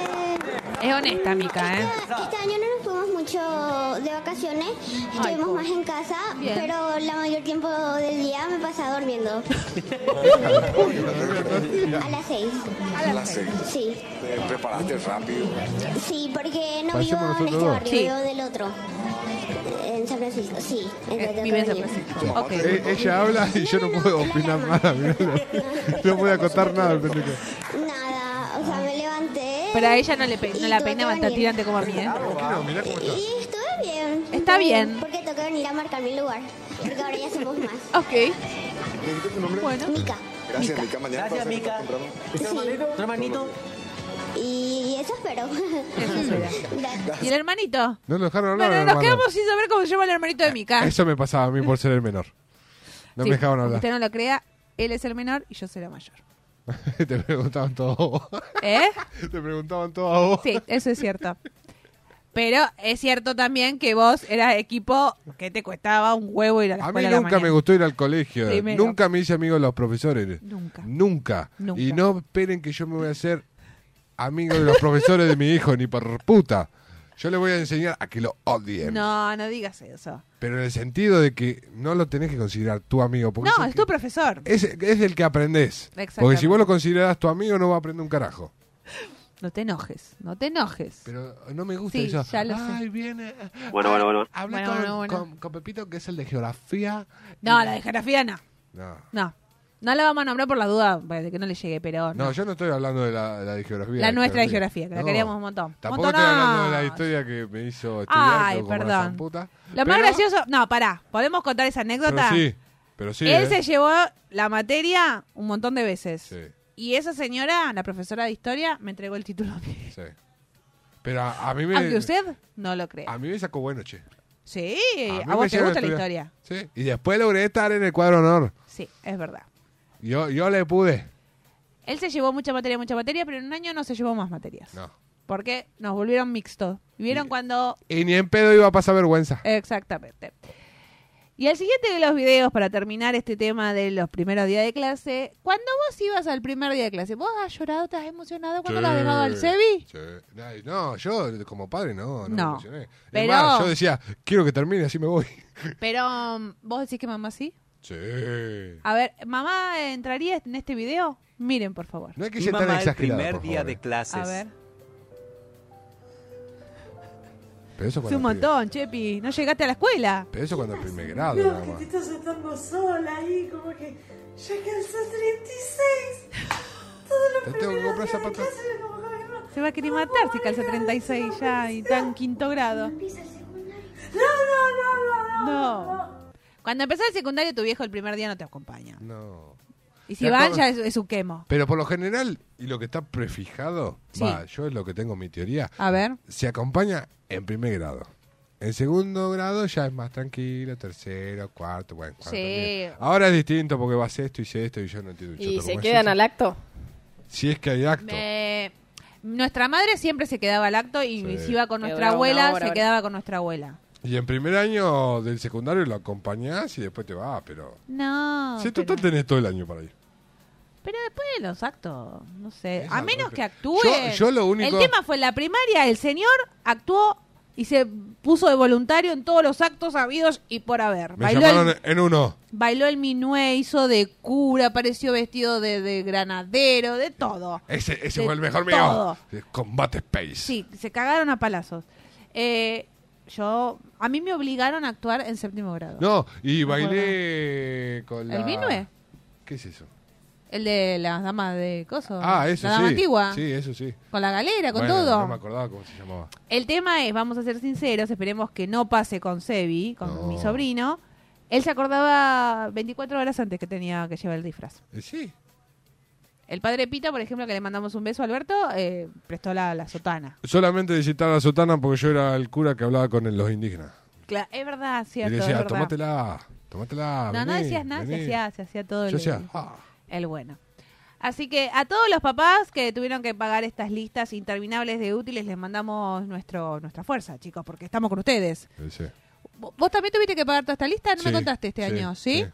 Speaker 7: Eh,
Speaker 2: Es honesta, Mica, ¿eh?
Speaker 7: este año no nos fuimos mucho de vacaciones, estuvimos más en casa, pero la mayor tiempo del día me pasaba durmiendo. A las seis.
Speaker 6: Las seis.
Speaker 7: Sí,
Speaker 6: Te preparaste rápido.
Speaker 7: sí, porque no vivo
Speaker 3: Parecemos
Speaker 7: en
Speaker 3: nosotros
Speaker 7: este
Speaker 3: dos.
Speaker 7: barrio,
Speaker 2: Sí.
Speaker 7: vivo del otro. En San Francisco, sí.
Speaker 2: Eh,
Speaker 7: entonces
Speaker 2: Vive en San
Speaker 7: dormí.
Speaker 2: Francisco. Ok.
Speaker 3: Eh, ella habla y yo no puedo opinar nada. mirá. No voy a contar nada al pendejo.
Speaker 7: Nada, o sea, me levanté.
Speaker 2: Pero a ella no, le pe-
Speaker 7: y
Speaker 2: no la
Speaker 7: tuve
Speaker 2: peinaba
Speaker 7: que
Speaker 2: tan
Speaker 7: venir.
Speaker 2: tirante como a mí, ¿eh?
Speaker 3: No, mirá cómo está.
Speaker 7: Y estuve bien.
Speaker 2: Está bien.
Speaker 7: Porque tengo que venir a marcar mi lugar. Porque ahora ya somos más.
Speaker 2: Ok.
Speaker 6: ¿Me dijiste tu nombre?
Speaker 2: Bueno.
Speaker 7: Mica.
Speaker 6: Gracias, Mica. Mañana
Speaker 8: Gracias,
Speaker 6: te vas a
Speaker 8: Mica.
Speaker 6: temprano.
Speaker 8: ¿Este hermanito? ¿Otro hermanito?
Speaker 7: Y eso espero. Da-
Speaker 2: ¿Y el hermanito?
Speaker 3: No lo dejaron hablar.
Speaker 2: Bueno, nos
Speaker 3: hermano.
Speaker 2: quedamos sin saber cómo se llama el hermanito de Mica.
Speaker 3: Eso me pasaba a mí por ser el menor. No
Speaker 2: Sí,
Speaker 3: me dejaban
Speaker 2: aunque
Speaker 3: hablar.
Speaker 2: Usted no lo crea, él es el menor y yo soy la mayor.
Speaker 3: Te preguntaban todo a vos.
Speaker 2: ¿Eh?
Speaker 3: Te preguntaban todo a vos.
Speaker 2: Sí, eso es cierto. Pero es cierto también que vos eras equipo que te costaba un huevo ir a la
Speaker 3: A mí
Speaker 2: escuela.
Speaker 3: nunca me
Speaker 2: gustó.
Speaker 3: gustó ir al colegio.
Speaker 2: Primero.
Speaker 3: Nunca me hice amigo de los profesores.
Speaker 2: Nunca.
Speaker 3: Nunca.
Speaker 2: Nunca.
Speaker 3: Y no esperen que yo me voy a hacer amigo de los profesores de mi hijo, ni por puta. Yo le voy a enseñar a que lo odien.
Speaker 2: No, no digas eso.
Speaker 3: Pero en el sentido de que no lo tenés que considerar tu amigo. Porque
Speaker 2: No,
Speaker 3: el
Speaker 2: es
Speaker 3: que-
Speaker 2: tu profesor.
Speaker 3: es, es el que aprendés.
Speaker 2: Exactamente.
Speaker 3: Porque si vos lo considerás tu amigo, no va a aprender un carajo.
Speaker 2: No te enojes, no te enojes.
Speaker 3: Pero no me gusta
Speaker 2: Sí,
Speaker 3: eso.
Speaker 2: ya lo sé.
Speaker 3: Ay, viene.
Speaker 8: Bueno, bueno, bueno.
Speaker 3: Hablé
Speaker 2: Bueno,
Speaker 3: con,
Speaker 2: bueno, bueno.
Speaker 3: con- con Pepito, que es el de geografía.
Speaker 2: No, la de geografía no.
Speaker 3: No.
Speaker 2: No. No la vamos a nombrar por la duda pues, de que no le llegue, pero no.
Speaker 3: No, yo no estoy hablando de la, la de geografía.
Speaker 2: La nuestra de geografía, que la
Speaker 3: No.
Speaker 2: queríamos un montón.
Speaker 3: Tampoco
Speaker 2: Montonón.
Speaker 3: estoy hablando de la historia que me hizo estudiar
Speaker 2: Ay,
Speaker 3: como una
Speaker 2: perdón.
Speaker 3: zamputa.
Speaker 2: Lo más
Speaker 3: Pero-
Speaker 2: gracioso, no, pará, podemos contar esa
Speaker 3: Pero
Speaker 2: anécdota.
Speaker 3: sí, pero sí.
Speaker 2: Él
Speaker 3: eh.
Speaker 2: se llevó la materia un montón de veces.
Speaker 3: Sí.
Speaker 2: Y esa señora, la profesora de historia, me entregó el título a mí.
Speaker 3: Sí. Pero a, a mí me.
Speaker 2: Aunque usted no lo crea.
Speaker 3: A mí me sacó bueno, che.
Speaker 2: Sí,
Speaker 3: mí
Speaker 2: a,
Speaker 3: me
Speaker 2: vos te
Speaker 3: hicieron
Speaker 2: gusta la
Speaker 3: estudiar.
Speaker 2: historia.
Speaker 3: Sí. Y después logré estar en el cuadro honor.
Speaker 2: Sí, es verdad.
Speaker 3: Yo, yo le pude.
Speaker 2: Él se llevó mucha materia, mucha materia, pero en un año no se llevó más materias.
Speaker 3: No.
Speaker 2: Porque nos volvieron mixtos. Y ¿Vieron cuando
Speaker 3: Y ni en pedo iba a pasar vergüenza.
Speaker 2: Exactamente. Y al siguiente de los videos, para terminar este tema de los primeros días de clase, cuando vos ibas al primer día de clase, ¿vos has llorado, estás emocionado cuando lo has dejado al Sebi?
Speaker 3: Sí. Ay, No, yo como padre no, no, me
Speaker 2: No.
Speaker 3: emocioné. Es
Speaker 2: Pero-
Speaker 3: más, yo decía, quiero que termine, así me voy.
Speaker 2: Pero, um, ¿vos decís que mamá sí?
Speaker 3: Sí.
Speaker 2: A ver, ¿mamá entraría en este video? Miren, por favor.
Speaker 3: No hay que
Speaker 8: Mi
Speaker 3: ser tan
Speaker 8: mamá el
Speaker 3: exagerado.
Speaker 8: primer
Speaker 3: por
Speaker 8: día
Speaker 3: favor,
Speaker 8: de
Speaker 3: eh.
Speaker 8: clases.
Speaker 2: A ver.
Speaker 3: Pero eso
Speaker 2: Es un
Speaker 3: cuando, pri-
Speaker 2: montón, Chepi. No llegaste a la escuela.
Speaker 3: pero eso cuando primer grado, nada más.
Speaker 8: estás estando sola ahí, como que ya alcanzó 36.
Speaker 3: Te tengo que comprar zapatos.
Speaker 2: Se va a querer matar si calza 36 ya y tan quinto grado. No, no, no, no. No. Cuando empezás el secundario, tu viejo el primer día no te acompaña.
Speaker 3: No.
Speaker 2: Y si
Speaker 3: Ya
Speaker 2: van,
Speaker 3: todo-
Speaker 2: ya es, es un quemo.
Speaker 3: Pero por lo general, y lo que está prefijado,
Speaker 2: Sí. Ah.
Speaker 3: va, yo es lo que tengo en mi teoría,
Speaker 2: A ver.
Speaker 3: se acompaña en primer grado. En segundo grado ya es más tranquilo, tercero, cuarto, bueno, cuarto,
Speaker 2: Sí.
Speaker 3: bien. Ahora es distinto porque vas esto y sé esto y yo no entiendo un
Speaker 4: ¿Y
Speaker 3: choto
Speaker 4: se
Speaker 3: cómo es
Speaker 4: quedan
Speaker 3: eso.
Speaker 4: al acto?
Speaker 3: Si es que hay acto.
Speaker 2: Me- Nuestra madre siempre se quedaba al acto y
Speaker 3: Sí.
Speaker 2: si iba con
Speaker 4: Que
Speaker 2: nuestra
Speaker 4: duraba una
Speaker 2: abuela,
Speaker 4: hora,
Speaker 2: se
Speaker 4: hora.
Speaker 2: quedaba con nuestra abuela.
Speaker 3: Y en primer año del secundario lo acompañás y después te vas, pero...
Speaker 2: No.
Speaker 3: si tú
Speaker 2: Ah, pero,
Speaker 3: tenés todo el año para ir.
Speaker 2: pero después de los actos, no sé.
Speaker 3: Esa
Speaker 2: A menos
Speaker 3: golpe.
Speaker 2: que actúe.
Speaker 3: Yo- yo lo único-
Speaker 2: El tema fue en la primaria, el señor actuó y se puso de voluntario en todos los actos habidos y por haber.
Speaker 3: Me
Speaker 2: Bailó
Speaker 3: llamaron
Speaker 2: el,
Speaker 3: en uno.
Speaker 2: bailó el minué, hizo de cura, apareció vestido de, de granadero, de todo.
Speaker 3: Ese, ese
Speaker 2: De
Speaker 3: fue el mejor mío.
Speaker 2: todo.
Speaker 3: Combate Space.
Speaker 2: Sí, se cagaron a palazos. Eh, yo, a mí me obligaron a actuar en séptimo grado.
Speaker 3: No, y
Speaker 2: Me acuerdo.
Speaker 3: bailé con la...
Speaker 2: ¿El Minue?
Speaker 3: ¿Qué es eso?
Speaker 2: El de las damas de coso.
Speaker 3: Ah, eso
Speaker 2: La
Speaker 3: sí.
Speaker 2: dama antigua.
Speaker 3: Sí, eso sí.
Speaker 2: Con la galera, con
Speaker 3: Bueno,
Speaker 2: todo.
Speaker 3: No me acordaba cómo se llamaba.
Speaker 2: El tema es, vamos a ser sinceros, esperemos que no pase con Sebi, con
Speaker 3: No.
Speaker 2: mi sobrino. Él se acordaba 24 horas antes que tenía que llevar el disfraz.
Speaker 3: Eh, sí.
Speaker 2: El padre Pita, por ejemplo, que le mandamos un beso a Alberto, eh, prestó la, la sotana.
Speaker 3: Solamente de citar a Sotana porque yo era el cura que hablaba con el- los indígenas.
Speaker 2: Cla- es verdad, cierto.
Speaker 3: y le
Speaker 2: es
Speaker 3: decía,
Speaker 2: verdad.
Speaker 3: tomátela, tomátela.
Speaker 2: No, no
Speaker 3: Ah, vení,
Speaker 2: decías nada, se
Speaker 3: vení".
Speaker 2: hacía, se hacía todo el...
Speaker 3: Yo decía, ah,
Speaker 2: El bueno. Así que a todos los papás que tuvieron que pagar estas listas interminables de útiles, les mandamos nuestro nuestra fuerza, chicos, porque estamos con ustedes.
Speaker 3: Sí.
Speaker 2: Vo- ¿Vos también tuviste que pagar toda esta lista? No me
Speaker 3: Sí,
Speaker 2: contaste este
Speaker 3: sí,
Speaker 2: año, ¿sí?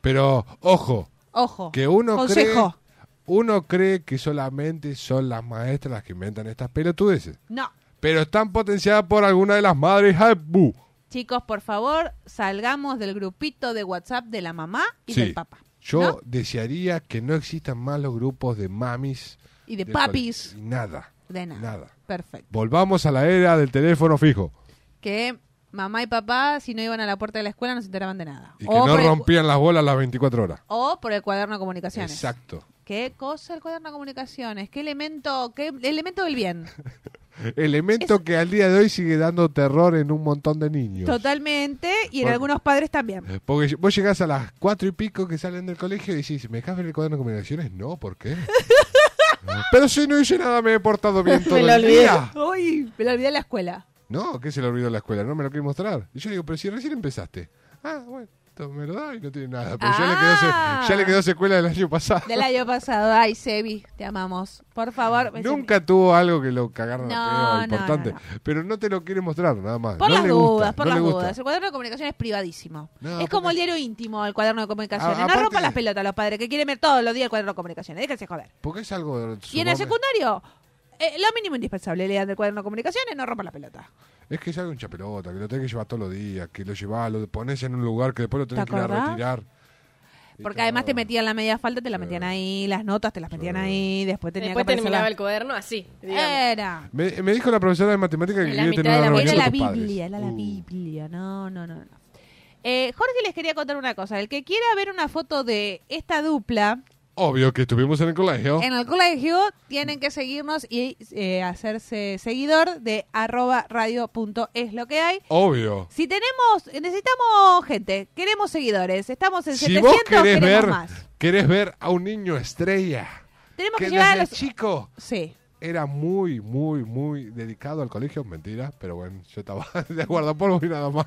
Speaker 3: Pero, ojo,
Speaker 2: Ojo.
Speaker 3: que uno
Speaker 2: Consejo.
Speaker 3: cree uno cree que solamente son las maestras las que inventan estas pelotudeces.
Speaker 2: No.
Speaker 3: Pero están potenciadas por alguna de las madres. ¡Ay, bu!
Speaker 2: Chicos, por favor, salgamos del grupito de WhatsApp de la mamá y
Speaker 3: Sí.
Speaker 2: del papá.
Speaker 3: Yo
Speaker 2: ¿No?
Speaker 3: desearía que no existan más los grupos de mamis.
Speaker 2: Y de
Speaker 3: del
Speaker 2: papis.
Speaker 3: colegio. Y Nada.
Speaker 2: De nada.
Speaker 3: Nada.
Speaker 2: Perfecto.
Speaker 3: Volvamos a la era del teléfono fijo.
Speaker 2: Que mamá y papá, si no iban a la puerta de la escuela, no se enteraban de nada.
Speaker 3: Y que
Speaker 2: O
Speaker 3: no
Speaker 2: por el-
Speaker 3: rompían las bolas las 24 horas.
Speaker 2: O por el cuaderno de comunicaciones.
Speaker 3: Exacto.
Speaker 2: ¿Qué cosa el cuaderno de comunicaciones? ¿Qué elemento, qué elemento del bien?
Speaker 3: Elemento que al día de hoy sigue dando terror en un montón de niños.
Speaker 2: Totalmente, y en
Speaker 3: Bueno.
Speaker 2: algunos padres también.
Speaker 3: Eh, Porque vos llegás a las cuatro y pico que salen del colegio y decís, ¿me dejas ver el cuaderno de combinaciones? No, ¿por qué? Eh, Pero si no hice nada, me he portado bien todo
Speaker 4: Me lo
Speaker 3: el
Speaker 4: olvidé.
Speaker 3: día.
Speaker 2: Uy, me lo olvidé en la escuela.
Speaker 3: No, que se le olvidó en la escuela, no me lo quiere mostrar. Y yo le digo, pero si recién empezaste. Ah, bueno, esto me lo da y no tiene nada. Pero ya, le quedó se-
Speaker 2: Ah.
Speaker 3: ya le quedó secuela del año pasado.
Speaker 2: Del año pasado. Ay, Sebi, te amamos. Por favor.
Speaker 3: Nunca tuvo algo que lo cagaron
Speaker 2: No,
Speaker 3: a pedo
Speaker 2: no,
Speaker 3: importante.
Speaker 2: no,
Speaker 3: Pero no te lo quiere mostrar, nada más.
Speaker 2: Por
Speaker 3: No
Speaker 2: las
Speaker 3: le gusta,
Speaker 2: dudas, por
Speaker 3: no
Speaker 2: las
Speaker 3: le gusta.
Speaker 2: dudas. El cuaderno de comunicaciones es privadísimo.
Speaker 3: No,
Speaker 2: es
Speaker 3: porque-
Speaker 2: como el diario íntimo, el cuaderno de comunicaciones.
Speaker 3: A-
Speaker 2: no
Speaker 3: aparte-
Speaker 2: rompan las pelotas los padres que quieren ver todos los días el cuaderno de comunicaciones. Déjense joder.
Speaker 3: Porque es algo... de-
Speaker 2: Y en el
Speaker 3: sumamente-
Speaker 2: secundario, eh, lo mínimo indispensable, lean del cuaderno de comunicaciones, no rompan las pelotas.
Speaker 3: Es que es algo un chapelota, que lo tenés que llevar todos los días, que lo llevás, lo pones en un lugar que después lo tenés
Speaker 2: ¿Te
Speaker 3: que ir a
Speaker 2: acordás?
Speaker 3: retirar.
Speaker 2: Porque además te metían la media falta, te la metían ahí, las notas te las metían ahí, después tenía
Speaker 4: Después
Speaker 2: que aparecer
Speaker 4: terminaba
Speaker 2: la-
Speaker 4: el cuaderno así. digamos.
Speaker 2: Era.
Speaker 3: Me, me dijo la profesora de matemáticas que
Speaker 4: En la
Speaker 3: quería
Speaker 4: mitad
Speaker 3: tener
Speaker 4: de
Speaker 3: una
Speaker 4: la
Speaker 3: reunión
Speaker 2: Era
Speaker 3: con
Speaker 2: la
Speaker 3: tus padres.
Speaker 2: Biblia, era la
Speaker 3: Uh,
Speaker 2: Biblia. No, no, no, no. Eh, Jorge les quería contar una cosa. El que quiera ver una foto de esta dupla
Speaker 3: Obvio que estuvimos en el colegio.
Speaker 2: en el colegio, tienen que seguirnos y eh, hacerse seguidor de arroba radio punto es lo que hay.
Speaker 3: Obvio.
Speaker 2: Si tenemos, necesitamos gente, queremos seguidores, estamos en
Speaker 3: Si
Speaker 2: 700,
Speaker 3: vos querés
Speaker 2: queremos
Speaker 3: ver,
Speaker 2: más.
Speaker 3: querés ver a un niño estrella
Speaker 2: Tenemos que
Speaker 3: que
Speaker 2: llevar a
Speaker 3: desde
Speaker 2: los...
Speaker 3: chico
Speaker 2: Sí.
Speaker 3: era muy, muy, muy dedicado al colegio. Mentira, pero bueno, yo estaba de guardapolvo y nada más.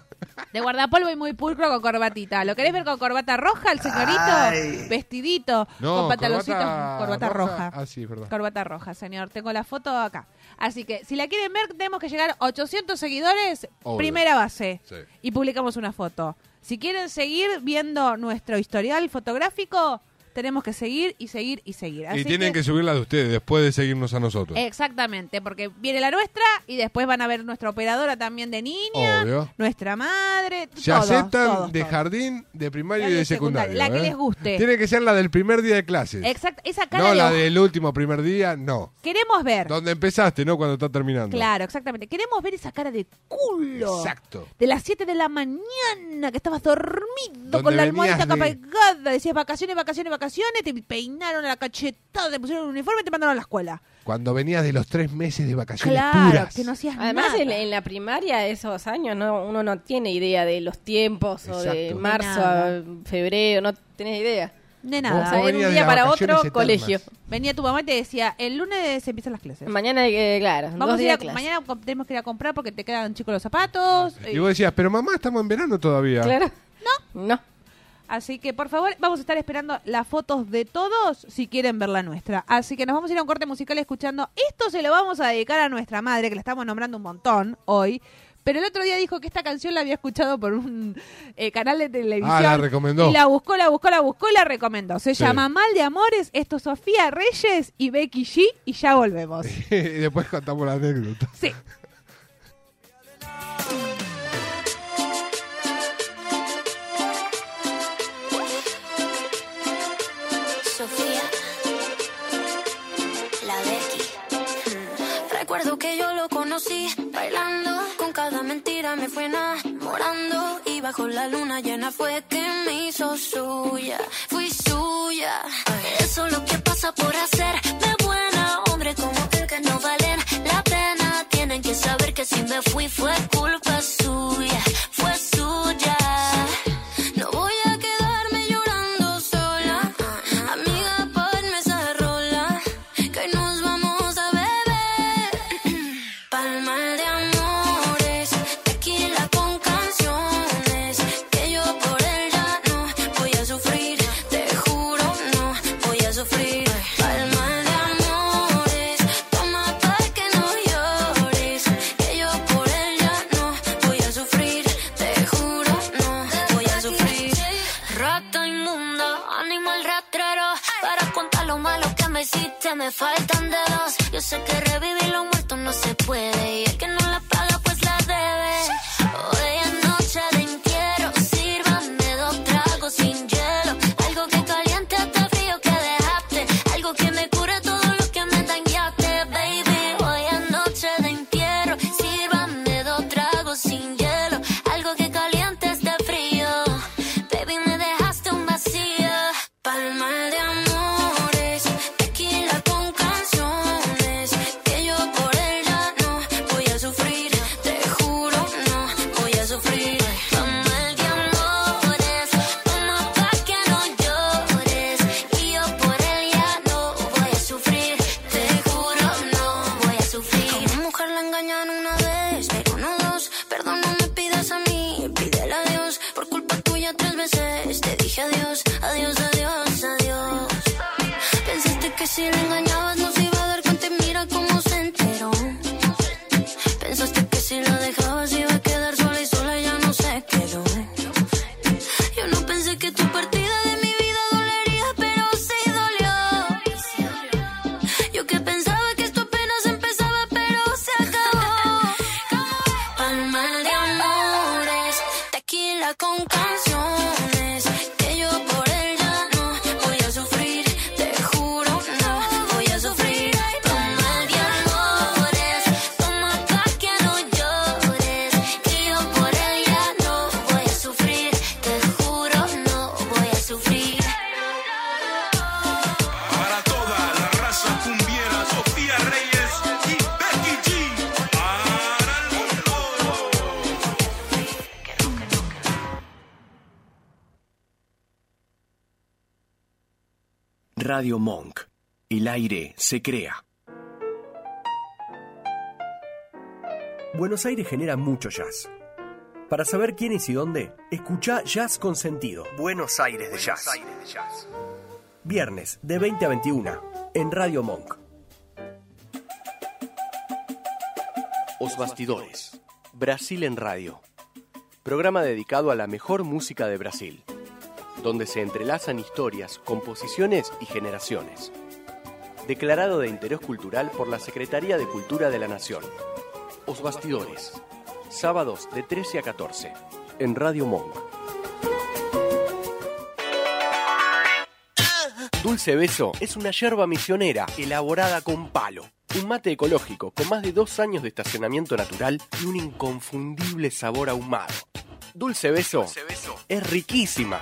Speaker 2: De guardapolvo y muy pulcro con corbatita. ¿Lo querés ver con corbata roja el señorito?
Speaker 8: Ay.
Speaker 2: Vestidito, con pantaloncitos, corbata, roja.
Speaker 3: Ah, sí, es verdad.
Speaker 2: Corbata roja, señor. Tengo la foto acá. Así que si la quieren ver, tenemos que llegar a 800 seguidores,
Speaker 3: Obvio.
Speaker 2: primera base.
Speaker 3: Sí.
Speaker 2: Y publicamos una foto. Si quieren seguir viendo nuestro historial fotográfico, tenemos que seguir y seguir y seguir. Así Eh,
Speaker 3: y tienen que... subir la de ustedes después de seguirnos a nosotros.
Speaker 2: Exactamente, porque viene la nuestra y después van a ver nuestra operadora también de niña,
Speaker 3: Obvio.
Speaker 2: nuestra madre,
Speaker 3: Se
Speaker 2: todos,
Speaker 3: aceptan
Speaker 2: todos,
Speaker 3: de
Speaker 2: todos.
Speaker 3: jardín, de primario
Speaker 2: La
Speaker 3: y
Speaker 2: de
Speaker 3: de secundario.
Speaker 2: secundaria, la que
Speaker 3: ¿eh?
Speaker 2: les guste.
Speaker 3: Tiene que ser la del primer día de clases.
Speaker 2: Exacto, esa cara
Speaker 3: No
Speaker 2: de
Speaker 3: la
Speaker 2: ojo.
Speaker 3: del último primer día, no.
Speaker 2: Queremos ver.
Speaker 3: Donde empezaste, no cuando está terminando.
Speaker 2: Claro, exactamente. Queremos ver esa cara de culo.
Speaker 3: Exacto.
Speaker 2: De las 7 de la mañana que estabas dormido
Speaker 3: Donde
Speaker 2: con la almohadita acá
Speaker 3: venías de-
Speaker 2: pegada. Decías vacaciones, vacaciones, vacaciones. Te peinaron a la cachetada, te pusieron un uniforme y te mandaron a la escuela.
Speaker 3: Cuando venías de los tres meses de vacaciones
Speaker 2: claro,
Speaker 3: puras.
Speaker 2: que no hacías
Speaker 4: Además,
Speaker 2: nada.
Speaker 4: en, en la primaria, esos años, no, uno no tiene idea de los tiempos o de
Speaker 3: Exacto.
Speaker 4: marzo
Speaker 2: Nada.
Speaker 4: a febrero, no tenés idea.
Speaker 2: De
Speaker 4: O sea,
Speaker 2: nada.
Speaker 3: Vos-
Speaker 4: era
Speaker 3: venías
Speaker 4: un
Speaker 3: de
Speaker 4: día para
Speaker 3: vacaciones
Speaker 4: otro
Speaker 3: eternas.
Speaker 4: colegio.
Speaker 2: Venía tu mamá y te decía, el lunes empiezan las clases.
Speaker 4: Mañana, eh, claro,
Speaker 2: Vamos
Speaker 4: dos
Speaker 2: a ir
Speaker 4: días
Speaker 2: a,
Speaker 4: de clase.
Speaker 2: mañana com- tenemos que ir a comprar porque te quedan chicos los zapatos.
Speaker 3: Y vos decías, pero mamá, estamos en verano todavía.
Speaker 4: Claro. No. No.
Speaker 2: Así que por favor, vamos a estar esperando las fotos de todos si quieren ver la nuestra. Así que nos vamos a ir a un corte musical escuchando. Esto se lo vamos a dedicar a nuestra madre, que la estamos nombrando un montón hoy. Pero el otro día dijo que esta canción la había escuchado por un eh, canal de televisión.
Speaker 3: Ah, la recomendó.
Speaker 2: Y la buscó, la buscó, la buscó y la recomendó. Se
Speaker 3: Sí.
Speaker 2: llama Mal de Amores. Esto es Sofía Reyes y Becky G. Y ya volvemos.
Speaker 3: y después contamos la anécdota.
Speaker 2: Sí.
Speaker 9: Sofía, la Becky. Mm. Recuerdo que yo lo conocí bailando, con cada mentira me fue enamorando y bajo la luna llena fue que me hizo suya, fui suya. Eso es lo que pasa por hacer de buena hombre como el que no valen la pena. Tienen que saber que si me fui fue culpa suya, fue suya. No voy a quedarme llorando sola. Amiga, ponme esa rola. Que hoy nos vamos a beber. Palma de amores, tequila con canciones. Que yo por él ya no voy a sufrir. Te juro, no voy a sufrir. que me faltan dedos. Yo sé que revivir los muertos no se puede. Y el que no la paga, pues la debe. Hoy es noche de entierro. Sírvame dos tragos sin hielo. Algo que caliente hasta frío que dejaste. Algo que me cure todo lo que me dañaste, baby. Hoy es noche de entierro. Sírvame dos tragos sin hielo. Algo que caliente hasta frío. Baby, me dejaste un vacío. Palma de amores, tequila con canciones. Que yo por ella no voy a sufrir. Te juro, no voy a sufrir. Palma de amores, toma pa' que no llores. Y yo por ella no voy a sufrir. Te juro, no voy a sufrir. A una mujer la engañan una vez, pero no dos. Perdón, no me pidas a mí, pídele a Dios. Por culpa tuya tres veces te dije adiós, adiós, adiós, adiós. Pensaste que si lo engañabas no se iba a dar cuenta y mira cómo se enteró. Pensaste que si lo dejabas iba a quedar sola y sola ya no se quedó. Yo no pensé que tu partida de mi vida dolería, pero sí dolió. Yo que pensaba que esto apenas empezaba, pero se acabó. Palma de amores, tequila con canciones. Que yo por ella no voy a sufrir, te juro, no voy a sufrir. Palma de amores, toma pa' que no llores. Que yo por ella no voy a sufrir, te juro, no voy a sufrir.
Speaker 3: Para toda la raza cumbiera, Sofía Reyes y Becky G. Para el mundo.
Speaker 10: Radio Monk. El aire se crea.
Speaker 11: Buenos Aires genera mucho jazz. Para saber quién es y dónde, escucha Jazz con Sentido. Buenos Aires de Jazz. Viernes de 20 a 21 en Radio Monk. Os Bastidores. Brasil en Radio. Programa dedicado a la mejor música de Brasil, donde se entrelazan historias, composiciones y generaciones. Declarado de interés cultural por la Secretaría de Cultura de la Nación. Os Bastidores. Sábados de 13 a 14 en Radio Monk. Dulce Beso es una yerba misionera elaborada con palo. Un mate ecológico con más de dos años de estacionamiento natural y un inconfundible sabor ahumado. Dulce Beso,
Speaker 3: Dulce Beso.
Speaker 11: es riquísima.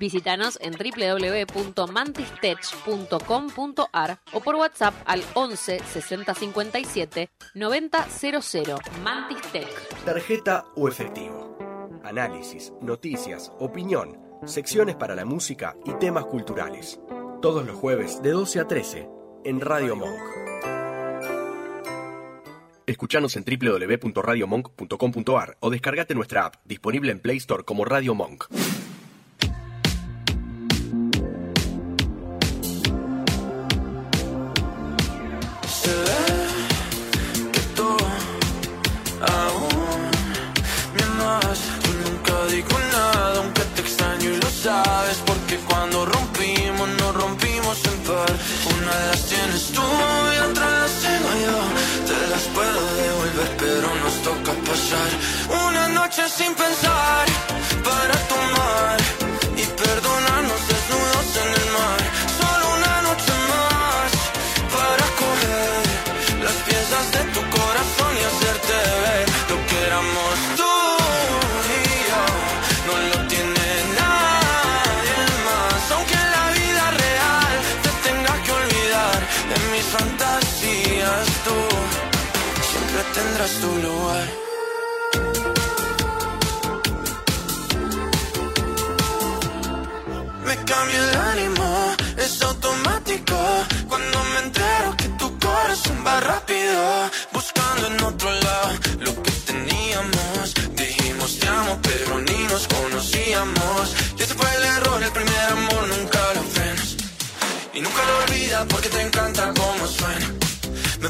Speaker 12: Visítanos en www.mantistech.com.ar o por WhatsApp al 11 60 57 9000. Mantis Tech.
Speaker 11: Tarjeta o efectivo. Análisis, noticias, opinión, secciones para la música y temas culturales. Todos los jueves de 12 a 13 en Radio Monk. Escuchanos en www.radiomonk.com.ar o descargate nuestra app disponible en Play Store como Radio Monk.
Speaker 13: Se ve que tú aún me amas. Tú nunca digo nada, aunque te extraño y lo sabes. Porque cuando rompimos, nos rompimos en par. Una de las tienes tú y la otra las tengo yo. Te las puedo devolver, pero nos toca pasar una noche sin pensar para tomar y perdonarnos desnudos en el mar. Solo una noche más para coger las piezas de tu corazón y hacerte ver lo que éramos tú y yo. No lo tiene nadie más, aunque en la vida real te tengas que olvidar de mis fantasías, tú siempre tendrás tu lugar. Me cambia el ánimo, es automático. Cuando me entero que tu corazón va rápido, buscando en otro lado lo que teníamos. Dijimos te amo, pero porque te encanta cómo suena. Me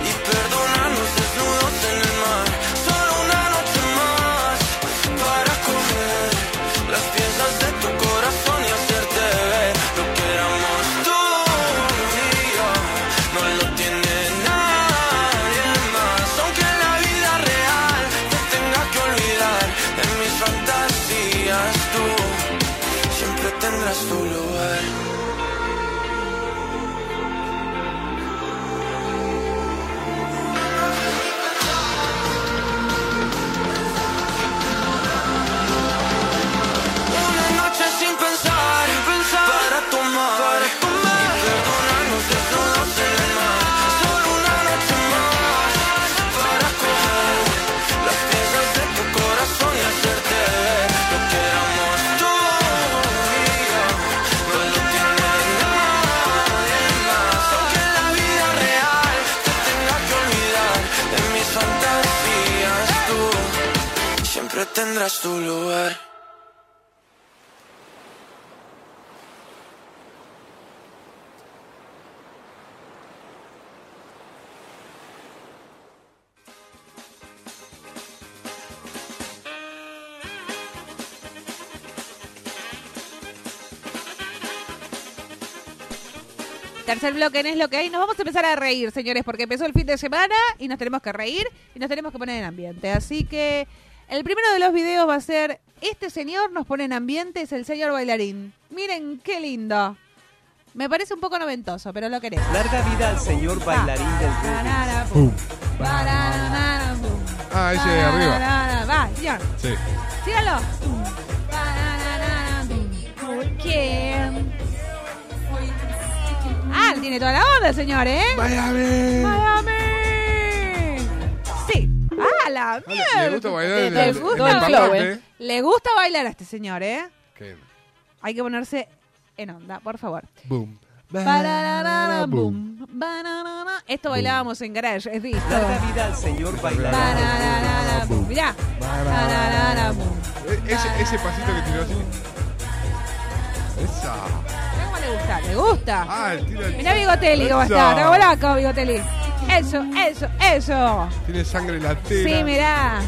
Speaker 13: y perdonarnos desnudos en el mar. Solo una noche más para coger las piezas de tu corazón y hacerte ver lo que éramos tú y yo. No lo tiene nadie más, aunque en la vida real te tenga que olvidar. En mis fantasías tú siempre tendrás tu lugar. Una noche sin pensar, pensar para tomar, para tomar y perdonarnos desnudos en el mar. Solo una noche más para coger las piezas de tu corazón y hacerte ver lo que éramos tú y yo. No lo tiene nadie más, aunque en la vida real te tenga que olvidar. En mis fantasías tú siempre tendrás tu lugar.
Speaker 2: Tercer bloque en es lo que hay. Nos vamos a empezar a reír, señores, porque empezó el fin de semana y nos tenemos que reír y nos tenemos que poner en ambiente. Así que el primero de los videos va a ser este señor nos pone en ambiente, es el señor bailarín. Miren qué lindo. Me parece un poco noventoso, pero lo Ah, queremos.
Speaker 14: Larga vida al señor bailarín del
Speaker 2: Banana,
Speaker 14: blues.
Speaker 2: Banana, boom.
Speaker 3: Ah, ese de arriba.
Speaker 2: Banana, va, señor.
Speaker 3: Sí.
Speaker 2: Sígalo. Banana, boom. Porque... Ah, tiene toda la onda, señor, ¿eh?
Speaker 3: Miami.
Speaker 2: Miami. Sí. Ah, la
Speaker 3: le
Speaker 2: mierda.
Speaker 3: gusta bailar en
Speaker 2: Le
Speaker 3: el-
Speaker 2: gusta
Speaker 3: en el
Speaker 2: bailar.
Speaker 3: parlante, ¿eh?
Speaker 2: Le gusta bailar a este señor, ¿eh?
Speaker 3: Que-
Speaker 2: Hay que ponerse en onda, por favor.
Speaker 3: Boom.
Speaker 2: Bararara, boom. Bararara. Esto bailábamos en garage, es listo.
Speaker 14: Larga
Speaker 3: Ah.
Speaker 14: vida al señor bailarín.
Speaker 2: Bararara, boom. Mirá. Bararara, boom.
Speaker 3: Ese, ese pasito que tiró así. Esa.
Speaker 2: Mirá cómo le gusta, le gusta.
Speaker 3: Ah, el-
Speaker 2: Mirá Bigotelli cómo
Speaker 3: Eso.
Speaker 2: está. Bolaco, Bigotelli. Eso, eso, eso.
Speaker 3: Tiene sangre latina.
Speaker 2: Sí, mirá.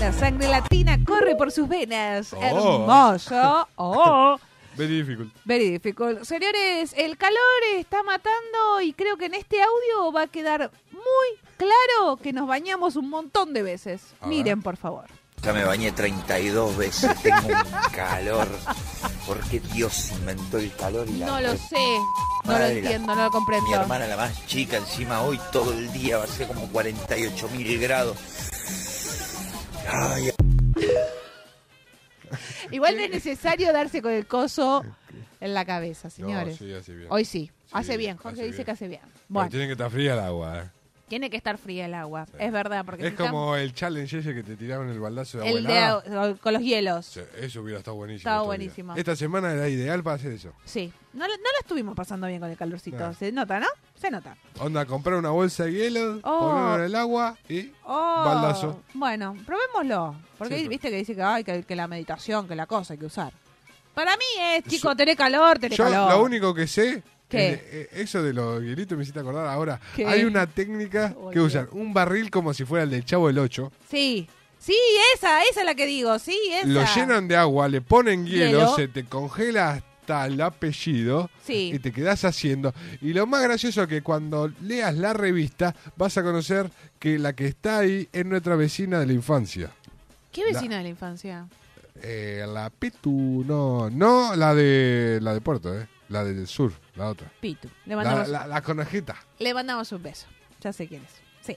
Speaker 2: La sangre latina corre por sus venas.
Speaker 3: Oh.
Speaker 2: Hermoso. Oh.
Speaker 3: Very difficult.
Speaker 2: Very difficult. Señores, el calor está matando y creo que en este audio va a quedar muy claro que nos bañamos un montón de veces. Miren, por favor.
Speaker 15: Ya me bañé 32 veces, tengo un calor. ¿Por qué Dios inventó el calor y la
Speaker 2: No lo
Speaker 15: re-
Speaker 2: sé. No lo
Speaker 15: madre, la-
Speaker 2: entiendo, no lo comprendo.
Speaker 15: Mi hermana, la más chica, encima hoy todo el día va a ser como 48 mil grados. Ay,
Speaker 2: Igual no es necesario darse con el coso en la cabeza, señores.
Speaker 3: sí, hace bien.
Speaker 2: Hoy sí, hace bien.
Speaker 3: hace
Speaker 2: Jorge dice
Speaker 3: bien.
Speaker 2: que hace bien.
Speaker 3: Pero
Speaker 2: Bueno,
Speaker 3: tiene que estar fría el agua. eh.
Speaker 2: tiene que estar fría el agua. Es verdad, porque
Speaker 3: Es
Speaker 2: si estamos-
Speaker 3: como el challenge ese que te tiraron el baldazo de
Speaker 2: el de
Speaker 3: abuelada.
Speaker 2: agua- con los hielos.
Speaker 3: Sí, Eso hubiera estado buenísimo.
Speaker 2: Estaba
Speaker 3: todavía.
Speaker 2: buenísimo.
Speaker 3: Esta semana era ideal para hacer eso.
Speaker 2: Sí, no, lo- no lo estuvimos pasando bien con el calorcito.
Speaker 3: No.
Speaker 2: Se nota, ¿no? Se nota.
Speaker 3: Onda, comprar una bolsa de hielo,
Speaker 2: Oh.
Speaker 3: ponerlo en el agua y
Speaker 2: Oh,
Speaker 3: baldazo.
Speaker 2: Bueno, probémoslo. Porque
Speaker 3: Sí,
Speaker 2: ahí,
Speaker 3: pero-
Speaker 2: viste que dice que, ay, que, que la meditación, que la cosa hay que usar. Para mí es, chico, tener calor, tener
Speaker 3: Yo
Speaker 2: calor.
Speaker 3: lo único que sé,
Speaker 2: ¿Qué?
Speaker 3: es de- eh, eso de los hielitos me hiciste acordar ahora.
Speaker 2: ¿Qué?
Speaker 3: Hay una técnica
Speaker 2: Uy,
Speaker 3: que
Speaker 2: qué-
Speaker 3: usan un barril como si fuera el del Chavo del 8.
Speaker 2: Sí, sí, esa, esa es la que digo, sí, esa.
Speaker 3: Lo llenan de agua, le ponen hielo,
Speaker 2: Hielo.
Speaker 3: se te congela hasta el apellido
Speaker 2: Sí.
Speaker 3: y te quedás haciendo. Y lo más gracioso es que cuando leas la revista vas a conocer que la que está ahí es nuestra vecina de la infancia.
Speaker 2: ¿Qué vecina de la infancia?
Speaker 3: Eh, la Pitu, no, no la de la de Puerto, eh, la del sur, la otra.
Speaker 2: Pitu. Le
Speaker 3: La,
Speaker 2: mandamos,
Speaker 3: la, la conejita.
Speaker 2: le mandamos un beso. Ya sé quién es. Sí.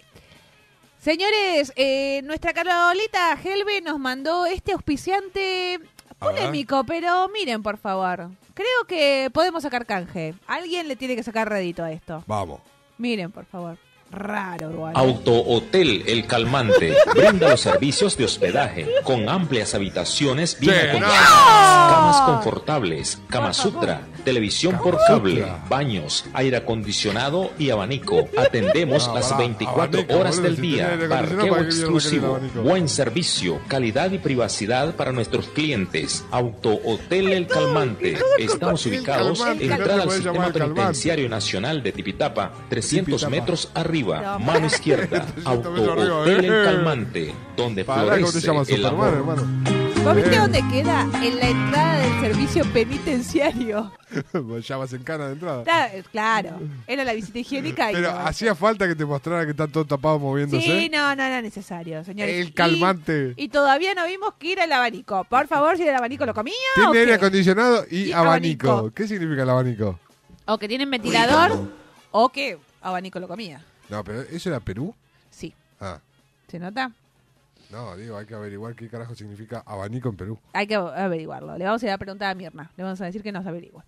Speaker 2: Señores, eh, nuestra Carolita Helve nos mandó este auspiciante
Speaker 3: A ver.
Speaker 2: polémico, pero miren, por favor. Creo que podemos sacar canje. Alguien le tiene que sacar redito a esto.
Speaker 3: Vamos.
Speaker 2: Miren, por favor. Raro, igual.
Speaker 16: Auto Hotel El Calmante brinda los servicios de hospedaje con amplias habitaciones bien
Speaker 3: Sí,
Speaker 16: acomodadas, camas confortables, Kama Sutra, televisión por cable, baños, aire acondicionado y abanico. Atendemos
Speaker 11: No,
Speaker 16: las
Speaker 11: pará,
Speaker 16: 24
Speaker 11: Ah, abanico,
Speaker 16: horas
Speaker 11: boludo,
Speaker 16: del
Speaker 11: si tenés
Speaker 16: día.
Speaker 11: aire acondicionado,
Speaker 16: Parqueo
Speaker 11: ¿para qué mierda querés el
Speaker 16: exclusivo,
Speaker 11: abanico?
Speaker 16: buen servicio, calidad y privacidad para nuestros clientes. Auto Hotel El Calmante. Estamos
Speaker 3: El
Speaker 16: ubicados
Speaker 3: Calmante,
Speaker 16: entrada
Speaker 3: no
Speaker 16: al
Speaker 3: puede llamar
Speaker 16: sistema
Speaker 3: El Calmante.
Speaker 16: penitenciario nacional de Tipitapa, 300
Speaker 3: Tipitapa.
Speaker 16: metros arriba,
Speaker 3: No,
Speaker 16: mano izquierda. Auto
Speaker 3: metros arriba,
Speaker 16: Hotel
Speaker 3: eh.
Speaker 16: El Calmante, donde
Speaker 3: Pará, ¿cómo te
Speaker 16: florece
Speaker 3: llamas,
Speaker 16: el
Speaker 3: Superman,
Speaker 16: amor.
Speaker 2: ¿Vos
Speaker 3: Eh.
Speaker 2: viste dónde queda? En la entrada del servicio penitenciario.
Speaker 3: Vos ya vas en cana de entrada.
Speaker 2: Está- claro, era la visita higiénica y
Speaker 3: Pero
Speaker 2: no.
Speaker 3: hacía falta que te mostrara que están todos tapados moviéndose.
Speaker 2: Sí, no, no era necesario, señores.
Speaker 3: El
Speaker 2: Y-
Speaker 3: calmante.
Speaker 2: Y, todavía no vimos que era el abanico. Por favor, si era el abanico lo comía o
Speaker 3: Tiene aire
Speaker 2: qué?
Speaker 3: acondicionado y,
Speaker 2: Y
Speaker 3: abanico.
Speaker 2: abanico.
Speaker 3: ¿Qué significa el abanico?
Speaker 2: O que tienen ventilador o que abanico lo comía.
Speaker 3: No, pero ¿eso era Perú?
Speaker 2: Sí.
Speaker 3: Ah,
Speaker 2: ¿Se nota?
Speaker 3: no, digo, hay que averiguar qué carajo significa abanico en Perú.
Speaker 2: Hay que averiguarlo. Le vamos a ir a preguntar a Mirna. Le vamos a decir que nos averigua.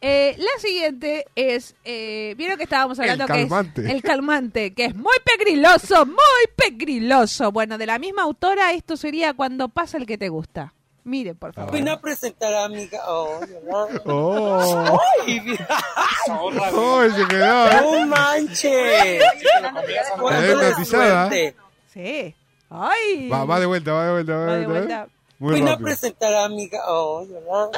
Speaker 2: Eh, la siguiente es, eh, vieron que estábamos hablando que es-
Speaker 3: calmante.
Speaker 2: el calmante, que es muy pegriloso, muy pegriloso. Bueno, de la misma autora, esto sería cuando pasa el que te gusta. Miren, por favor.
Speaker 17: Ven a presentar a mi ca- Oh, ¿verdad?
Speaker 3: ¡Oh!
Speaker 17: Ay, mira.
Speaker 3: ¡Oh, se quedó! eh!
Speaker 17: ¡No manches!
Speaker 3: Está hipnotizada.
Speaker 2: Sí. Ay.
Speaker 3: Va, va de vuelta, va de vuelta, va
Speaker 2: Va
Speaker 3: de
Speaker 2: de
Speaker 3: vuelta. ¿eh?
Speaker 2: vuelta.
Speaker 3: Muy
Speaker 17: Ven a
Speaker 3: rápido.
Speaker 17: presentar a mi ca- Oh, ¿verdad?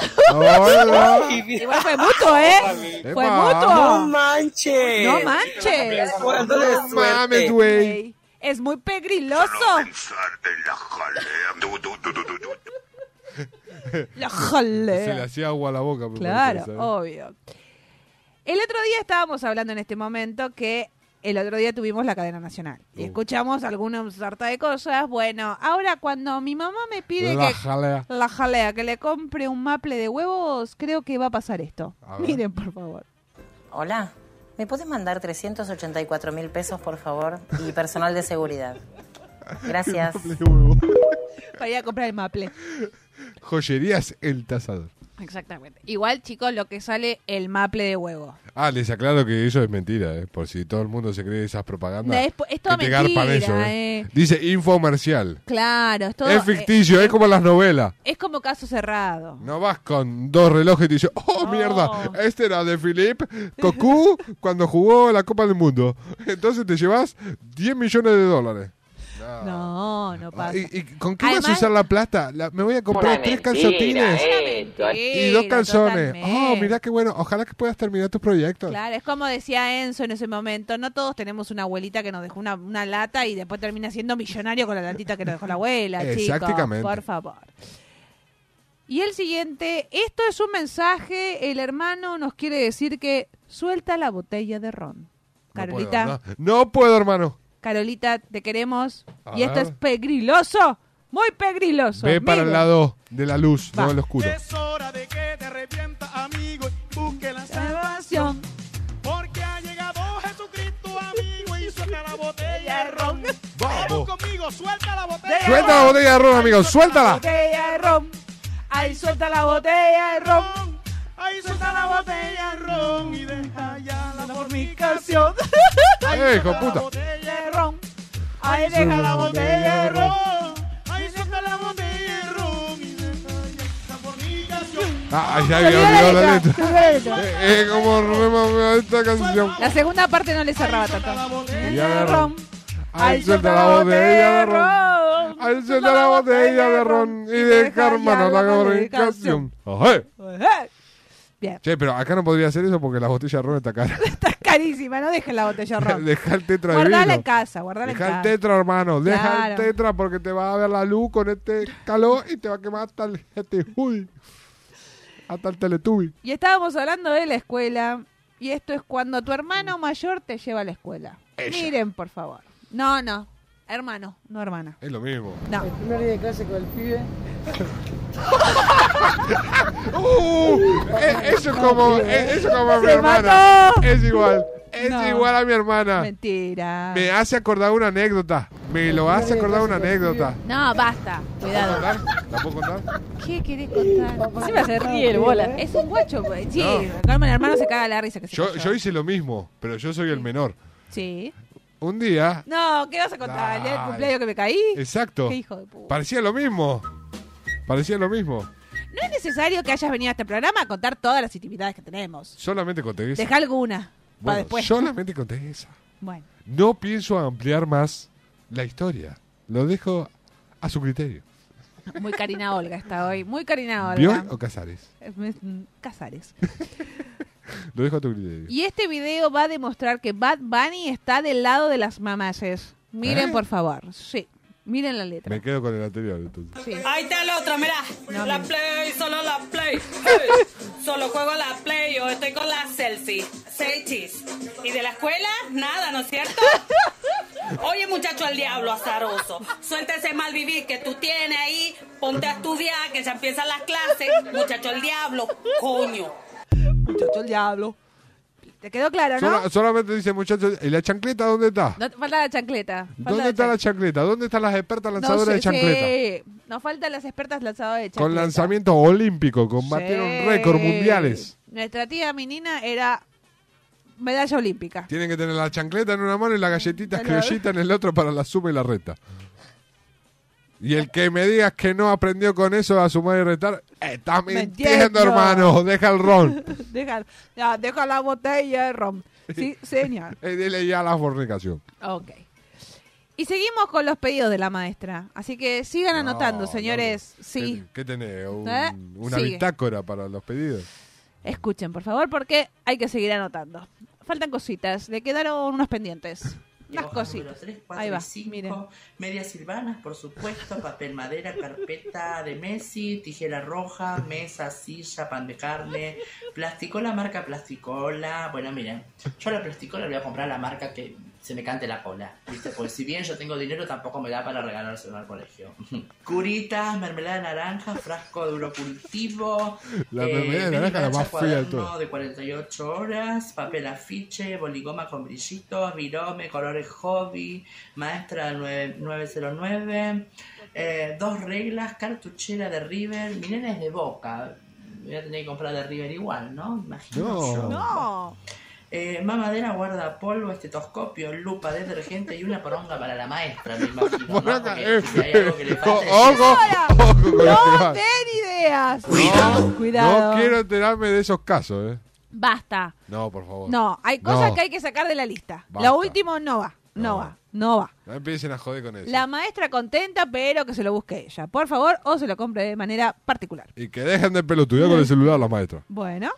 Speaker 3: Hola.
Speaker 17: Ay, mira.
Speaker 2: Igual fue mutuo, ¿eh?
Speaker 3: Epa.
Speaker 2: Fue mutuo.
Speaker 17: ¡No manches!
Speaker 2: No manches.
Speaker 17: Cuándole
Speaker 2: No
Speaker 17: suerte.
Speaker 3: mames, güey.
Speaker 2: Es muy pegriloso. La jalea.
Speaker 3: ¿eh? Se le hacía agua a la boca. me
Speaker 2: Claro,
Speaker 3: parece, ¿eh? ¿sabes?
Speaker 2: obvio. El otro día estábamos hablando en este momento que el otro día tuvimos la cadena nacional y
Speaker 3: Uh.
Speaker 2: escuchamos alguna sarta de cosas. Bueno, ahora cuando mi mamá me pide
Speaker 3: La
Speaker 2: que
Speaker 3: jalea.
Speaker 2: la jalea, que le compre un maple de huevos, creo que va a pasar esto.
Speaker 18: A ver.
Speaker 2: Miren, por favor.
Speaker 18: Hola, ¿me puedes mandar 384 mil pesos, por favor? Y personal de seguridad. Gracias.
Speaker 2: Para ir a comprar el maple.
Speaker 3: Joyerías El Tazador.
Speaker 2: Exactamente. Igual, chicos, lo que sale el maple de huevo.
Speaker 3: Ah, les aclaro que eso es mentira, ¿eh? por si todo el mundo se cree esas propagandas.
Speaker 2: No, es po- es toda
Speaker 3: que te garpan
Speaker 2: mentira,
Speaker 3: eso, ¿eh?
Speaker 2: eh.
Speaker 3: Dice infomercial.
Speaker 2: Claro, es todo.
Speaker 3: es ficticio, es como las novelas.
Speaker 2: eh, es como caso cerrado.
Speaker 3: No vas con dos relojes y te dices, oh, mierda, este era de Philippe Cocu cuando jugó la Copa del Mundo. Entonces te llevas 10 millones de dólares.
Speaker 2: No, no pasa.
Speaker 3: Ah, ¿Y, y con qué vas a
Speaker 2: Además-
Speaker 3: usar la plata? La- me voy a comprar
Speaker 2: Una
Speaker 3: tres
Speaker 2: mentira
Speaker 3: calzotines
Speaker 2: esto.
Speaker 3: y dos
Speaker 2: Mentira,
Speaker 3: calzones. Oh,
Speaker 2: totalmente.
Speaker 3: mirá qué bueno. Ojalá que puedas terminar tus proyectos.
Speaker 2: Claro, es como decía Enzo en ese momento, no todos tenemos una abuelita que nos dejó una, una lata y después termina siendo millonario con la latita que nos dejó la abuela, chicos.
Speaker 3: Exactamente.
Speaker 2: Por favor. Y el siguiente, esto es un mensaje, el hermano nos quiere decir que suelta la botella de ron.
Speaker 3: No puedo,
Speaker 2: Carolita,
Speaker 3: no, no puedo, hermano.
Speaker 2: Carolita, te queremos.
Speaker 3: A
Speaker 2: y esto
Speaker 3: ver.
Speaker 2: es pegriloso, muy pegriloso.
Speaker 3: Ve para el
Speaker 2: Miren.
Speaker 3: lado de la luz, no el oscuro.
Speaker 13: Es hora de que te arrepienta, amigo, y busque la
Speaker 2: salvación.
Speaker 13: Porque ha llegado Jesucristo, amigo, y suelta la botella de ron.
Speaker 3: Vamos.
Speaker 13: Vamos conmigo, suelta la botella. de
Speaker 3: Suelta la
Speaker 13: ron.
Speaker 3: botella de ron, amigos, suéltala.
Speaker 2: botella de ron. Ahí suelta la botella de ron.
Speaker 13: Ahí suelta la botella de ron y deja ya la fornicación. Ahí
Speaker 3: Eh, hijo
Speaker 13: suelta
Speaker 3: puta.
Speaker 13: la botella de ron.
Speaker 2: Ahí
Speaker 13: deja
Speaker 3: Suelta
Speaker 13: la
Speaker 3: la
Speaker 13: botella de ron.
Speaker 3: botella
Speaker 13: Ahí suelta la botella de ron y deja ya la fornicación.
Speaker 3: Ah, ahí había olvidado la letra. Eh, eh, como remamea esta canción.
Speaker 2: La segunda parte no le cerraba tanto.
Speaker 3: Botella de ron.
Speaker 2: Ahí
Speaker 3: Ahí suelta la botella de ron.
Speaker 2: ron.
Speaker 3: Ahí suelta la botella de ron. Y deja, hermano, la comunicación. Ajé.
Speaker 2: Ajá. Bien,
Speaker 3: Che, pero acá no podría hacer eso porque la botella de ron está cara.
Speaker 2: está carísima, no dejen la botella de ron.
Speaker 3: Deja el tetra de
Speaker 2: Guardala
Speaker 3: vino.
Speaker 2: en casa, guardala en
Speaker 3: Deja el
Speaker 2: casa.
Speaker 3: tetra, hermano. Deja el
Speaker 2: Claro.
Speaker 3: tetra Ah, porque te va a ver la luz con este calor y te va a quemar hasta el, este, uy, hasta el teletubi.
Speaker 2: Y estábamos hablando de la escuela. Y esto es cuando tu hermano mayor te lleva a la escuela. Miren, por favor. No, no. Hermano, no hermana.
Speaker 3: Es lo mismo.
Speaker 2: No. El primer día de clase con el pibe.
Speaker 3: Uh, eh, eso es como, eh, eso es como a mi
Speaker 2: Se
Speaker 3: hermana.
Speaker 2: mató.
Speaker 3: Es igual. Es
Speaker 2: No.
Speaker 3: igual a mi hermana.
Speaker 2: Mentira.
Speaker 3: Me hace acordar una anécdota. Me lo hace acordar una anécdota.
Speaker 2: No, basta. Cuidado. ¿eh?
Speaker 3: ¿La puedo contar?
Speaker 2: ¿Qué querés contar? ¿eh?
Speaker 4: Encima se ríe el bola.
Speaker 2: Es un guacho. güey. Sí,
Speaker 3: No.
Speaker 2: Carmen hermano se caga la risa que se
Speaker 3: Yo,
Speaker 2: cayó.
Speaker 3: yo hice lo mismo, pero yo soy el menor.
Speaker 2: Sí.
Speaker 3: Un día,
Speaker 2: No, ¿qué vas a contar? ¿El día del
Speaker 3: Dale.
Speaker 2: cumpleaños que me caí?
Speaker 3: exacto,
Speaker 2: ¿Qué hijo de puta?
Speaker 3: parecía lo mismo. Parecía lo mismo.
Speaker 2: No es necesario que hayas venido a este programa a contar todas las intimidades que tenemos.
Speaker 3: Solamente conté esa.
Speaker 2: Deja alguna para
Speaker 3: Bueno,
Speaker 2: después.
Speaker 3: Solamente conté esa.
Speaker 2: Bueno.
Speaker 3: No pienso ampliar más la historia. Lo dejo a su criterio.
Speaker 2: Muy Karina Olga está hoy. Muy Karina Olga.
Speaker 3: ¿Biol o Casares?
Speaker 2: Es- es- mm, Casares.
Speaker 3: Lo dejo a tu criterio.
Speaker 2: Y este video va a demostrar que Bad Bunny está del lado de las mamases. Miren,
Speaker 3: ¿Eh?
Speaker 2: por favor. Sí. Miren la letra.
Speaker 3: Me quedo con el anterior entonces.
Speaker 19: Ahí está la otra, mirá. la play, solo la play. Ey, solo juego la play, yo estoy con la selfie. Selfies. Y de la escuela, nada, ¿no es cierto? Oye, muchacho, al diablo azaroso. Suelta ese mal vivir que tú tienes ahí. Ponte a estudiar, que ya empiezan las clases. Muchacho, al diablo, coño.
Speaker 2: Muchacho el diablo. ¿Te quedó claro, no?
Speaker 3: Sola- solamente dice, muchachos, ¿y la chancleta dónde está?
Speaker 2: No, falta la chancleta. Falta
Speaker 3: ¿Dónde está la chancleta? ¿Dónde están las expertas lanzadoras de
Speaker 2: No sé,
Speaker 3: chancleta?
Speaker 2: sí. Nos faltan las expertas lanzadoras de chancleta.
Speaker 3: Con lanzamiento olímpico, combatieron
Speaker 2: Sí.
Speaker 3: récord mundiales.
Speaker 2: Nuestra tía Menina era medalla olímpica.
Speaker 3: Tienen que tener la chancleta en una mano y las galletitas criollitas en el otro para la suma y la reta. Y el que me digas que no aprendió con eso a sumar y retar, está mintiendo,
Speaker 2: Mintiendo.
Speaker 3: hermano. Deja el ron.
Speaker 2: Deja, ya, deja la botella de rom. Sí, señor.
Speaker 3: Eh, Dile ya a la fornicación.
Speaker 2: Ok. Y seguimos con los pedidos de la maestra. Así que sigan anotando, señores. Sí,
Speaker 3: ¿Qué tenés? Un-
Speaker 2: ¿Eh?
Speaker 3: Una
Speaker 2: Sigue.
Speaker 3: bitácora para los pedidos.
Speaker 2: escuchen, por favor, porque hay que seguir anotando. Faltan cositas. Le quedaron unos pendientes. Unas cositas. Ahí va, miren.
Speaker 20: medias silvanas, por supuesto, papel madera, carpeta de Messi, tijera roja, mesa, silla, pan de carne, plasticola, marca plasticola. Bueno, miren, yo la plasticola voy a comprar la marca que se me cante la cola, ¿viste? Porque si bien yo tengo dinero, tampoco me da para regalárselo al colegio. Curitas, mermelada de naranja, frasco de urocultivo.
Speaker 3: La mermelada de naranja es la más fría de todas.
Speaker 20: de 48 horas, papel afiche, boligoma con brillitos, virome, colores hobby, maestra del nueve- 909, eh, dos reglas, cartuchera de River, minenes de boca. Voy a tener que comprar de River igual, ¿no? Imagino
Speaker 21: No.
Speaker 20: yo.
Speaker 21: No.
Speaker 20: Eh, mamadera, guardapolvo, estetoscopio, lupa, detergente y una poronga para la maestra, me imagino. ¿no? Porque si hay algo que le falta es
Speaker 3: eh, Ojo, ojo con lo que
Speaker 2: ¡No
Speaker 3: va.
Speaker 2: den ideas!
Speaker 3: No
Speaker 2: Cuidado.
Speaker 3: quiero enterarme de esos casos, ¿eh?
Speaker 2: Basta.
Speaker 3: No, por favor.
Speaker 2: No, hay cosas
Speaker 3: No.
Speaker 2: que hay que sacar de la lista.
Speaker 3: Basta.
Speaker 2: Lo último no va, no, va, no va.
Speaker 3: No empiecen a joder con eso.
Speaker 2: La maestra contenta, pero que se lo busque ella, por favor, o se lo compre de manera particular.
Speaker 3: Y que dejen de pelotudear con el celular las maestras.
Speaker 2: Bueno,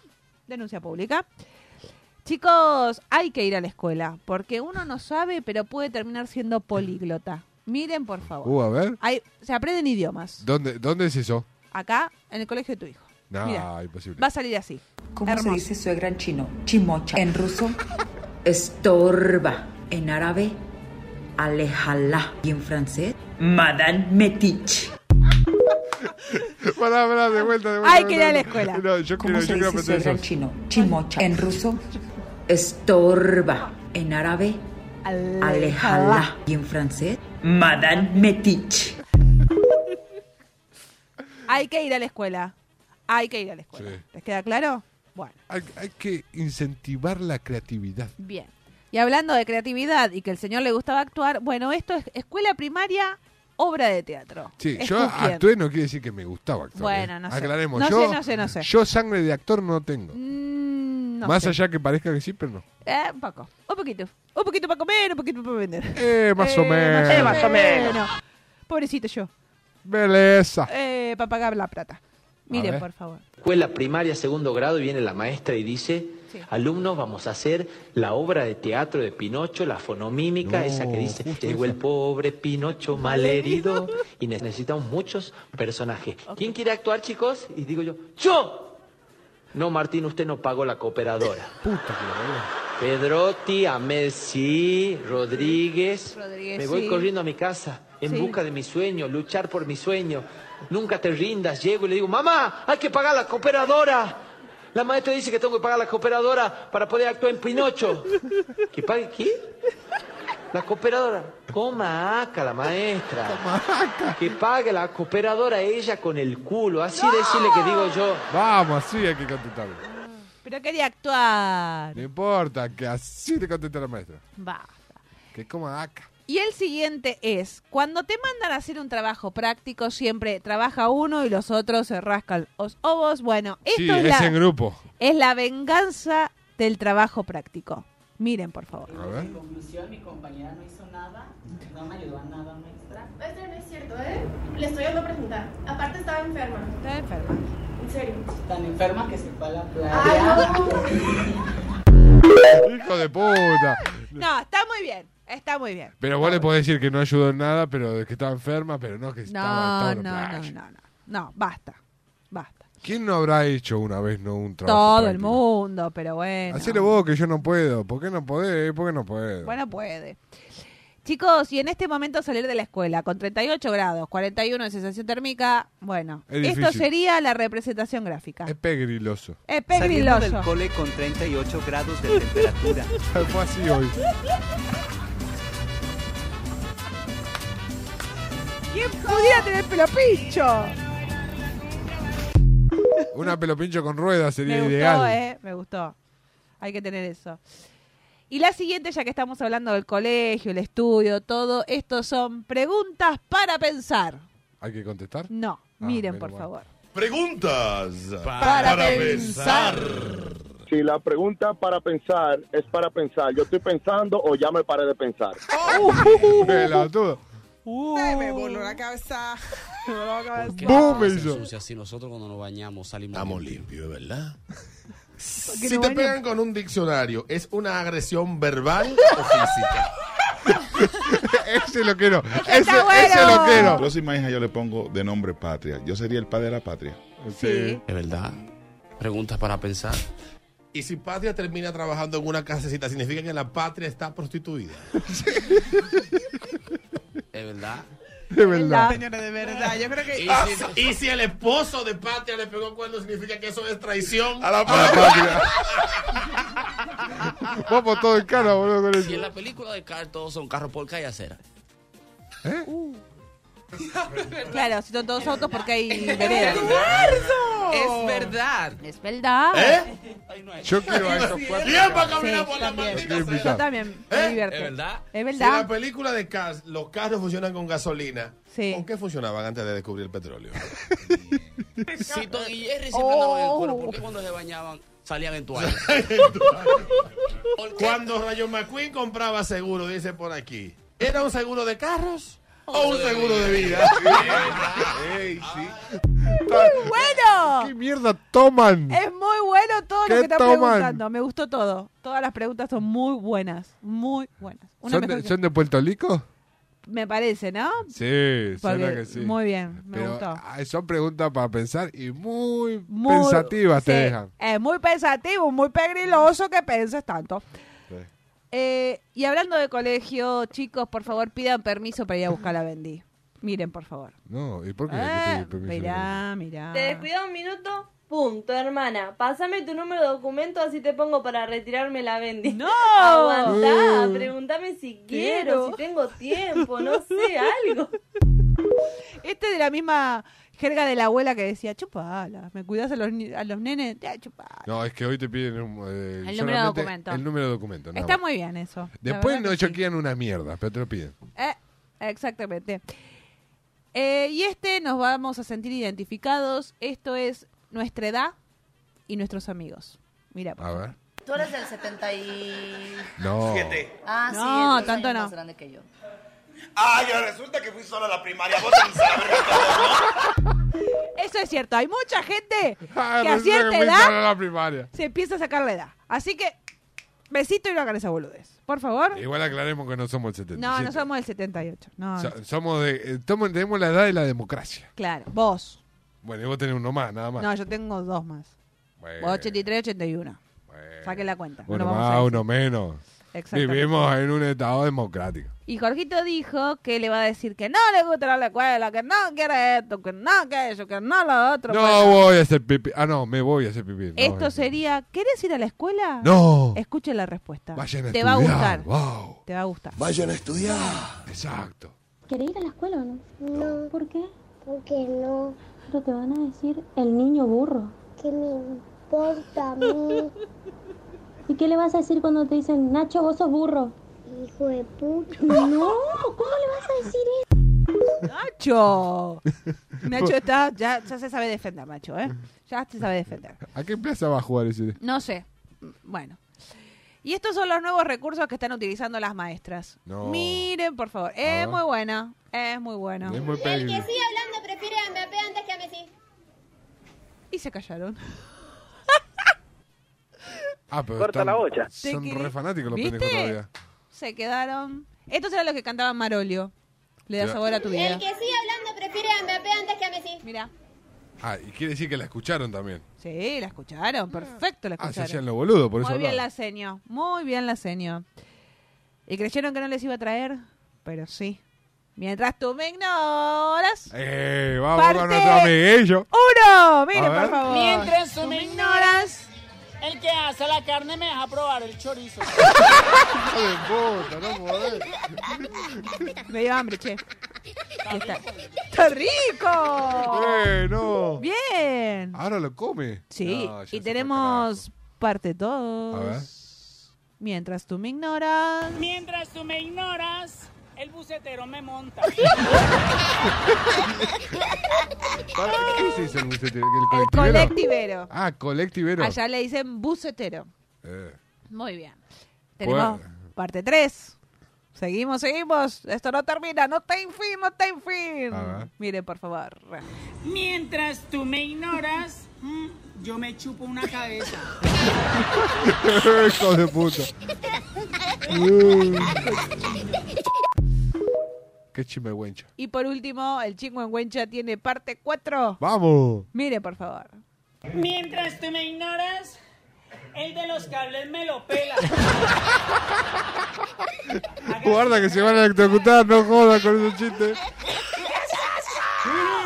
Speaker 2: denuncia pública. Chicos, hay que ir a la escuela, porque uno no sabe, pero puede terminar siendo políglota. Miren, por favor.
Speaker 3: Uh, a ver.
Speaker 2: Hay- se aprenden idiomas.
Speaker 3: ¿Dónde, dónde es eso?
Speaker 2: Acá, en el colegio de tu hijo.
Speaker 3: No,
Speaker 2: Mira,
Speaker 3: imposible.
Speaker 2: va a salir así.
Speaker 22: ¿Cómo
Speaker 2: Hermoso.
Speaker 22: se dice suegra en chino? Chimocha. En ruso, estorba. En árabe, alejalá. Y en francés, madame metich.
Speaker 3: Pará, pará, de vuelta, de vuelta.
Speaker 22: Hay que ir a la
Speaker 3: vuelta.
Speaker 22: escuela.
Speaker 3: No, yo
Speaker 22: ¿Cómo
Speaker 3: quiero,
Speaker 22: se
Speaker 3: yo quiero
Speaker 22: dice
Speaker 3: aprender
Speaker 22: suegra en
Speaker 3: eso.
Speaker 22: chino? Chimocha. En ruso, estorba. En árabe, alejalá. Y en francés, madame metich.
Speaker 2: Hay que ir a la escuela. Hay que ir a la escuela. ¿Les queda claro? Bueno,
Speaker 3: Hay, hay que incentivar la creatividad.
Speaker 2: bien. Y hablando de creatividad y que el señor le gustaba actuar, bueno, esto es escuela primaria, obra de teatro.
Speaker 3: Sí,
Speaker 2: Es
Speaker 3: yo
Speaker 2: Cusquien.
Speaker 3: actué no quiere decir que me gustaba actuar.
Speaker 2: Bueno,
Speaker 3: ¿eh?
Speaker 2: no sé.
Speaker 3: Aclaremos.
Speaker 2: No
Speaker 3: yo,
Speaker 2: sé, no sé, no sé.
Speaker 3: Yo sangre de actor no tengo.
Speaker 2: Mm, no
Speaker 3: Más
Speaker 2: sé.
Speaker 3: allá que parezca que sí, pero no.
Speaker 2: Eh, un poco. Un poquito. Un poquito para comer, un poquito para vender.
Speaker 3: Eh, más o menos. Eh, más o menos.
Speaker 2: Pobrecito yo.
Speaker 3: Beleza.
Speaker 2: Eh, para pagar la plata. Miren,
Speaker 15: ver.
Speaker 2: por favor.
Speaker 15: Escuela primaria, segundo grado, y viene la maestra y dice, alumnos, vamos a hacer la obra de teatro de Pinocho, la fonomímica, esa que dice, llegó el pobre Pinocho malherido, y ne- necesitamos muchos personajes. ¿Quién quiere actuar, chicos? Y digo yo, ¡yo! No, Martín, usted no pagó la cooperadora. Pedrotti, Ahmed, sí, Rodríguez.
Speaker 2: Rodríguez,
Speaker 15: Me voy
Speaker 2: sí.
Speaker 15: corriendo a mi casa en
Speaker 2: Sí.
Speaker 15: busca de mi sueño, luchar por mi sueño. Nunca te rindas, llego y le digo, mamá, hay que pagar la cooperadora. La maestra dice que tengo que pagar la cooperadora para poder actuar en Pinocho. ¿Que pague qué? La cooperadora. Coma acá la maestra. Que pague la cooperadora ella con el culo. Así decirle que digo yo.
Speaker 3: Vamos, así hay que contestarlo.
Speaker 2: Pero quería actuar.
Speaker 3: No importa, que así te contesta la maestra.
Speaker 2: Va.
Speaker 3: Que coma acá.
Speaker 2: Y el siguiente es, cuando te mandan a hacer un trabajo práctico, siempre trabaja uno y los otros se rascan los ovos. Bueno, esto
Speaker 3: Sí,
Speaker 2: es,
Speaker 3: es
Speaker 2: la,
Speaker 3: en grupo.
Speaker 2: es la venganza del trabajo práctico. Miren, por favor.
Speaker 3: A ver.
Speaker 23: conclusión, mi compañera no hizo nada, no me ayudó a nada maestra.
Speaker 24: Maestra, no es cierto, ¿eh? Le estoy dando a presentar. Aparte estaba enferma.
Speaker 2: Estaba enferma.
Speaker 24: En serio.
Speaker 23: Tan enferma que se fue a la playa.
Speaker 24: Ay, no.
Speaker 3: Hijo de puta.
Speaker 2: No, está muy bien, está muy bien.
Speaker 3: Pero vos le podés decir que no ayudó en nada, pero que estaba enferma, pero no que estaba, estaba
Speaker 2: No,
Speaker 3: en
Speaker 2: no,
Speaker 3: la
Speaker 2: no,
Speaker 3: playa.
Speaker 2: no, no, no, basta.
Speaker 3: ¿Quién no habrá hecho una vez no un trabajo?
Speaker 2: Todo el
Speaker 3: práctico?
Speaker 2: mundo, pero bueno.
Speaker 3: Hacelo vos que yo no puedo. ¿Por qué no podés? ¿Por qué no podés?
Speaker 2: Bueno, puede. Chicos, y en este momento salir de la escuela con 38 grados, 41 de sensación térmica, bueno,
Speaker 3: Es
Speaker 2: esto
Speaker 3: difícil.
Speaker 2: sería la representación gráfica.
Speaker 3: Es pegriloso.
Speaker 2: Es
Speaker 25: Saliendo
Speaker 2: pegriloso.
Speaker 25: del cole con 38 grados de temperatura.
Speaker 3: Fue así hoy.
Speaker 2: ¿Quién pudiera tener pelo pincho?
Speaker 3: Una pelopincho con ruedas sería
Speaker 2: Me gustó,
Speaker 3: ideal.
Speaker 2: eh, me gustó. Hay que tener eso. Y la siguiente, ya que estamos hablando del colegio, el estudio, todo, esto son preguntas para pensar.
Speaker 3: ¿Hay que contestar?
Speaker 2: No,
Speaker 3: Ah,
Speaker 2: miren,
Speaker 3: menos
Speaker 2: por
Speaker 3: mal.
Speaker 2: favor.
Speaker 14: Preguntas
Speaker 2: para pensar.
Speaker 13: Si la pregunta para pensar es para pensar, yo estoy pensando o ya me paré de pensar.
Speaker 3: Oh. Pelotudo.
Speaker 26: Ay, me voló la cabeza. Me voló la cabeza.
Speaker 11: ¿Qué
Speaker 3: ¡Bum!
Speaker 11: pasa,
Speaker 3: hizo.
Speaker 11: sucia? Si nosotros cuando nos bañamos salimos Estamos limpios, ¿verdad?
Speaker 14: Si te pegan con un diccionario, ¿es una agresión verbal o física?
Speaker 3: ese lo quiero.
Speaker 14: Ese- ese bueno. lo quiero. Próxima hija yo le pongo de nombre patria. Yo sería el padre de la patria. Sí.
Speaker 11: Es verdad. Preguntas para pensar.
Speaker 14: Y si patria termina trabajando en una casecita, significa que la patria está prostituida.
Speaker 11: Es verdad.
Speaker 3: De
Speaker 14: verdad.
Speaker 26: Señores, de verdad. Yo creo que.
Speaker 14: Y si, y si el esposo de patria le pegó cuerno, significa que eso es traición
Speaker 3: A la patria. Vamos todo en cara, boludo, con
Speaker 11: Si en
Speaker 3: eso.
Speaker 11: la película de Car todos son carros por calle acera.
Speaker 3: ¿Eh?
Speaker 2: Claro, si son todos autos porque hay veredas.
Speaker 26: ¡Eduardo!
Speaker 2: Es verdad. Es verdad.
Speaker 3: ¿Eh? Yo quiero a esos cuatro.
Speaker 14: Bien, para caminar por la
Speaker 2: también.
Speaker 14: maldita
Speaker 2: Yo
Speaker 14: acera.
Speaker 2: también me
Speaker 3: ¿Eh?
Speaker 2: divierte.
Speaker 14: ¿Es verdad?
Speaker 2: Es
Speaker 14: Si en la
Speaker 2: verdad.
Speaker 14: película de Cars los carros funcionan con gasolina,
Speaker 2: Sí.
Speaker 14: ¿con qué funcionaban antes de descubrir el petróleo?
Speaker 11: Si Tom y Jerry siempre
Speaker 14: Oh.
Speaker 11: andaban en cuero, ¿por qué cuando se bañaban salían en toalla?
Speaker 14: Cuando Rayo McQueen compraba seguro, dice por aquí, ¿era un seguro de carros o un seguro de vida? Ey, sí.
Speaker 2: ¡Muy bueno!
Speaker 3: ¿Qué mierda toman?
Speaker 2: Es muy bueno todo lo
Speaker 3: ¿Qué
Speaker 2: que está
Speaker 3: toman?
Speaker 2: preguntando. Me gustó todo. Todas las preguntas son muy buenas. Muy buenas. Una
Speaker 3: ¿Son
Speaker 2: mejor
Speaker 3: de,
Speaker 2: que-
Speaker 3: son de Puerto Rico?
Speaker 2: Me parece, ¿no?
Speaker 3: Sí, suena
Speaker 2: Porque-
Speaker 3: que sí.
Speaker 2: Muy bien, me
Speaker 3: Pero,
Speaker 2: gustó.
Speaker 3: ah, Son preguntas para pensar y muy,
Speaker 2: Muy-
Speaker 3: pensativas te
Speaker 2: sí,
Speaker 3: dejan.
Speaker 2: Es muy pensativo, muy pegriloso que penses tanto.
Speaker 3: Sí.
Speaker 2: Eh, y hablando de colegio, chicos, por favor, pidan permiso para ir a buscar a Bendy. Miren, por favor.
Speaker 3: No, ¿y por qué?
Speaker 2: Ah,
Speaker 3: hay que pedir permiso?
Speaker 2: mirá, mirá.
Speaker 24: Te descuido un minuto. Punto, hermana. Pásame tu número de documento, así te pongo para retirarme la bendi. ¡No! Aguantá,
Speaker 2: Uh.
Speaker 24: pregúntame si
Speaker 2: Quiero.
Speaker 24: quiero, si tengo tiempo, no sé, algo.
Speaker 2: Este de la misma jerga de la abuela que decía, chupala, me cuidas a los, ni- a los nenes, ya, chupala.
Speaker 3: No, es que hoy te piden un, eh,
Speaker 2: número de
Speaker 3: solamente
Speaker 2: documento.
Speaker 3: El número de documento. nada
Speaker 2: Está
Speaker 3: más.
Speaker 2: muy bien eso. la
Speaker 3: Después
Speaker 2: verdad
Speaker 3: no
Speaker 2: que sí.
Speaker 3: choquean una mierda, pero te lo piden.
Speaker 2: Eh, exactamente. Eh, y este nos vamos a sentir identificados. Esto es nuestra edad y nuestros amigos. Mira,
Speaker 3: A ver.
Speaker 20: Tú eres del 70 y...
Speaker 3: No.
Speaker 20: Ah, sí.
Speaker 2: No,
Speaker 20: dos años
Speaker 2: tanto no.
Speaker 20: Más grande que yo.
Speaker 11: Ay, Ah, resulta que fui solo a la primaria. Vos tenés a la verga
Speaker 2: eso es cierto. Hay mucha gente que a
Speaker 3: resulta que
Speaker 2: cierta
Speaker 3: fui solo a
Speaker 2: edad
Speaker 3: la primaria.
Speaker 2: se empieza a sacar la edad. Así que, besito y no hagan esa boludez. Por favor.
Speaker 3: Igual aclaremos que no somos el 70.
Speaker 2: No, no somos del 78. No, no.
Speaker 3: somos de, eh, tomo- tenemos la edad de la democracia.
Speaker 2: claro. Vos.
Speaker 3: Bueno, y vos tenés uno más, nada más.
Speaker 2: No, yo tengo dos más. Vos 83, 81. Saquen la cuenta. no
Speaker 3: uno
Speaker 2: lo vamos a
Speaker 3: más,
Speaker 2: decir.
Speaker 3: uno menos.
Speaker 2: Exactamente.
Speaker 3: Vivimos en un estado democrático.
Speaker 2: Y Jorgito dijo que le va a decir que no le gusta la escuela, que no quiere esto, que no que eso, que no lo otro.
Speaker 3: No
Speaker 2: Bueno,
Speaker 3: voy a hacer pipí. Ah, no, me voy a hacer pipí. No,
Speaker 2: esto sería, ¿querés ir a la escuela?
Speaker 3: No.
Speaker 2: Escuche la respuesta.
Speaker 3: Vayan a
Speaker 2: Te va a gustar.
Speaker 3: estudiar, wow.
Speaker 2: Te va a gustar.
Speaker 3: Vayan a estudiar. Exacto.
Speaker 9: ¿Querés ir a la escuela o no? No. ¿Por qué? Porque no. Pero te van a decir el niño burro. Que me importa a mí. ¿Y qué le vas a decir cuando te dicen, Nacho, vos sos burro?
Speaker 27: hijo
Speaker 9: Hijo
Speaker 27: de puta. No, ¿cómo le vas a decir eso?
Speaker 2: Nacho. Nacho está, ya, ya se sabe defender, Nacho, ¿eh? Ya se sabe defender.
Speaker 3: ¿A qué plaza va a jugar ese?
Speaker 2: No sé. Bueno. Y estos son los nuevos recursos que están utilizando las maestras.
Speaker 3: No.
Speaker 2: Miren, por favor.
Speaker 3: A
Speaker 2: Es
Speaker 3: ver.
Speaker 2: muy buena. Es muy bueno.
Speaker 3: Es muy El que
Speaker 28: sigue hablando prefiere a Mbappé antes que a Messi.
Speaker 2: Y se callaron.
Speaker 3: Ah, pero
Speaker 1: Corta
Speaker 3: están-
Speaker 1: la bocha.
Speaker 3: Son
Speaker 2: Te
Speaker 3: re
Speaker 2: querí-
Speaker 3: fanáticos los
Speaker 2: ¿Viste?
Speaker 3: pendejos todavía.
Speaker 2: Se quedaron. Estos eran los que cantaban Marolio. Le da
Speaker 3: Ya.
Speaker 2: sabor a tu vida.
Speaker 28: El que sigue hablando prefiere a Mbappé antes que a Messi.
Speaker 2: Mira.
Speaker 3: Ah, y quiere decir que la escucharon también.
Speaker 2: Sí, la escucharon. Perfecto, la
Speaker 3: Ah, se
Speaker 2: escucharon.
Speaker 3: hacían lo boludo, por eso
Speaker 2: Muy bien
Speaker 3: hablaba.
Speaker 2: la seño. Muy bien la seño. ¿Y creyeron que no les iba a traer? Pero sí. Mientras tú me ignoras.
Speaker 3: ¡Eh! ¡Vamos
Speaker 2: Parte
Speaker 3: con nuestro amiguillo!
Speaker 2: ¡Uno! Miren,
Speaker 3: A ver.
Speaker 2: por favor.
Speaker 9: Mientras tú me ignoras, el que hace la carne me deja probar el chorizo.
Speaker 2: Me dio hambre, che. Ahí está. ¡Está rico!
Speaker 3: Bueno.
Speaker 2: Bien.
Speaker 3: Ahora Ah, lo come.
Speaker 2: Sí.
Speaker 3: No, ya
Speaker 2: y tenemos parte 2.
Speaker 3: A ver.
Speaker 2: Mientras tú me ignoras.
Speaker 9: Mientras tú me ignoras, el bucetero me monta.
Speaker 3: Para- ¿Qué se dice el bucetero? ¿El
Speaker 2: El
Speaker 3: colectivero?
Speaker 2: colectivero.
Speaker 3: Ah, colectivero.
Speaker 2: Allá le dicen bucetero.
Speaker 3: Eh,
Speaker 2: Muy bien. Tenemos parte 3. Seguimos, seguimos. Esto no termina. No está en fin, no está en
Speaker 9: A
Speaker 2: fin.
Speaker 9: ver.
Speaker 2: Mire, por favor.
Speaker 9: Mientras tú me ignoras, mm, yo me chupo una cabeza.
Speaker 3: Hijo de puta. Uh, Qué chimehuencha.
Speaker 2: Y por último, el Chingüengüencha tiene parte 4.
Speaker 3: ¡Vamos!
Speaker 2: Mire, por favor.
Speaker 9: Mientras tú me ignoras, el de los cables me lo pela.
Speaker 3: Guarda que se van a electrocutar, no jodas con esos chistes.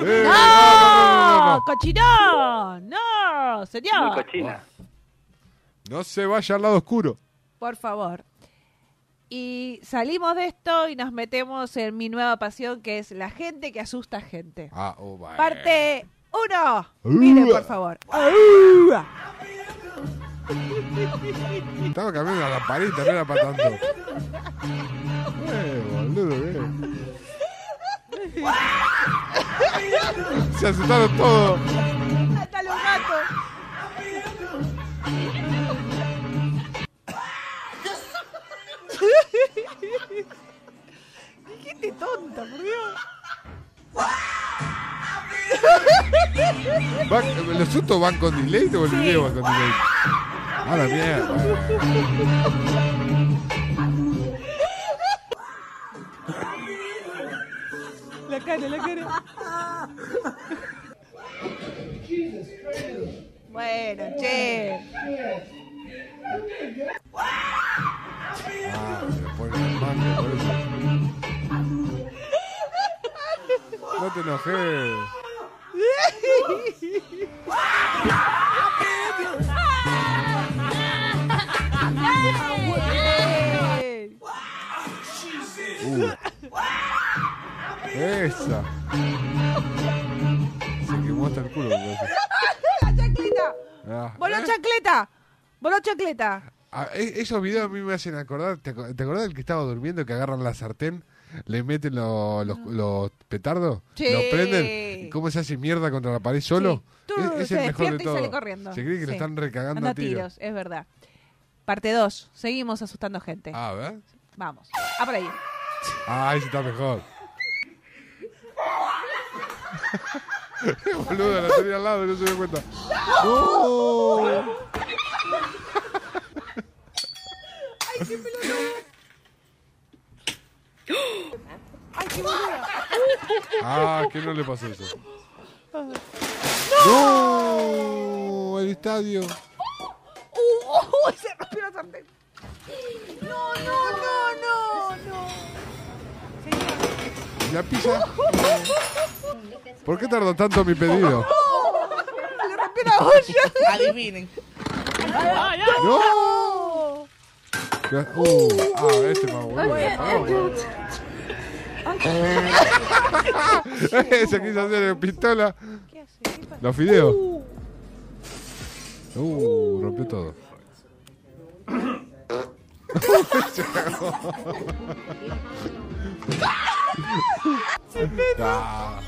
Speaker 3: Eh,
Speaker 2: ¡No! ¡Cochinón! ¡No! Señor.
Speaker 3: No se vaya al lado oscuro.
Speaker 2: Por favor. Y salimos de esto y nos metemos en mi nueva pasión, que es la gente que asusta a gente.
Speaker 3: Ah, oh, vaya.
Speaker 2: Parte 1. Mire, por favor.
Speaker 3: Estaba cambiando la lamparita, no era para tanto. Eh, boludo, eh. Se asustaron todos.
Speaker 2: Hasta los gatos. Dijiste tonta, por Dios.
Speaker 3: Va- ¿Los sustos van con delay o el video va con delay? A Ah, la mierda.
Speaker 2: La cara, la cara. Bueno, che.
Speaker 3: Ah, se pone el mando, por eso. No te enojes. Uh, Esa. Se quemó hasta el culo. me parece.
Speaker 2: ¡La chacleta!
Speaker 3: Ah,
Speaker 2: ¡Voló
Speaker 3: ¿eh?
Speaker 2: chacleta! ¡Voló chacleta!
Speaker 3: Ah, e- esos videos a mí me hacen acordar. ¿Te, aco- te acordás del que estaba durmiendo que agarran la sartén? Le meten lo- los, los petardos,
Speaker 2: Ah. Sí.
Speaker 3: los prenden, y cómo se hace mierda contra la pared solo.
Speaker 2: Tú
Speaker 3: Es, es
Speaker 2: se
Speaker 3: el mejor de
Speaker 2: despierta y
Speaker 3: todo.
Speaker 2: sale corriendo.
Speaker 3: Se cree que
Speaker 2: Sí.
Speaker 3: lo están recagando
Speaker 2: Anda
Speaker 3: a tiros.
Speaker 2: es verdad. Parte 2. Seguimos asustando gente.
Speaker 3: A ver.
Speaker 2: Vamos. Ah, por ahí.
Speaker 3: Ah, ese está mejor. Boludo, la tenía al lado, no se dio cuenta. ¡No!
Speaker 13: ¡Ay, qué
Speaker 2: ¡Ay, qué boluda!
Speaker 3: Ah, ¿qué no le pasó eso? ¡No! El estadio.
Speaker 2: ¡Uh! ¡Uy! Se rompió la sartén. No, no, no, no, no.
Speaker 3: ¿Y la pizza? ¿Por qué tardó tanto mi pedido?
Speaker 2: Le rompió la olla.
Speaker 1: Adivinen.
Speaker 2: ¡Ay, ay!
Speaker 3: ¡No! Uh, ah, este es más bueno. Eh, Se quiso hacer el pistola. Los fideos.
Speaker 13: Uh,
Speaker 2: Uh.
Speaker 3: Uh, rompió todo.
Speaker 13: Ah.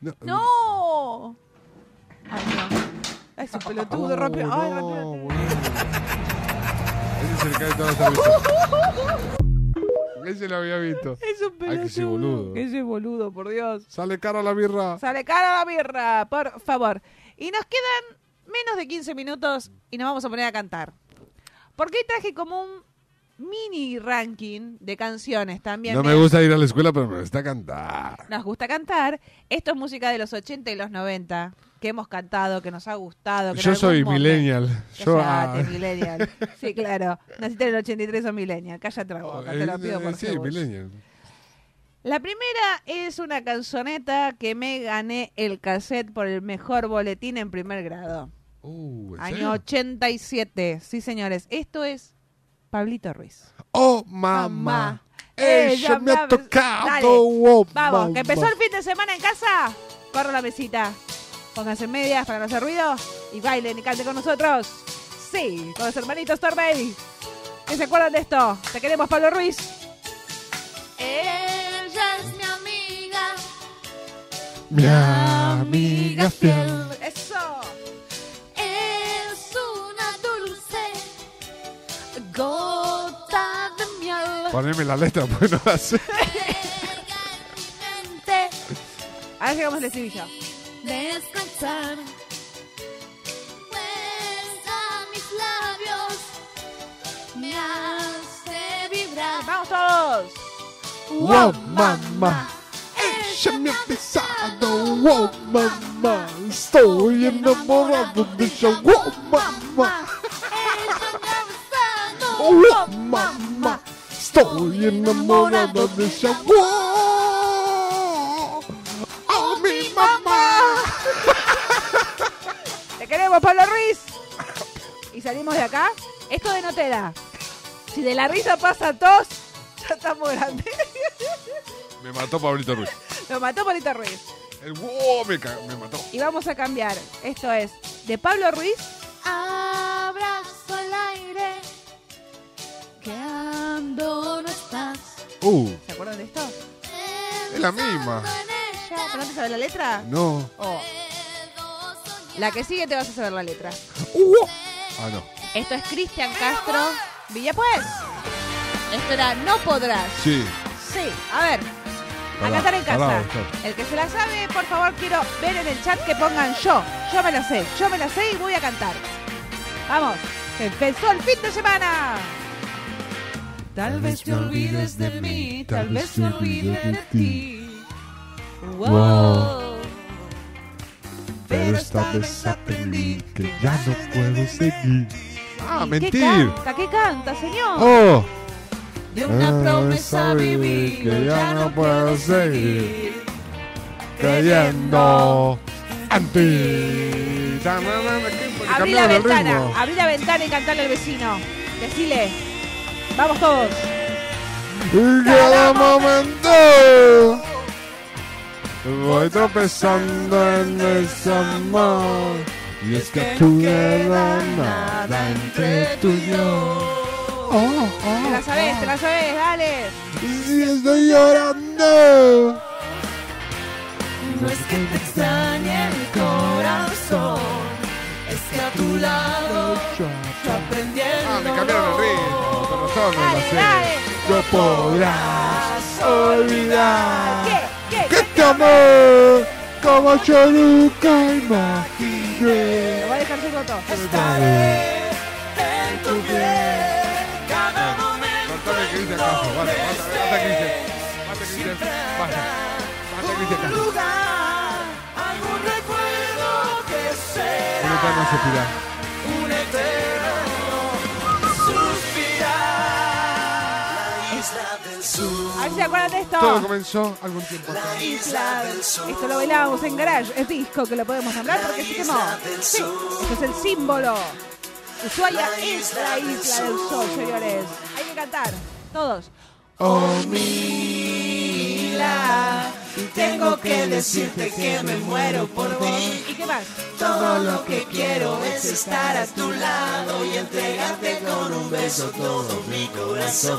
Speaker 2: ¡No! Ay, no. Ah, Ay, su pelotudo, rápido. Ay, rápido.
Speaker 13: Ese se le cae toda la cerveza. Ese lo había visto.
Speaker 2: Es un
Speaker 13: Ay, que sí, boludo.
Speaker 2: Ese boludo, por Dios.
Speaker 13: Sale cara la birra.
Speaker 2: Sale cara la birra, por favor. Y nos quedan menos de 15 minutos y nos vamos a poner a cantar. Porque hoy traje como un mini ranking de canciones también.
Speaker 13: No me gusta ir a la escuela, pero me gusta cantar.
Speaker 2: Nos gusta cantar. Esto es música de los 80 y los 90 que hemos cantado, que nos ha gustado. que en
Speaker 13: Yo
Speaker 2: algún
Speaker 13: soy
Speaker 2: momento-
Speaker 13: millennial. Yo, ah,
Speaker 2: Cállate, millennial. Sí, claro. Naciste en el 83 o millennial. Cállate la boca, te lo
Speaker 13: eh,
Speaker 2: pido por
Speaker 13: Sí,
Speaker 2: favor.
Speaker 13: millennial.
Speaker 2: La primera es una canzoneta que me gané el cassette por el mejor boletín en primer grado.
Speaker 13: Uh, ¿en
Speaker 2: Año
Speaker 13: serio?
Speaker 2: 87. Sí, señores. Esto es Pablito Ruiz.
Speaker 13: Oh, mamá. Ella me ha
Speaker 2: habla-
Speaker 13: tocado.
Speaker 2: Dale.
Speaker 13: Oh,
Speaker 2: Vamos,
Speaker 13: mamá.
Speaker 2: que empezó el fin de semana en casa. Corro la mesita. Pónganse en medias para no hacer ruido. Y bailen y canten con nosotros. Sí, con los hermanitos Torbay. ¿Qué se acuerdan de esto? Te queremos, Pablo Ruiz.
Speaker 14: Ella es mi amiga.
Speaker 13: Mi amiga fiel.
Speaker 2: Eso.
Speaker 14: Es una dulce gota de miel.
Speaker 13: Poneme la letra, pues no la sé.
Speaker 2: A ver, llegamos al estribillo.
Speaker 14: Descansar. Pues a mis labios me hace vibrar.
Speaker 2: ¡Vamos todos!
Speaker 13: Wow, mamá. Ella me ha besado. Wow, mamá. Estoy enamorado de ella. Wow, mamá.
Speaker 3: é
Speaker 13: Wow, mamá. Estoy enamorado de ella. Wow. Oh, mi mamá.
Speaker 2: ¡Te queremos, Pablo Ruiz! Y salimos de acá. Esto de no te da. Si de la risa pasa tos, ya estamos grandes.
Speaker 13: Me mató Pablito Ruiz.
Speaker 2: Lo mató Pablito Ruiz.
Speaker 13: El wow me, ca- me mató.
Speaker 2: Y vamos a cambiar. Esto es de Pablo Ruiz.
Speaker 14: Abrazo el aire que ando no estás.
Speaker 13: Uh,
Speaker 2: ¿Se acuerdan de esto?
Speaker 13: es la misma.
Speaker 2: Ya, ¿Pero no te sabes la letra?
Speaker 13: No.
Speaker 2: Oh. La que sigue te vas a saber la letra.
Speaker 13: Ah, no.
Speaker 2: Esto es Cristian Castro Villapuez. Esto era No Podrás.
Speaker 13: Sí.
Speaker 2: Sí, a ver. A
Speaker 13: Pará,
Speaker 2: cantar en
Speaker 13: pará,
Speaker 2: casa.
Speaker 13: stop.
Speaker 2: El que se la sabe, por favor, quiero ver en el chat que pongan yo. Yo me la sé, yo me la sé y voy a cantar. Vamos, empezó el fin de semana.
Speaker 3: Tal vez te olvides de mí, tal vez
Speaker 2: me
Speaker 3: me olvide de ti.
Speaker 13: Wow. Pero esta vez aprendí que ya no puedo seguir. Ah,
Speaker 2: ¿Qué
Speaker 13: mentir.
Speaker 2: canta? ¿Qué canta, señor?
Speaker 13: Oh.
Speaker 2: De
Speaker 13: Ah,
Speaker 2: una promesa
Speaker 13: viví,
Speaker 2: vivida.
Speaker 13: que ya no puedo seguir creyendo en ti. Ta, na, na, na, que-
Speaker 2: Abrí la
Speaker 13: cambiaron el ritmo.
Speaker 2: ventana, abrí la ventana y cantarle al vecino. Decile, vamos todos.
Speaker 13: Y cada momento voy tropezando en ese amor. Y es que tú queda nada entre tú y yo. Oh, oh,
Speaker 2: Te la sabes, te la sabes, dale.
Speaker 13: Y si estoy llorando,
Speaker 3: No es que te extrañe el corazón, es que a tu lado yo aprendí el
Speaker 13: Ah, me cambiaron el ritmo, con razón me la sé. No podrás olvidar que te amé como yo nunca imaginé.
Speaker 2: Te voy a dejar sin voto.
Speaker 3: en tu piel. Cada momento en todo este siempre habrá un lugar, algún recuerdo que será
Speaker 13: Una suspirar.
Speaker 3: un eterno suspirar. La isla del sur.
Speaker 2: A ver si se acuerdan de
Speaker 13: Todo
Speaker 2: esto.
Speaker 13: comenzó algún tiempo atrás.
Speaker 3: La
Speaker 2: Isla del Sur. Esto lo bailábamos en Garage, es disco que lo podemos hablar porque se quemó. Sí, este es el símbolo. Ushuaia es la isla del sol, señores. Hay que cantar, todos.
Speaker 3: Oh, Mila, tengo
Speaker 13: Tengo que decirte que me muero por ti.
Speaker 2: ¿Y qué más?
Speaker 13: Todo lo que quiero es estar a tu lado y entregarte con un beso todo mi corazón.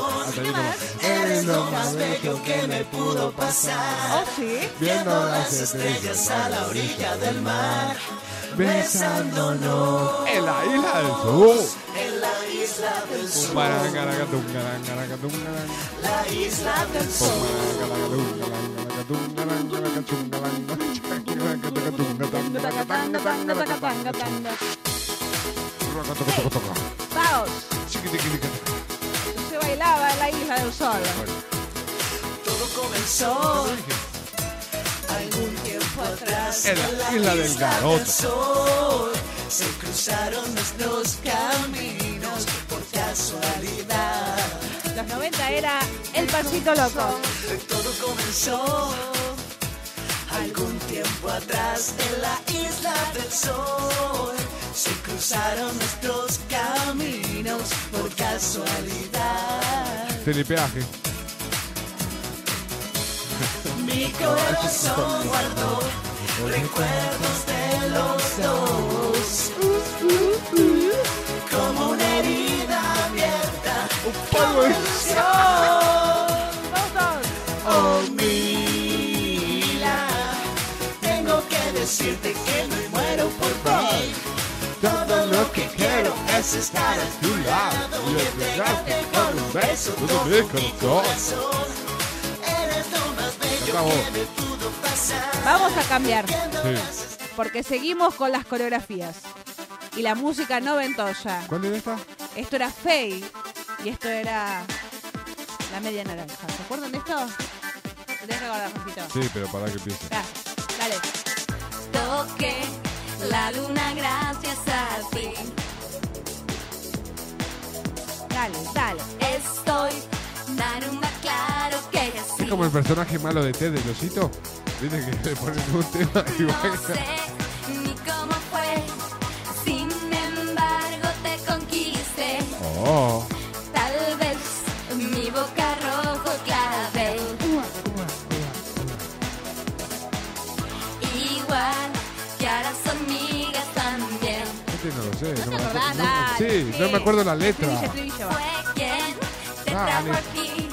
Speaker 13: Eres lo más bello que me pudo pasar. Viendo las estrellas a la orilla del mar. Besándonos.
Speaker 3: En la isla del sur.
Speaker 13: En la isla del sur. La isla del sur.
Speaker 2: Vamos. Se bailaba en la isla del sol.
Speaker 13: Todo comenzó algún tiempo atrás.
Speaker 3: En la isla del
Speaker 13: del
Speaker 3: garoto.
Speaker 13: sol se cruzaron nuestros caminos por casualidad.
Speaker 2: Los 90 era el pasito loco.
Speaker 13: Todo comenzó algún tiempo atrás en la isla del sol. Se cruzaron nuestros caminos por casualidad.
Speaker 3: Telepeaje.
Speaker 13: Mi corazón guardó recuerdos de los dos. Como una herida abierta. Un polvo Oh, Mila, tengo que decirte que me muero por ti. Todo lo que quiero es estar a tu lado y entregarte con un beso todo mi corazón. Eres lo más bello
Speaker 3: Acabó.
Speaker 13: que me pudo pasar.
Speaker 2: Vamos a cambiar.
Speaker 3: Sí.
Speaker 2: Porque seguimos con las coreografías. Y la música no ventosa.
Speaker 3: ¿Cuál era esta?
Speaker 2: Esto era Fey. Y esto era la media naranja. ¿Se acuerdan de esto? Lo Tenés que guardar, Jorgito.
Speaker 3: Sí, pero para que empiece.
Speaker 2: Ya, dale.
Speaker 14: Toqué la luna gracias a ti.
Speaker 2: Dale, dale.
Speaker 14: Estoy darumba, claro que sí.
Speaker 3: Es como el personaje malo de Ted, el osito. Viste que le ponen un tema y
Speaker 14: No sé
Speaker 3: bueno.
Speaker 14: ni cómo fue, sin embargo te conquisté.
Speaker 3: Oh.
Speaker 14: Tal vez mi boca rojo clavel. Igual que a las hormigas también.
Speaker 3: Este no lo sé. No, me
Speaker 14: te
Speaker 3: acuerdo.
Speaker 14: acordás?
Speaker 3: no-
Speaker 14: Dale,
Speaker 3: sí, no
Speaker 14: sí.
Speaker 3: me acuerdo la letra.
Speaker 14: Fue quien te
Speaker 3: Ah,
Speaker 14: trajo
Speaker 3: listo.
Speaker 14: aquí,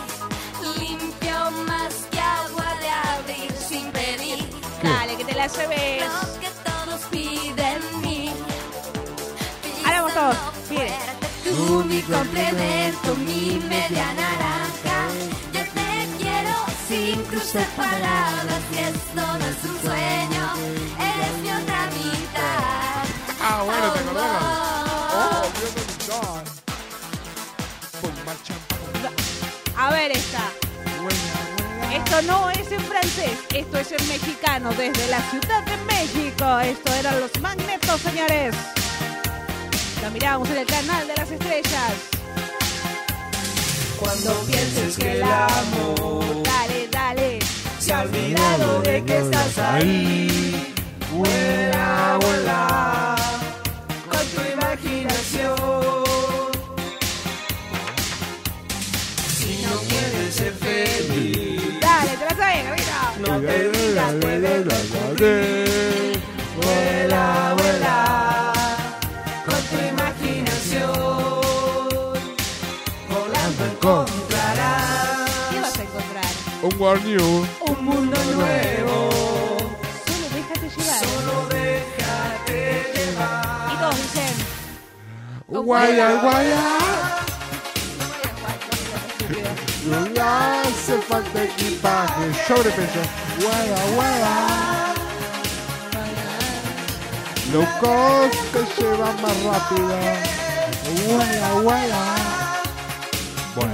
Speaker 14: limpio más que agua de abril sin pedir.
Speaker 3: ¿Qué?
Speaker 14: Dale, que te la lleves. Lo que todos piden mí. Ahora vamos todos, mire. Tú mi complemento, mi media naranja. Yo te quiero sin cruzar palabras y esto no es un sueño. Eres mi otra mitad.
Speaker 3: Ah, bueno, te acordás.
Speaker 14: Oh,
Speaker 3: Oh, Dios mío, God. Pum, marcha,
Speaker 2: A ver esta.
Speaker 3: buena.
Speaker 2: Esto no es en francés, esto es en mexicano, desde la Ciudad de México. Esto eran los magnetos, señores. Lo mirábamos en el canal de las estrellas.
Speaker 13: Cuando pienses que el amor
Speaker 2: Dale, dale.
Speaker 13: se ha olvidado de que estás ahí, vuela, vuela con tu imaginación. Si no quieres ser feliz,
Speaker 2: Dale, te la sabes, Carlita.
Speaker 13: no te digas que debes cumplir. Vuela, vuela con tu imaginación, volando encontrarás
Speaker 2: ¿Qué vas a encontrar?
Speaker 3: Un War New.
Speaker 13: un mundo nuevo.
Speaker 2: Solo déjate llevar.
Speaker 13: Solo déjate llevar.
Speaker 2: Y todos dicen,
Speaker 3: Guaya, guaya. No hace falta equipaje. Sobrepeso. Guaya, guaya. Locos que llevan más rápido. Guaya, guaya. Bueno,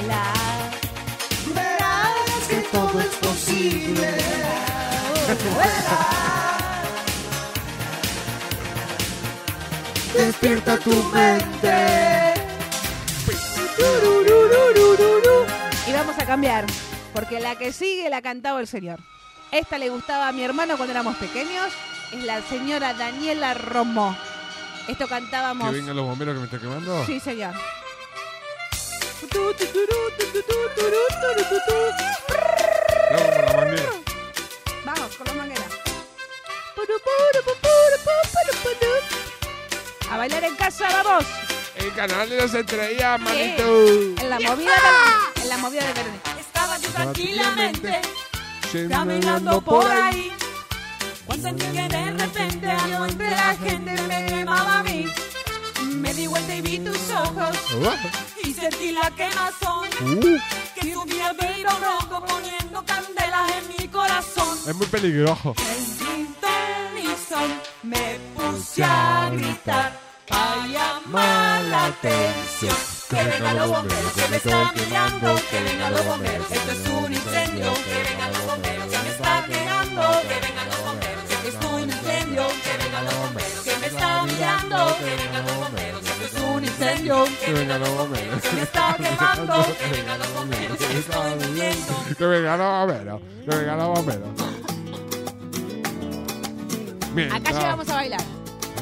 Speaker 13: Verás que todo es posible.
Speaker 3: despierta tu mente.
Speaker 2: Y vamos a cambiar, porque la que sigue la cantaba el señor. Esta le gustaba a mi hermano cuando éramos pequeños, es la señora Daniela Romo. Esto
Speaker 3: Que
Speaker 2: cantábamos.
Speaker 3: vengan los bomberos que me está quemando.
Speaker 2: Sí, señor. Vamos. con las mangueras. A bailar en casa, vamos. Eh,
Speaker 13: El canal de los estrellas, manito.
Speaker 7: Sí, En la movida de, en la movida de verde.
Speaker 14: Estaba yo tranquilamente
Speaker 7: Caminando
Speaker 14: caminando por ahí. Cuando sentí que de repente algo entre la gente me quemaba a mí. Me di vuelta y vi tus ojos
Speaker 3: Ah,
Speaker 14: y sentí la quemazón.
Speaker 3: uh.
Speaker 14: Que subía el velo rojo poniendo candelas en mi corazón.
Speaker 3: Es muy peligroso.
Speaker 14: Sin permiso me puse a gritar. Vaya mala atención. Que vengan los bomberos, que me están mirando. Que vengan los bomberos, esto es un incendio. Que vengan los bomberos, que me están mirando. Que vengan los bomberos, esto es un incendio. Que vengan los bomberos, que me están mirando. Que vengan los bomberos, esto es un incendio.
Speaker 13: Que venga los bomberos. Que
Speaker 14: Está quemando.
Speaker 13: venga los bomberos. Que venga los bomberos. Que venga los bomberos.
Speaker 7: Acá
Speaker 13: Mientras-
Speaker 7: llegamos a bailar.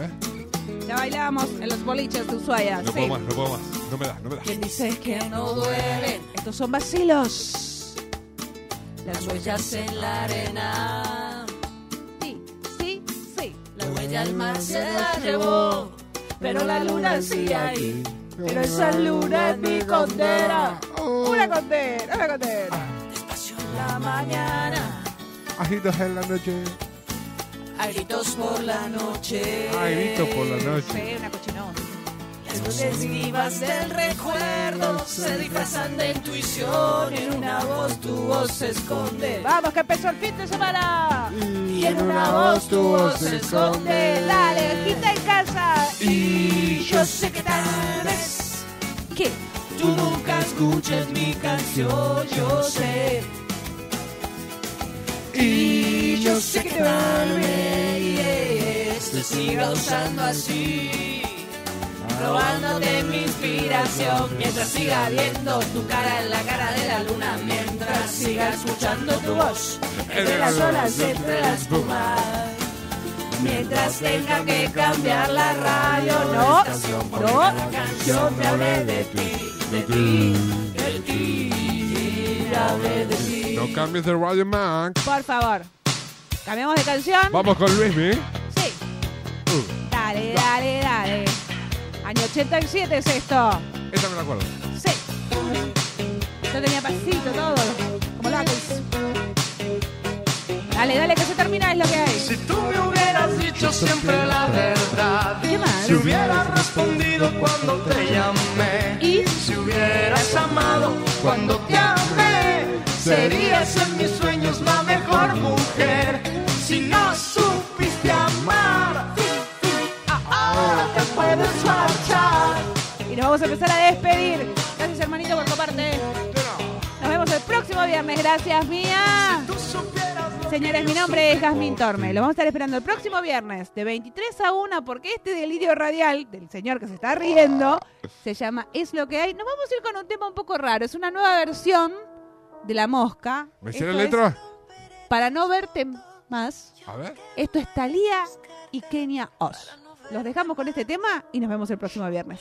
Speaker 14: ¿Eh?
Speaker 7: Ya bailamos en los boliches de Ushuaia. sí.
Speaker 3: No puedo más, no puedo más. No me da, no me da.
Speaker 14: ¿Quién dice que no duele?
Speaker 2: Estos son vacilos.
Speaker 14: Las huellas en la arena. Sí, sí, sí. La huella al mar se la llevó, pero la luna sigue ahí. Pero esa luna es mi condena.
Speaker 2: Una condena, una condena.
Speaker 14: La mañana,
Speaker 3: Ajitos en la noche.
Speaker 14: a gritos por la noche.
Speaker 3: Ay, grito por la noche.
Speaker 7: una cochinón.
Speaker 14: Las luces vivas del recuerdo se disfrazan de intuición. En una voz tu voz se esconde.
Speaker 2: Vamos, que empezó el fin de semana.
Speaker 14: Y en una voz tu voz se esconde.
Speaker 2: La lejita en casa.
Speaker 14: Y yo sé que tal vez que tú nunca escuches mi canción, yo sé. Y yo sé que tal vez te siga usando así, robándote mi inspiración, mientras siga viendo tu cara en la cara de la luna, mientras siga escuchando tu voz entre las olas, entre la espuma. Mientras tenga que cambiar la radio, no, no, la canción me hable de ti, de ti, de ti, me hable de ti.
Speaker 3: No cambies de Radio Max.
Speaker 2: Por favor. Cambiamos de canción.
Speaker 3: Vamos con Luismi.
Speaker 2: Sí.
Speaker 3: Uh,
Speaker 2: Dale, dale, dale. Año 87 es esto.
Speaker 3: esta me la acuerdo.
Speaker 2: Sí. Yo tenía pasito todo. Como lápiz. Dale, dale, que se termina, es lo que hay. Si
Speaker 14: tú me hubieras dicho siempre la verdad.
Speaker 2: ¿Qué más?
Speaker 14: Si hubieras respondido cuando te llamé y si hubieras amado cuando te amé, serías en mis sueños la mejor mujer. Si no supiste amar, ahora te puedes marchar.
Speaker 2: Y nos vamos a empezar a despedir. Gracias, hermanito, por tu parte. Nos vemos el próximo viernes. Gracias, mía. Señores, mi nombre es Jazmín Torme. Lo vamos a estar esperando el próximo viernes de 23 a 1 porque este delirio radial del señor que se está riendo se llama Es lo que hay. Nos vamos a ir con un tema un poco raro. Es una nueva versión de La Mosca.
Speaker 3: ¿Me hicieron
Speaker 2: Esto es
Speaker 3: letra?
Speaker 2: Para no verte más.
Speaker 3: A ver.
Speaker 2: Esto es Talía y Kenia Oz. Los dejamos con este tema y nos vemos el próximo viernes.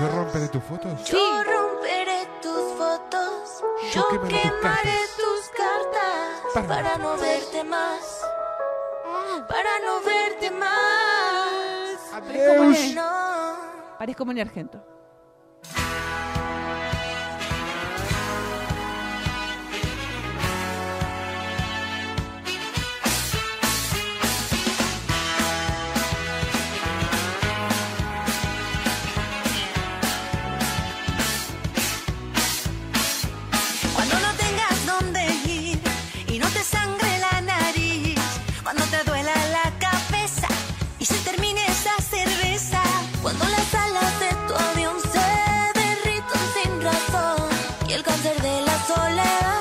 Speaker 3: ¿Yo romperé tus fotos?
Speaker 9: Yo romperé tus fotos,
Speaker 3: Yo
Speaker 9: yo
Speaker 3: quemaré tus
Speaker 9: quemaré tus cartas para no verte más, para no verte más.
Speaker 2: Parezco Mone-
Speaker 9: No.
Speaker 2: Parezco Moni Argento.
Speaker 9: Cuando no tengas dónde ir y no te sangre la nariz, cuando te duela la cabeza y se termine esa cerveza, cuando las alas de tu avión se derritan sin razón y el cáncer de la soledad.